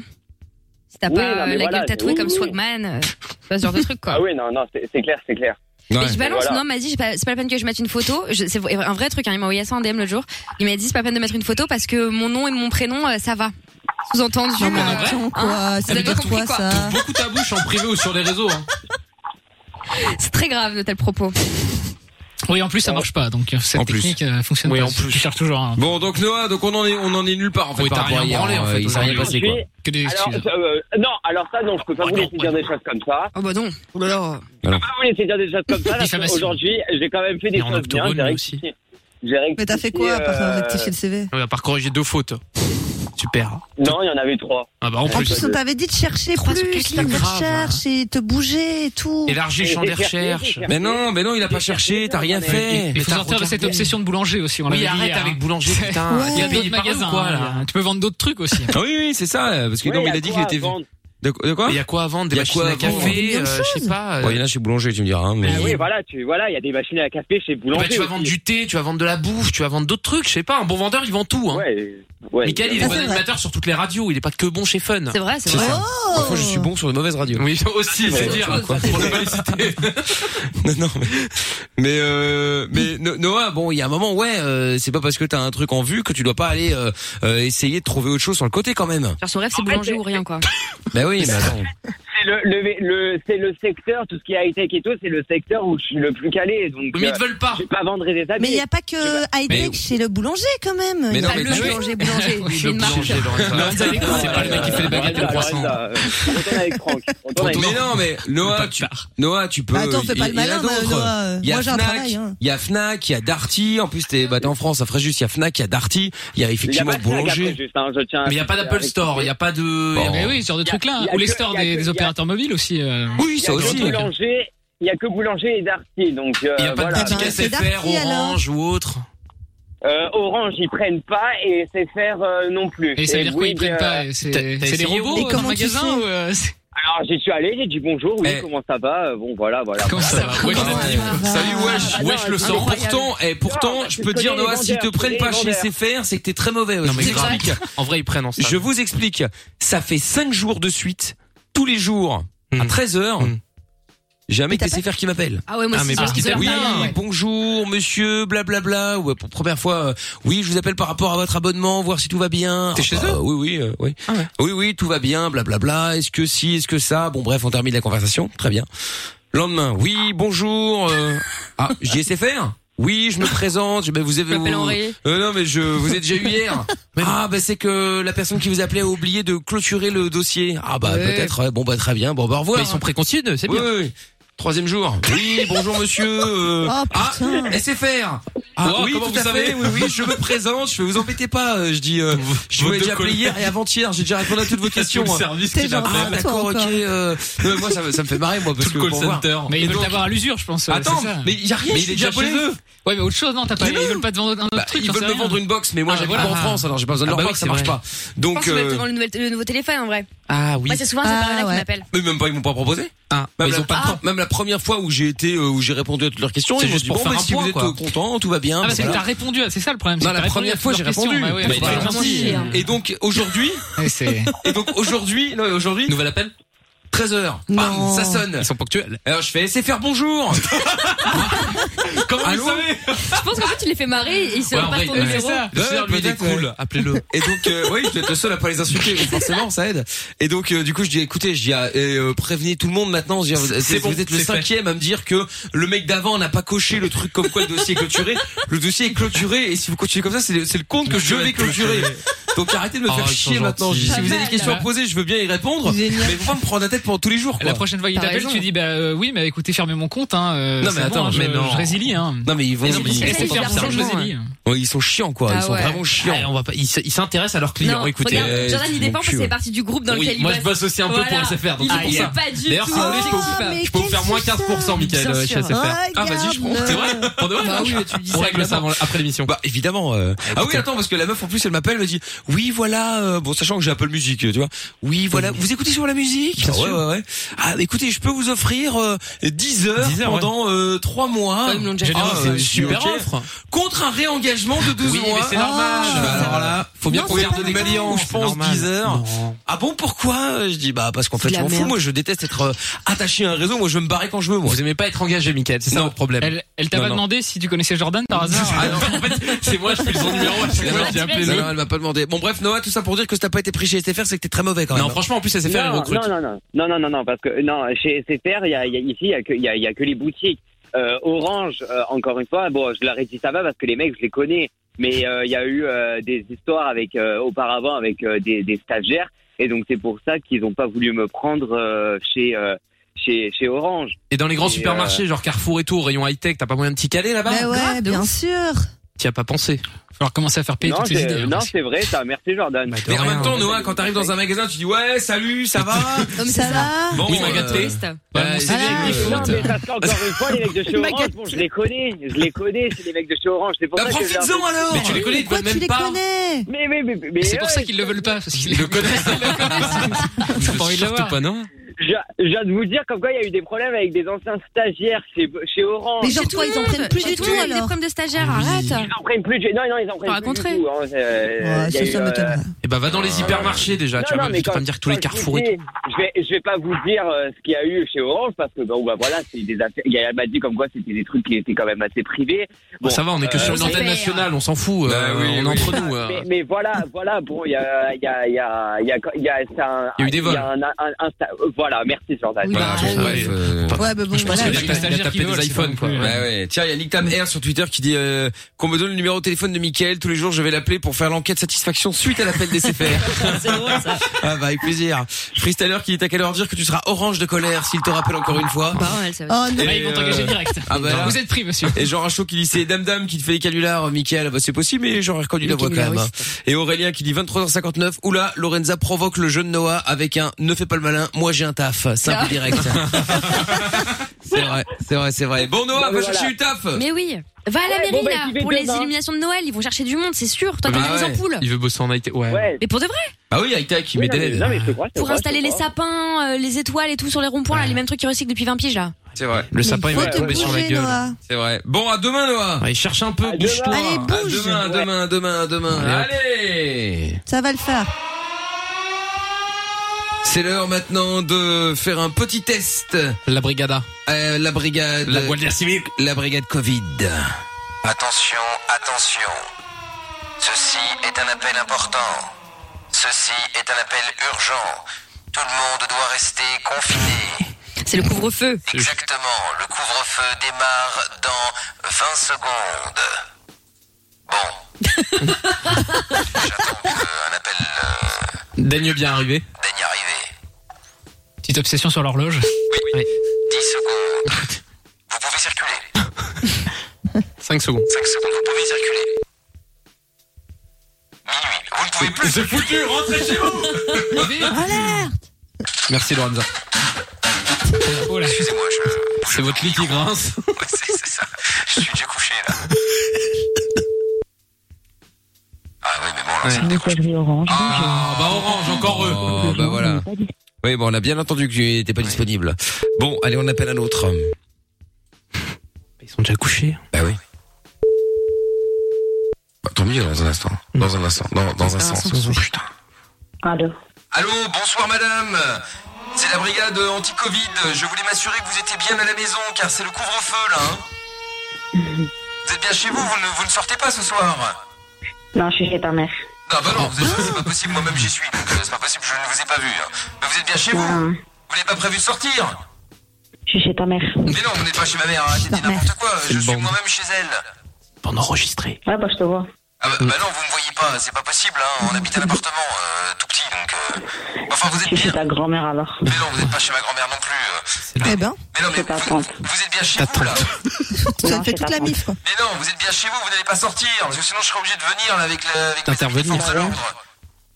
S3: Si t'as
S14: Oui,
S3: pas
S14: non,
S3: euh,
S14: mais
S3: la
S14: voilà,
S3: gueule
S14: c'est-
S3: tatouée
S14: oui,
S3: comme
S14: oui.
S3: Swagman, euh, tu vois, ce genre de truc, quoi.
S14: Ah oui, non, non, c'est c'est clair, c'est clair.
S3: Et je balance,
S14: Voilà.
S3: non, m'a dit, j'ai pas- c'est pas la peine que je mette une photo. Je- C'est un vrai truc, hein, il m'a envoyé ça en DM l'autre jour. Il m'a dit, c'est pas la peine de mettre une photo parce que mon nom et mon prénom, euh, ça va. Sous-entendu.
S6: Non, mais
S3: euh,
S6: attends, quoi,
S3: hein,
S6: ça
S3: vous avez
S6: veut dire
S3: compris,
S6: quoi,
S3: quoi.
S6: ça
S4: Beaucoup ta bouche en privé ou sur les réseaux. hein.
S3: C'est très grave de tels propos.
S5: Oui, en plus ça marche pas, donc euh, cette
S2: En plus.
S5: technique euh, fonctionne
S4: Oui,
S5: pas.
S4: en plus.
S5: Tu cherches toujours un.
S2: Bon, donc Noah, donc on en est, on en est nulle part en fait.
S4: Oui,
S2: par
S4: t'as
S2: rapport à
S4: euh, rien
S2: hier,
S4: branlé, en fait,
S2: il s'est rien passé
S4: aujourd'hui.
S2: quoi.
S14: Ensuite,
S5: Que des
S14: Alors,
S5: excuses.
S14: euh, non, alors ça, non, je
S4: Oh,
S14: peux pas vous laisser dire des choses comme ça.
S3: Oh bah non. Oh là là.
S14: Je peux pas vous laisser dire des choses comme ça.
S4: [LAUGHS]
S14: parce que
S5: Diffamation.
S14: Aujourd'hui, j'ai quand même fait des
S4: Et en
S14: choses bien.
S4: octogone,
S14: j'ai
S4: lui
S14: rectifié- j'ai
S6: Mais t'as fait
S14: rectifié,
S6: quoi par
S14: euh,
S6: rectifier le CV
S4: Oui, à part corriger deux fautes. Super.
S14: Non, il y en avait trois.
S4: Ah bah en
S6: En
S4: plus.
S6: plus, on t'avait dit de chercher
S3: Trois
S6: plus,
S3: sur
S6: de
S3: quatre,
S6: faire des
S4: grave, hein.
S6: recherches et te bouger et tout.
S4: Élargir le champ
S14: Et
S4: des
S14: chercher,
S4: recherches.
S14: chercher.
S2: Mais non, mais non, il a pas cherché, t'as rien
S14: Mais-
S2: fait.
S5: Il faut sortir de cette obsession de boulanger aussi. On l'avait
S4: Oui,
S5: dit
S4: arrête
S5: hier, hein.
S4: avec boulanger,
S5: [LAUGHS]
S4: putain.
S6: Ouais.
S5: Il y a
S4: Paye
S5: d'autres
S4: par eux ou
S5: magasins.
S4: quoi,
S5: hein,
S4: là
S5: Tu peux vendre d'autres trucs aussi.
S2: Ah oui, oui, c'est ça, parce que non,
S14: Ouais,
S2: mais il
S14: y
S2: a dit qu'il
S14: quoi
S2: était.
S14: à vendre
S2: De de quoi
S4: Il y a quoi à vendre Des
S2: Il y a
S4: machines
S2: quoi
S4: à
S2: à vendre
S4: café,
S6: Plein de
S4: euh, je sais pas.
S2: Bon,
S4: euh,
S2: il y en a chez Boulanger, tu me diras. hein, mais-
S14: Ah oui, voilà, tu voilà, il y a des machines à café chez
S4: bah,
S14: Boulanger.
S4: tu vas vendre
S14: aussi.
S4: du thé, tu vas vendre de la bouffe, tu vas vendre d'autres trucs, je sais pas. Un bon vendeur, il vend tout. Hein.
S14: Ouais, ouais.
S4: Michael, il est
S6: Ah,
S4: bon
S6: c'est vrai.
S4: animateur sur toutes les radios. Il est pas que bon chez Fun.
S3: C'est vrai, c'est
S2: C'est
S3: vrai.
S2: ça.
S6: Oh
S2: Parfois, je suis bon sur de mauvaises radios.
S4: Oui, oh. aussi, c'est dire. Pour ne pas les citer.
S2: Non, non, mais mais, euh, mais No- Noah, bon, il y a un moment, ouais, euh, c'est pas parce que t'as un truc en vue que tu dois pas aller euh, euh, essayer de trouver autre chose sur le côté quand même.
S3: Genre, son rêve, c'est
S14: En fait, euh,
S3: boulanger
S14: c'est-
S3: ou rien, quoi.
S2: Bah [LAUGHS] oui, mais attends.
S14: C'est le, le, le- c'est le secteur, tout ce qui est high-tech et tout, c'est le secteur où je suis le plus calé. Donc,
S4: Mais ils
S14: euh,
S4: te veulent pas.
S14: je vais pas vendre des habits.
S6: Mais il n'y a pas que
S2: Mais-
S6: high-tech chez le boulanger quand même.
S2: Mais
S6: Il y
S2: non,
S6: a pas
S2: mais
S6: le
S2: tu-
S3: Boulanger,
S6: boulanger.
S3: boulanger.
S4: Oui, [LAUGHS]
S3: c'est
S4: le
S3: une marque.
S4: boulanger, Lorenza.
S5: Lorenza, il est con.
S4: C'est pas le mec qui fait les baguettes au
S14: Lorenza,
S4: croissant.
S14: Lorenza, euh, Retourne avec Franck. Retourne
S2: Mais
S14: avec Franck.
S2: non, mais Noah, tu, Noah, tu peux.
S6: Attends, fais
S2: il-
S6: pas le
S2: il y en a
S6: malin,
S2: d'autres.
S6: Noah, euh,
S2: Il y a
S6: moi, j'ai un
S2: Fnac,
S6: travail, hein.
S2: Il y a Fnac, il y a Darty. En plus, t'es bah, t'es en France, ça ferait juste. Il y a Fnac, il y a Darty, il y a
S14: Il y a
S2: effectivement
S14: pas de sac après,
S2: Boulanger.
S14: juste, hein, je tiens à-
S4: Mais il y a pas d'Apple Store, il y a pas de.
S2: Bon.
S5: Mais oui, ce genre de
S14: Y a-
S5: trucs là.
S14: y a
S5: Ou les
S14: que-
S5: stores
S14: y a
S5: des
S14: que-
S5: des
S14: y a-
S5: opérateurs mobiles aussi. euh.
S14: Il
S2: Oui,
S14: y a
S2: ça
S14: que
S2: aussi.
S5: Boulanger.
S14: Boulanger, il y a que Boulanger et Darty. Donc, euh,
S4: Il y a pas
S14: voilà.
S4: de
S6: Ah bah, c'est
S4: petit SFR,
S6: Darty, alors.
S4: Orange ou autre.
S14: Euh, Orange, ils prennent pas et SFR euh, non plus.
S5: Et ça veut dire quoi Ils
S14: Bouygues,
S5: prennent pas
S14: euh,
S5: euh,
S4: t'as
S5: C'est c'est des
S4: essayé, Hugo
S5: robots euh, dans le
S6: Comment tu sais
S5: magasin ou, euh, c'est-
S14: Alors, j'y suis allé, j'ai dit bonjour, oui,
S2: Eh.
S14: comment ça va Euh, Bon, voilà, voilà.
S5: Comment ça va Ouais,
S6: Comment
S5: t'as dit,
S6: ça
S5: ouais.
S6: va
S2: Salut Wesh,
S14: Ah, bah
S2: Wesh
S14: non,
S2: le sort.
S3: incroyable.
S2: Pourtant, et pourtant,
S14: Non,
S2: je
S14: tu
S2: peux te dire
S14: connais
S2: Noah,
S14: les
S2: s'ils te
S14: vendeurs,
S2: prennent
S14: tu
S2: pas
S14: connais
S2: chez
S14: les
S2: SFR, c'est que t'es très mauvais aussi.
S4: Non, mais
S2: Je
S4: grave.
S2: t'explique.
S4: En vrai, ils prennent en stage.
S2: Je vous explique. Ça fait cinq jours de suite, tous les jours, à
S4: Mm.
S2: 13 h
S4: Mm.
S2: J'ai un mec
S6: Mais
S2: des
S6: t'as
S2: SFR qui m'appelle.
S3: Ah ouais, moi,
S4: Ah,
S3: c'est
S4: mais parce
S3: ce
S4: qu'il
S3: qu'ils
S4: t'a-
S3: veulent
S2: Oui,
S3: faire, là, ouais.
S2: bonjour monsieur, blablabla. Ouais, pour première fois, euh, oui, je vous appelle par rapport à votre abonnement, voir si tout va bien.
S4: T'es chez
S2: bah,
S4: eux
S2: euh, Oui, oui, euh, oui.
S4: Ah ouais.
S2: Oui, oui, tout va bien, blablabla. Est-ce que si, est-ce que ça Bon, bref, on termine la conversation. Très bien. Lendemain, oui, bonjour. euh, ah, JSFR Oui, je me présente. Je, ben, vous avez.
S3: Je m'appelle
S2: vous-
S3: Henri.
S2: Euh, non, mais je vous ai déjà eu hier. ah, bah c'est que la personne qui vous appelait a oublié de clôturer le dossier. Ah bah
S3: Ouais.
S2: peut-être. ouais, Bon bah très bien. Bon bah au revoir.
S4: hein. Mais ils sont préconçus, c'est
S2: Oui,
S4: bien.
S2: oui, oui. Troisième jour. Oui, bonjour monsieur. euh,
S6: Oh,
S2: ah,
S6: putain.
S2: SFR. Ah
S4: Oh,
S2: oui,
S4: comment
S2: tout
S4: vous
S2: à
S4: savez
S2: fait. Oui, oui, je me présente. Je fais, vous embêtez pas. euh, Je dis, euh, je vous ai
S4: votre
S2: déjà appelé
S4: collègue.
S2: hier et avant-hier. J'ai déjà répondu à toutes vos questions.
S4: Tout le service
S6: T'es
S4: qu'il a
S6: gentil.
S4: fait,
S2: Ah
S6: Toi
S2: d'accord, ok.
S6: encore.
S2: euh, euh, moi ça, me- ça me fait marrer moi parce
S4: tout le
S2: que
S4: call
S2: pour voir.
S4: center.
S5: Mais ils
S2: Et
S5: veulent
S2: donc- Bah,
S5: t'avoir à l'usure, je pense. euh,
S2: Attends,
S5: c'est ça.
S2: mais y a rien.
S4: Mais
S2: je
S4: il
S2: suis
S4: est déjà
S2: japonais.
S4: chez eux.
S5: Ouais, mais autre chose, non, t'as pas.
S2: Mais
S5: Ils
S2: non.
S5: veulent pas te vendre un
S2: Bah,
S5: autre truc.
S2: ils
S5: j'en
S2: veulent
S5: sais
S2: me vendre
S5: rien.
S2: une box, mais moi
S5: Ah,
S2: j'habite
S5: voilà.
S2: pas en France, alors j'ai pas besoin de
S4: Ah,
S2: leur
S4: bah oui,
S2: box, ça
S4: c'est
S2: marche
S4: vrai.
S2: pas.
S3: Je pense
S2: Donc,
S3: qu'ils veulent te
S2: euh,
S3: vendre le nouvel- le nouveau téléphone, en vrai.
S4: Ah oui.
S3: Moi, c'est souvent ces
S6: Ah,
S3: parents-là qui
S6: ouais.
S3: m'appellent.
S2: eux, même pas, ils m'ont pas proposé.
S4: Ah, bah,
S2: Même,
S4: ils
S2: la,
S4: ont pas le temps.
S2: même la première fois où j'ai été, euh, où j'ai répondu à toutes leurs questions,
S4: C'est
S2: ils m'ont
S4: juste
S2: dit,
S4: pour
S2: bon,
S4: faire
S2: bah,
S4: un
S2: si
S4: point,
S2: vous êtes
S4: quoi.
S2: euh, content, tout va bien.
S5: Ah, parce que
S2: voilà.
S5: t'as répondu, à- c'est ça le problème. c'est
S2: Non,
S5: que
S2: la
S5: t'as répondu
S2: première
S5: à
S2: fois,
S5: toutes
S2: j'ai
S5: leurs questions.
S2: répondu.
S5: Bah ouais,
S2: Bah,
S5: faut
S2: bah,
S5: pas être
S2: merci.
S5: gentil.
S3: hein.
S2: [LAUGHS] Et donc aujourd'hui,
S5: Ouais, c'est-
S2: et donc aujourd'hui, non, aujourd'hui,
S4: Nouvel appel
S2: 13h.
S4: Non.
S2: ça sonne. Ils sont ponctuels. Alors je fais, c'est faire [LAUGHS] bonjour. Comment vous savez
S3: Je pense qu'en fait, tu les fait marrer et ils se
S2: Ouais, en
S3: repartent
S2: vrai,
S3: au
S2: ouais.
S3: numéro.
S2: Le chien, lui, il est cool, appelez-le. Et donc, euh, oui, je vais être le seul à pas les insulter, donc forcément, ça aide. Et donc, euh, du coup, je dis, écoutez, je dis, ah, et, euh, prévenez tout le monde maintenant. Je dis,
S4: C'est
S2: c'est-
S4: bon,
S2: vous êtes le
S4: c'est fait.
S2: cinquième à me dire que le mec d'avant n'a pas coché le truc comme quoi le dossier est clôturé. Le dossier est clôturé, et si vous continuez comme ça, c'est c'est le compte que je vais clôturer. Donc arrêtez de me
S4: Oh,
S2: faire
S4: ils sont
S2: chier maintenant. Je dis,
S4: gentils.
S2: si vous avez des questions à
S4: Voilà.
S2: poser, je veux bien y répondre, mais
S4: Génial.
S2: vous pas me prendre la tête pendant tous les jours. Quoi.
S5: La prochaine fois qu'il
S2: T'as
S5: t'appelle,
S2: raison.
S5: tu dis bah euh, oui, mais écoutez, fermez mon compte. Hein, euh,
S2: Non
S5: c'est
S2: mais
S5: bon,
S2: attends,
S5: hein, je,
S2: mais non.
S5: je résilie. Hein.
S2: Non mais ils vont.
S5: Mais non, mais ils-
S2: c'est
S5: ils font
S2: faire
S5: faire
S2: ça, je
S5: seulement,
S2: résilie. Ouais, ils sont chiants quoi.
S3: hein. Ah
S2: ils sont
S3: ouais.
S2: vraiment chiants. on va pas. Ils s'intéressent à leurs
S3: Non,
S4: euh,
S2: euh,
S3: regarde, Jordan, il dépend parce qu'il fait partie du groupe dans
S2: hein. Oui,
S3: lequel il
S2: moi,
S3: bosse.
S2: je bosse aussi un peu pour
S3: Voilà.
S2: SFR, donc
S3: Il
S2: c'est pour
S3: est
S2: ça.
S3: pas du
S2: D'ailleurs,
S3: tout
S2: si vous voulez, je peux vous
S3: objectif.
S2: faire- je peux vous faire moins 15%, Michael,
S4: Bien
S2: euh, chez
S4: sûr.
S2: SFR.
S4: Ah, vas-y, je prends.
S2: C'est vrai Pour de vrai
S4: Bah oui, tu dis
S2: On
S4: ça
S2: règle ça
S4: évidemment.
S2: avant- après l'émission. Bah évidemment. euh. Ah oui, attends, parce que la meuf en plus elle m'appelle, elle me dit "Oui, voilà, euh, bon sachant que j'ai Apple Music, euh, tu vois. Oui, voilà, vous écoutez sur la musique
S4: Bien
S2: Ah, Ouais
S4: sûr.
S2: ouais ouais. Ah écoutez, je peux vous offrir euh, 10 heures
S4: 10 heures, ouais.
S2: pendant euh, 3 mois.
S4: Ouais, ils me l'ont déjà fait.
S2: Ah,
S4: C'est une
S2: euh,
S4: super
S2: ok.
S4: offre.
S2: Contre un réengagement de 12
S4: Oui, mais
S2: mois. Ah,
S4: c'est normal. Bah,
S2: Je fais, Alors là, faut bien
S4: Non,
S2: qu'on
S4: c'est
S2: garde
S4: pas
S2: des
S4: normal.
S2: clients, je
S4: C'est
S2: pense
S4: normal.
S2: 10 heures. Ah bon, pourquoi Je dis bah parce qu'en fait,
S4: C'est
S2: je
S4: la
S2: m'en fous,
S4: merde.
S2: moi je déteste être euh, attaché à un réseau, moi je veux me barrer quand je veux moi.
S4: Vous aimez pas être engagé, Mickaël, c'est ça votre problème.
S5: Elle, elle t'a
S4: Non, Ah
S5: pas
S4: non.
S5: demandé si tu connaissais Jordan par hasard.
S4: C'est moi, je fais le son numéro, c'est moi qui ai appelé
S2: Non,
S4: le.
S2: non, elle m'a pas demandé. Bon, bref, Noah, tout ça pour dire que si t'as pas été pris chez SFR, c'est que t'es très mauvais quand même.
S4: Non, franchement, en plus, SFR,
S2: il
S14: non, Non, non, non, non, non, non, non, parce que non, chez SFR, il y a, il y a- ici, il y a que- il y a, il y a que les boutiques. Euh, Orange, euh, encore une fois, bon, je leur ai dit ça va parce que les mecs, je les connais, mais euh, il y a eu euh, des histoires avec euh, auparavant avec euh, des, des stagiaires, et donc c'est pour ça qu'ils n'ont pas voulu me prendre euh, chez euh, chez chez Orange.
S4: Et dans les grands
S14: Et,
S4: supermarchés,
S14: euh,
S4: genre Carrefour et tout, rayon high-tech, t'as pas moyen de t'y caler là-bas
S6: Bah
S5: Ah,
S6: ouais, bien sûr.
S4: T'y as pas pensé.
S5: Alors commencer à faire
S4: payer
S14: non,
S4: toutes les
S14: c'est-
S4: idées. hein.
S14: non, c'est vrai, ça. Merci Jordan.
S2: Mais en même temps, Noah, quand t'arrives dans un magasin, tu dis ouais, salut, ça va
S6: ça va
S2: Bon,
S4: Oui,
S2: euh,
S4: ma gâtée.
S2: bah,
S4: Ouais,
S2: c'est
S4: c'est
S2: bien,
S4: bien,
S2: euh,
S14: Ah, Non,
S4: écoute.
S14: mais parce qu'encore une fois, les mecs de
S4: [LAUGHS]
S14: chez Orange, bon, je les connais, je les connais, c'est les mecs de chez Orange, c'est pour
S2: Bah,
S14: ça que. je leur-
S4: Bah, Mais tu les connais, ils te veulent même pas
S6: connais
S14: Mais, mais, mais, mais
S5: C'est pour
S14: ouais,
S5: ça qu'ils le veulent pas. Parce
S4: [LAUGHS]
S5: qu'ils
S4: Ils le connaissent. Ils ont pas envie de l'avoir. pas, non
S14: Je je viens de vous dire comme quoi il y a eu des problèmes avec des anciens stagiaires chez, chez Orange.
S3: Mais genre, toi, ils en prennent plus du tout, alors. des problèmes de stagiaires, arrête.
S14: Ils en prennent plus du Non, non, ils en prennent plus du tout. Hein,
S4: Ouais, ça, ça
S14: euh,
S4: m'étonnerait. Eh ben, va dans les hypermarchés, déjà, tu vas pas- tu vas pas me dire tous les carrefours et tout.
S14: Je vais, je vais pas vous dire euh, ce qu'il y a eu chez Orange parce que bon, bah voilà, c'est des affaires. Il y a- Elle m'a dit comme quoi c'était des trucs qui étaient quand même assez privés.
S4: Bon, ça va, on est que
S14: euh,
S4: sur une antenne nationale, on s'en fout. euh,
S2: Bah oui,
S4: on est
S2: oui.
S4: entre nous. euh.
S14: Mais, mais voilà, voilà, bon, il y a, il y a, il y a, il y a, il y a, c'est un-
S4: Il y a eu des
S14: il
S4: vols.
S14: un- un- un sta- euh, voilà, merci Jordan.
S2: Voilà,
S3: bah,
S2: bon, bref, euh,
S6: Ouais, bah bon,
S2: je pense qu'il
S6: voilà.
S2: a,
S6: Il y
S2: ta-
S6: a des
S2: il a
S6: stagiaires qui
S2: tapé
S6: volent,
S2: des
S6: c'est
S2: iPhones,
S6: pas
S2: quoi.
S6: non plus,
S2: Ouais, ouais. Tiens, il y a Nick Tam R sur Twitter qui dit euh, qu'on me donne le numéro de téléphone de Michael. Tous les jours, je vais l'appeler pour faire l'enquête satisfaction suite à l'appel des CFR. Ah bah, avec plaisir. Freestyler qui est à quelle heure dire que tu seras orange de colère s'il te rappelle encore une fois. euh,
S3: Bah, ouais, ça
S6: va.
S5: Oh, non. Là, ils vont t'engager
S4: euh,
S5: direct. Vous êtes pris, monsieur.
S2: Ah bah Et Jean Rachaud qui dit c'est Dame Dame qui te fait les canulars, euh, Michael. Bah, c'est possible, mais j'aurais reconnu la voix quand
S4: Canulars,
S2: même.
S4: oui,
S2: hein. Et Aurélien qui dit 23h59. Oula, Lorenza provoque le jeune Noah avec un ne fais pas le malin. Moi, j'ai un taf. Simple
S3: Ah.
S2: et direct.
S5: Ah.
S2: [LAUGHS] c'est vrai, c'est vrai, c'est vrai. Bon, Noah,
S3: Non,
S2: va
S3: mais voilà.
S2: chercher du taf.
S3: Mais oui. Va à la
S14: Ouais,
S3: mairie,
S14: bon, bah,
S3: là,
S14: j'y vais
S3: pour les
S14: demain.
S3: illuminations de Noël. Ils vont chercher du monde, c'est sûr. Toi, t'as
S2: Bah
S3: des
S2: ouais.
S3: ampoules.
S4: Il veut bosser en IT. Ouais. Bah
S3: Mais pour de vrai.
S2: Ah oui, high tech, il met des LED.
S3: Pour installer les sapins, euh, les étoiles et tout sur les ronds-points, là, les mêmes trucs qui recyclent depuis 20 piges, là.
S2: C'est vrai.
S4: Le sapin, il va te tomber sur la gueule.
S2: C'est vrai. Bon, à demain, Noah.
S4: Allez, cherche un peu, bouge-toi.
S6: Allez, bouge.
S2: À demain, à demain, à demain. Allez.
S6: Ça va le faire.
S2: C'est l'heure maintenant de faire un petit test. Euh,
S4: La brigada.
S2: la brigade.
S4: La Guardia Civile.
S2: La brigade Covid.
S15: Attention, attention. Ceci est un appel important. Ceci est un appel urgent. Tout le monde doit rester confiné.
S3: C'est le [LAUGHS] couvre-feu.
S15: Exactement, le couvre-feu démarre dans 20 secondes.
S4: [LAUGHS] Daigne bien arriver.
S15: Daigne arriver.
S5: Petite obsession sur l'horloge.
S15: 10 secondes.
S4: [LAUGHS]
S15: Vous pouvez circuler.
S4: 5 secondes.
S15: 5 secondes, vous pouvez circuler. Minuit, vous ne pouvez plus.
S2: C'est foutu, rentrez chez vous.
S5: Oh
S4: Merci, Lorenza. Oh,
S15: Excusez-moi, je.
S4: C'est votre lit qui grince.
S14: [LAUGHS]
S15: Ouais, c'est c'est ça. Je suis déjà couché là.
S12: Messagerie Orange.
S2: Ah, bah orange, encore eux. Oh, bah voilà. Oui, bon, on a bien entendu que tu n'étais pas disponible. Bon, allez, on appelle un autre.
S4: Ils sont déjà couchés.
S2: Bah oui.
S15: Bah, tant mieux dans un instant. Dans un instant. Dans, dans un sens.
S12: Allô
S15: Allô, bonsoir madame.
S14: C'est la brigade anti-Covid. Je voulais m'assurer que vous étiez bien à la maison car c'est le couvre-feu là. hein. vous êtes bien chez vous, vous ne, vous ne sortez pas ce soir.
S16: Non, je suis chez ta mère.
S14: Non, bah non, vous êtes- c'est pas possible, moi-même j'y suis. donc, euh, C'est pas possible, je ne vous ai pas vu. hein. Mais vous êtes bien chez vous
S16: Non,
S14: Vous n'avez pas prévu de sortir
S16: je suis chez ta mère.
S14: Mais non, vous n'êtes pas chez ma mère, hein, arrêtez de dire n'importe quoi. Je suis moi-même chez elle.
S2: Bande enregistrée.
S16: Ouais, bah, je te vois.
S14: Ah bah, bah non, vous me voyez pas, c'est pas possible, hein. on habite un appartement euh, tout petit, donc... euh, Enfin, vous êtes
S16: Je suis
S14: bien...
S16: chez ta grand-mère alors.
S14: Mais non, vous n'êtes pas chez ma grand-mère non plus. euh.
S16: Eh ben.
S14: Mais non, mais
S16: C'est ta
S14: vous,
S16: tante.
S14: vous êtes bien chez vous,
S8: [LAUGHS]
S14: là.
S2: [LAUGHS]
S6: Vous avez fait toute la mif, quoi.
S14: Mais non, vous êtes bien chez vous, vous n'allez pas sortir, parce que sinon je serais obligé de venir là, avec la... Avec les
S4: Intervenir.
S14: forces de l'ordre.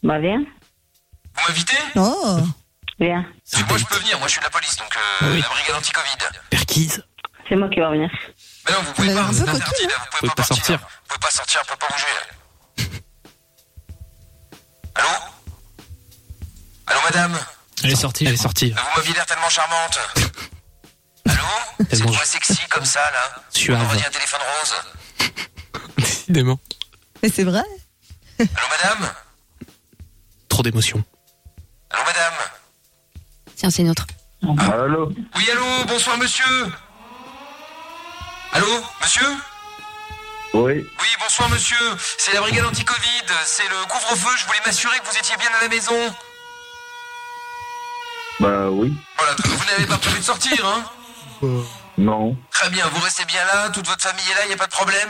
S16: Bah, viens.
S14: Vous m'invitez
S6: Oh.
S16: Viens.
S14: Et Moi je peux venir, moi je suis de la police, donc
S4: Ah
S14: euh, la brigade anti-Covid.
S16: Perquise. C'est moi qui va venir.
S14: Mais non, vous pouvez pas, c'est interdit, là, vous
S4: Faut
S14: pouvez
S4: pas
S14: pas partir.
S4: sortir.
S14: Vous pouvez pas sortir, vous pouvez pas bouger. Allô Allô madame
S4: Elle est sortie. Elle est [LAUGHS] sortie.
S14: Vous m'aviez l'air tellement charmante. Allô C'est
S4: Tellement-
S14: quoi sexy comme ça là
S4: Suave.
S14: On aurait dit un téléphone rose.
S4: Décidément.
S6: Mais c'est vrai.
S14: Allô madame
S4: Trop d'émotion.
S14: Allô madame
S3: Tiens, c'est une autre. Ah,
S17: Allô
S14: Oui Ah, allô, bonsoir monsieur Allô Monsieur
S17: Oui.
S14: Oui, bonsoir monsieur, c'est la brigade anti-Covid, c'est le couvre-feu, je voulais m'assurer que vous étiez bien à la maison.
S17: Bah oui.
S14: Voilà, vous n'avez pas prévu de sortir, hein
S17: Non.
S14: Très bien, vous restez bien là, toute votre famille est là, il n'y a pas de problème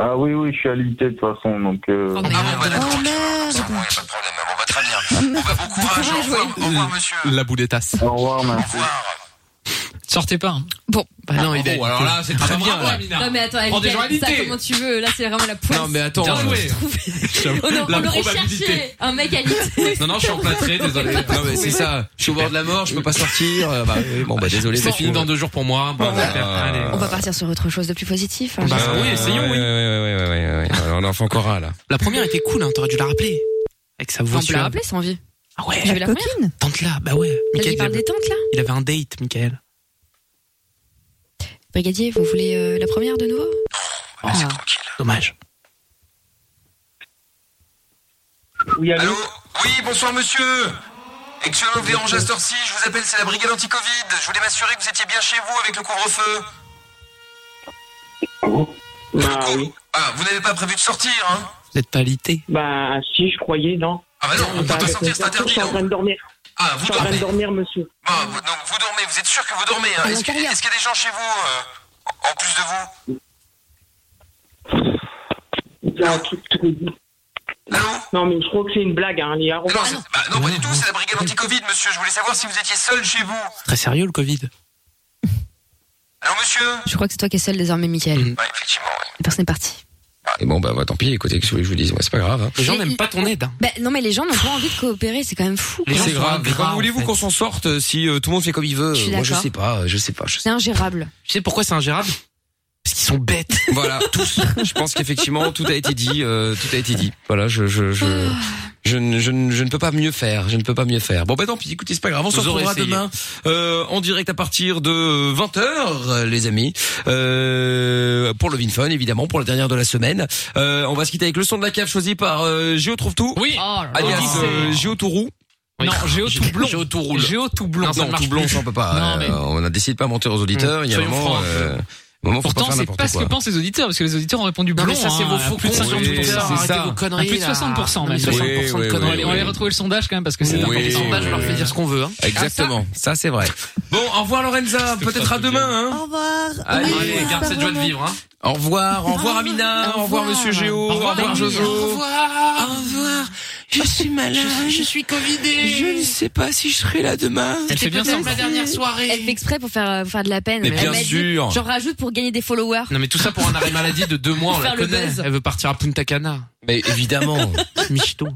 S17: Ah oui, oui, je suis alité de toute façon, donc... Euh...
S14: Ah, bah,
S3: Oh,
S14: Pas de problème, bon bah très bien. Bon bah bon courage, au revoir, au revoir monsieur.
S4: La boulettasse.
S17: Au
S4: [LAUGHS]
S17: revoir, merci.
S5: Sortez pas. hein.
S3: Bon.
S4: Bah non, il est.
S1: Oh,
S4: bah,
S5: Bon, Oh, alors là, c'est très bien, là.
S3: Non, mais attends,
S5: Prends
S3: elle
S5: des gens à
S3: ça
S5: l'idée.
S3: comment tu veux. Là, c'est vraiment la poisse.
S4: Non, mais attends.
S3: Bien
S4: euh,
S3: joué.
S4: j'avoue,
S3: On, a-
S4: la
S3: on aurait
S4: probabilité.
S3: cherché un mec à l'idée.
S4: Non, non, je suis
S6: [LAUGHS]
S4: emplâtré, désolé. Non, mais c'est ça. Je suis au bord de la mort, je peux pas sortir. euh, Bah, euh, bon, bah, désolé.
S3: C'est
S4: C'est fini dans deux jours pour moi. Bon,
S14: Ah.
S4: allez.
S3: On va partir sur autre chose de plus positif.
S4: Bah
S3: hein, je sais pas.
S2: oui. On en fait encore un, là.
S4: La première était cool, hein. T'aurais dû la rappeler. Avec sa voix
S3: On peut la rappeler, sans envie.
S4: Ah ouais.
S3: J'avais la coquine.
S4: Tente-la. Bah ouais.
S3: Il parle
S4: il,
S3: des
S4: avait,
S3: tentes, là.
S4: il avait un date, Michael.
S3: Brigadier, vous voulez euh, la première de nouveau Ah.
S14: C'est tranquille.
S4: Dommage.
S14: Oui, allô Oui, bonsoir monsieur Excellent vous dérange à cette heure-ci, je vous appelle, c'est la brigade anti-Covid. Je voulais m'assurer que vous étiez bien chez vous avec le couvre-feu.
S13: Bah oui.
S14: Ah, vous n'avez pas prévu de sortir, hein
S4: Vous êtes pas alité.
S13: Bah si, je croyais, non.
S14: Ah bah non, on peut pas sortir, c'est
S13: Je
S14: interdit. hein.
S13: suis en train de dormir.
S14: Ah,
S13: Je
S14: vous
S13: suis en train de
S14: dormez
S13: dormir, monsieur.
S14: Ah, vous- donc vous dormez, vous êtes sûr que vous dormez,
S3: Ah,
S14: hein Est-ce que- est-ce qu'il y a des gens chez vous, euh, en- en plus de vous
S13: C'est un truc trop doux. Non, mais je crois que c'est une blague, hein, les arrogants.
S14: Bah non, pas du tout, c'est la brigade anti-Covid, monsieur. Je voulais savoir si vous étiez seul chez vous.
S4: Très sérieux, le Covid.
S14: Allô, monsieur
S3: Je crois que c'est toi qui es seule désormais,
S4: Mhm.
S3: Michael.
S14: Ouais, effectivement, ouais. Ah.
S3: La personne est partie.
S2: Et bon, bah, bah, tant pis, écoutez, qu'est-ce que je vous dis, moi, c'est pas grave. hein.
S4: Les gens n'aiment pas ton aide. hein.
S3: Bah, non, mais les gens n'ont pas envie de coopérer, c'est quand même fou. quoi.
S2: C'est grave. Mais Comment voulez-vous qu'on s'en sorte euh, si euh, tout le monde fait comme il veut
S3: Je suis
S2: Moi, je
S3: d'accord.
S2: sais pas, euh, je sais pas. je sais-
S3: C'est ingérable.
S4: Tu sais pourquoi c'est ingérable Parce qu'ils sont bêtes.
S2: Voilà, tous. Je pense qu'effectivement, tout a été dit. euh, tout a été dit. Voilà, je je je. Je ne, je, ne, je ne peux pas mieux faire. Je ne peux pas mieux faire. Bon, bah tant pis. Écoutez, c'est pas grave. On se
S4: Vous aurez
S2: retrouvera
S4: essayé.
S2: demain euh, en direct à partir de 20 h les amis, euh, pour le Vinfun, évidemment, pour la dernière de la semaine.
S5: Oh,
S2: Euh, on va se quitter avec le son de la cave choisi par euh, Géo trouve tout.
S5: Oui.
S3: Oh
S2: Alias
S5: Odyssée.
S2: euh, Géo tout roux.
S5: Non, Géo tout blond.
S2: Géo tout roule.
S5: Géo tout blond.
S2: Non,
S5: ça
S2: non,
S5: marche
S2: tout blond,
S5: plus.
S2: ça on peut pas.
S5: Non,
S2: Euh,
S5: mais-
S2: on a décidé de pas mentir aux auditeurs. Il y a un
S5: Soyons
S2: moment,
S5: francs.
S2: euh, un moment, faut
S5: Pourtant,
S2: pas faire
S5: c'est
S2: n'importe
S5: pas ce que
S2: quoi.
S5: pensent les auditeurs, parce que les auditeurs ont répondu blond.
S4: mais ça, c'est
S5: hein,
S4: vos
S5: à
S4: faux
S5: plus de
S4: cons,
S5: 50%.
S4: oui,
S5: c'est
S4: arrêtez
S5: ça.
S4: vos conneries,
S5: À plus de
S4: là.
S5: 60%
S4: Oui,
S5: même.
S4: oui, oui,
S5: On va les- on
S4: oui,
S5: va les
S4: oui.
S5: retrouver le sondage quand même, parce que c'est
S2: Oui,
S5: important.
S2: oui,
S5: Le sondage, on leur fait
S2: oui.
S5: dire ce qu'on veut.
S3: Ah,
S5: hein.
S2: Exactement, ça c'est vrai. Bon, au revoir Lorenza, peut-être à demain. Hein.
S6: Au revoir.
S2: Allez,
S6: Oui,
S2: garde cette joie de
S4: vivre. Hein.
S2: Au revoir, au revoir Amina, au revoir Monsieur Géo, au revoir, Jojo.
S4: revoir. Au revoir. Je suis malade. Je, suis covidé. Je ne sais pas si je serai là demain. Elle fait bien semblant.
S3: dernière soirée. Elle fait exprès pour faire, euh, pour faire de la peine.
S4: Mais
S3: Elle
S4: bien
S3: m'a dit,
S4: sûr.
S3: J'en rajoute pour gagner des followers.
S4: Non mais tout ça pour un arrêt maladie de deux mois, on la
S3: Faire le
S4: connaît.
S3: buzz.
S4: Elle veut partir à Punta Cana.
S2: Mais
S4: [LAUGHS]
S2: évidemment.
S4: Michito.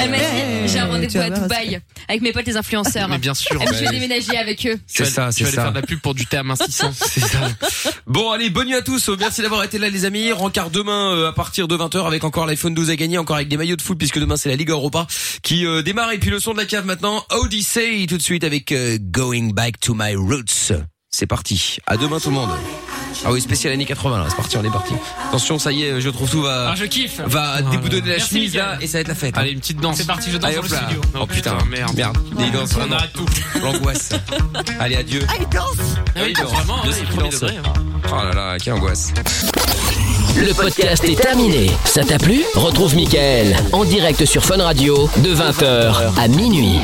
S3: Elle m'a dit, Eh, j'ai un
S4: Ah, Ouais,
S3: rendez-vous
S4: tu
S3: à
S4: vas voir,
S3: Dubaï avec mes potes les influenceurs.
S4: Mais bien sûr.
S3: Elle me dit, je vais
S4: Ouais.
S3: déménager avec eux.
S2: C'est ça,
S4: Tu
S2: c'est
S4: vas aller faire
S2: ça.
S4: de la pub pour du thé à main 600.
S2: Bon allez, bonne nuit à tous. Merci d'avoir été là les amis. Rencard demain euh, à partir de 20h avec encore l'iPhone 12 à gagner, encore avec des maillots de foot puisque demain c'est la Ligue Europa qui euh, démarre et puis le son de la cave maintenant Odyssey tout de suite avec euh, Going Back to My Roots. C'est parti. À demain tout le monde. Ah oui, spécial années 80, là, c'est parti, on est parti. Attention, ça y est, euh, je trouve tout va.
S5: Ah, je kiffe.
S2: Va déboutonner la
S5: Merci,
S2: chemise
S5: Mickaël.
S2: là et ça va être la fête. hein.
S4: Allez, une petite danse. C'est parti, je danse
S2: Allez,
S4: dans le
S2: hop là.
S4: studio.
S2: Oh putain, merde. Merde. Il danse,
S4: On arrête
S2: tout.
S4: [LAUGHS]
S2: L'angoisse. Allez, adieu.
S6: Ah, il danse
S2: Ah oui, vraiment,
S4: ouais, premier degré,
S2: Oh là là, quelle angoisse.
S1: Le podcast est terminé. Ça t'a plu Retrouve Mickaël en direct sur Fun Radio de 20h à minuit.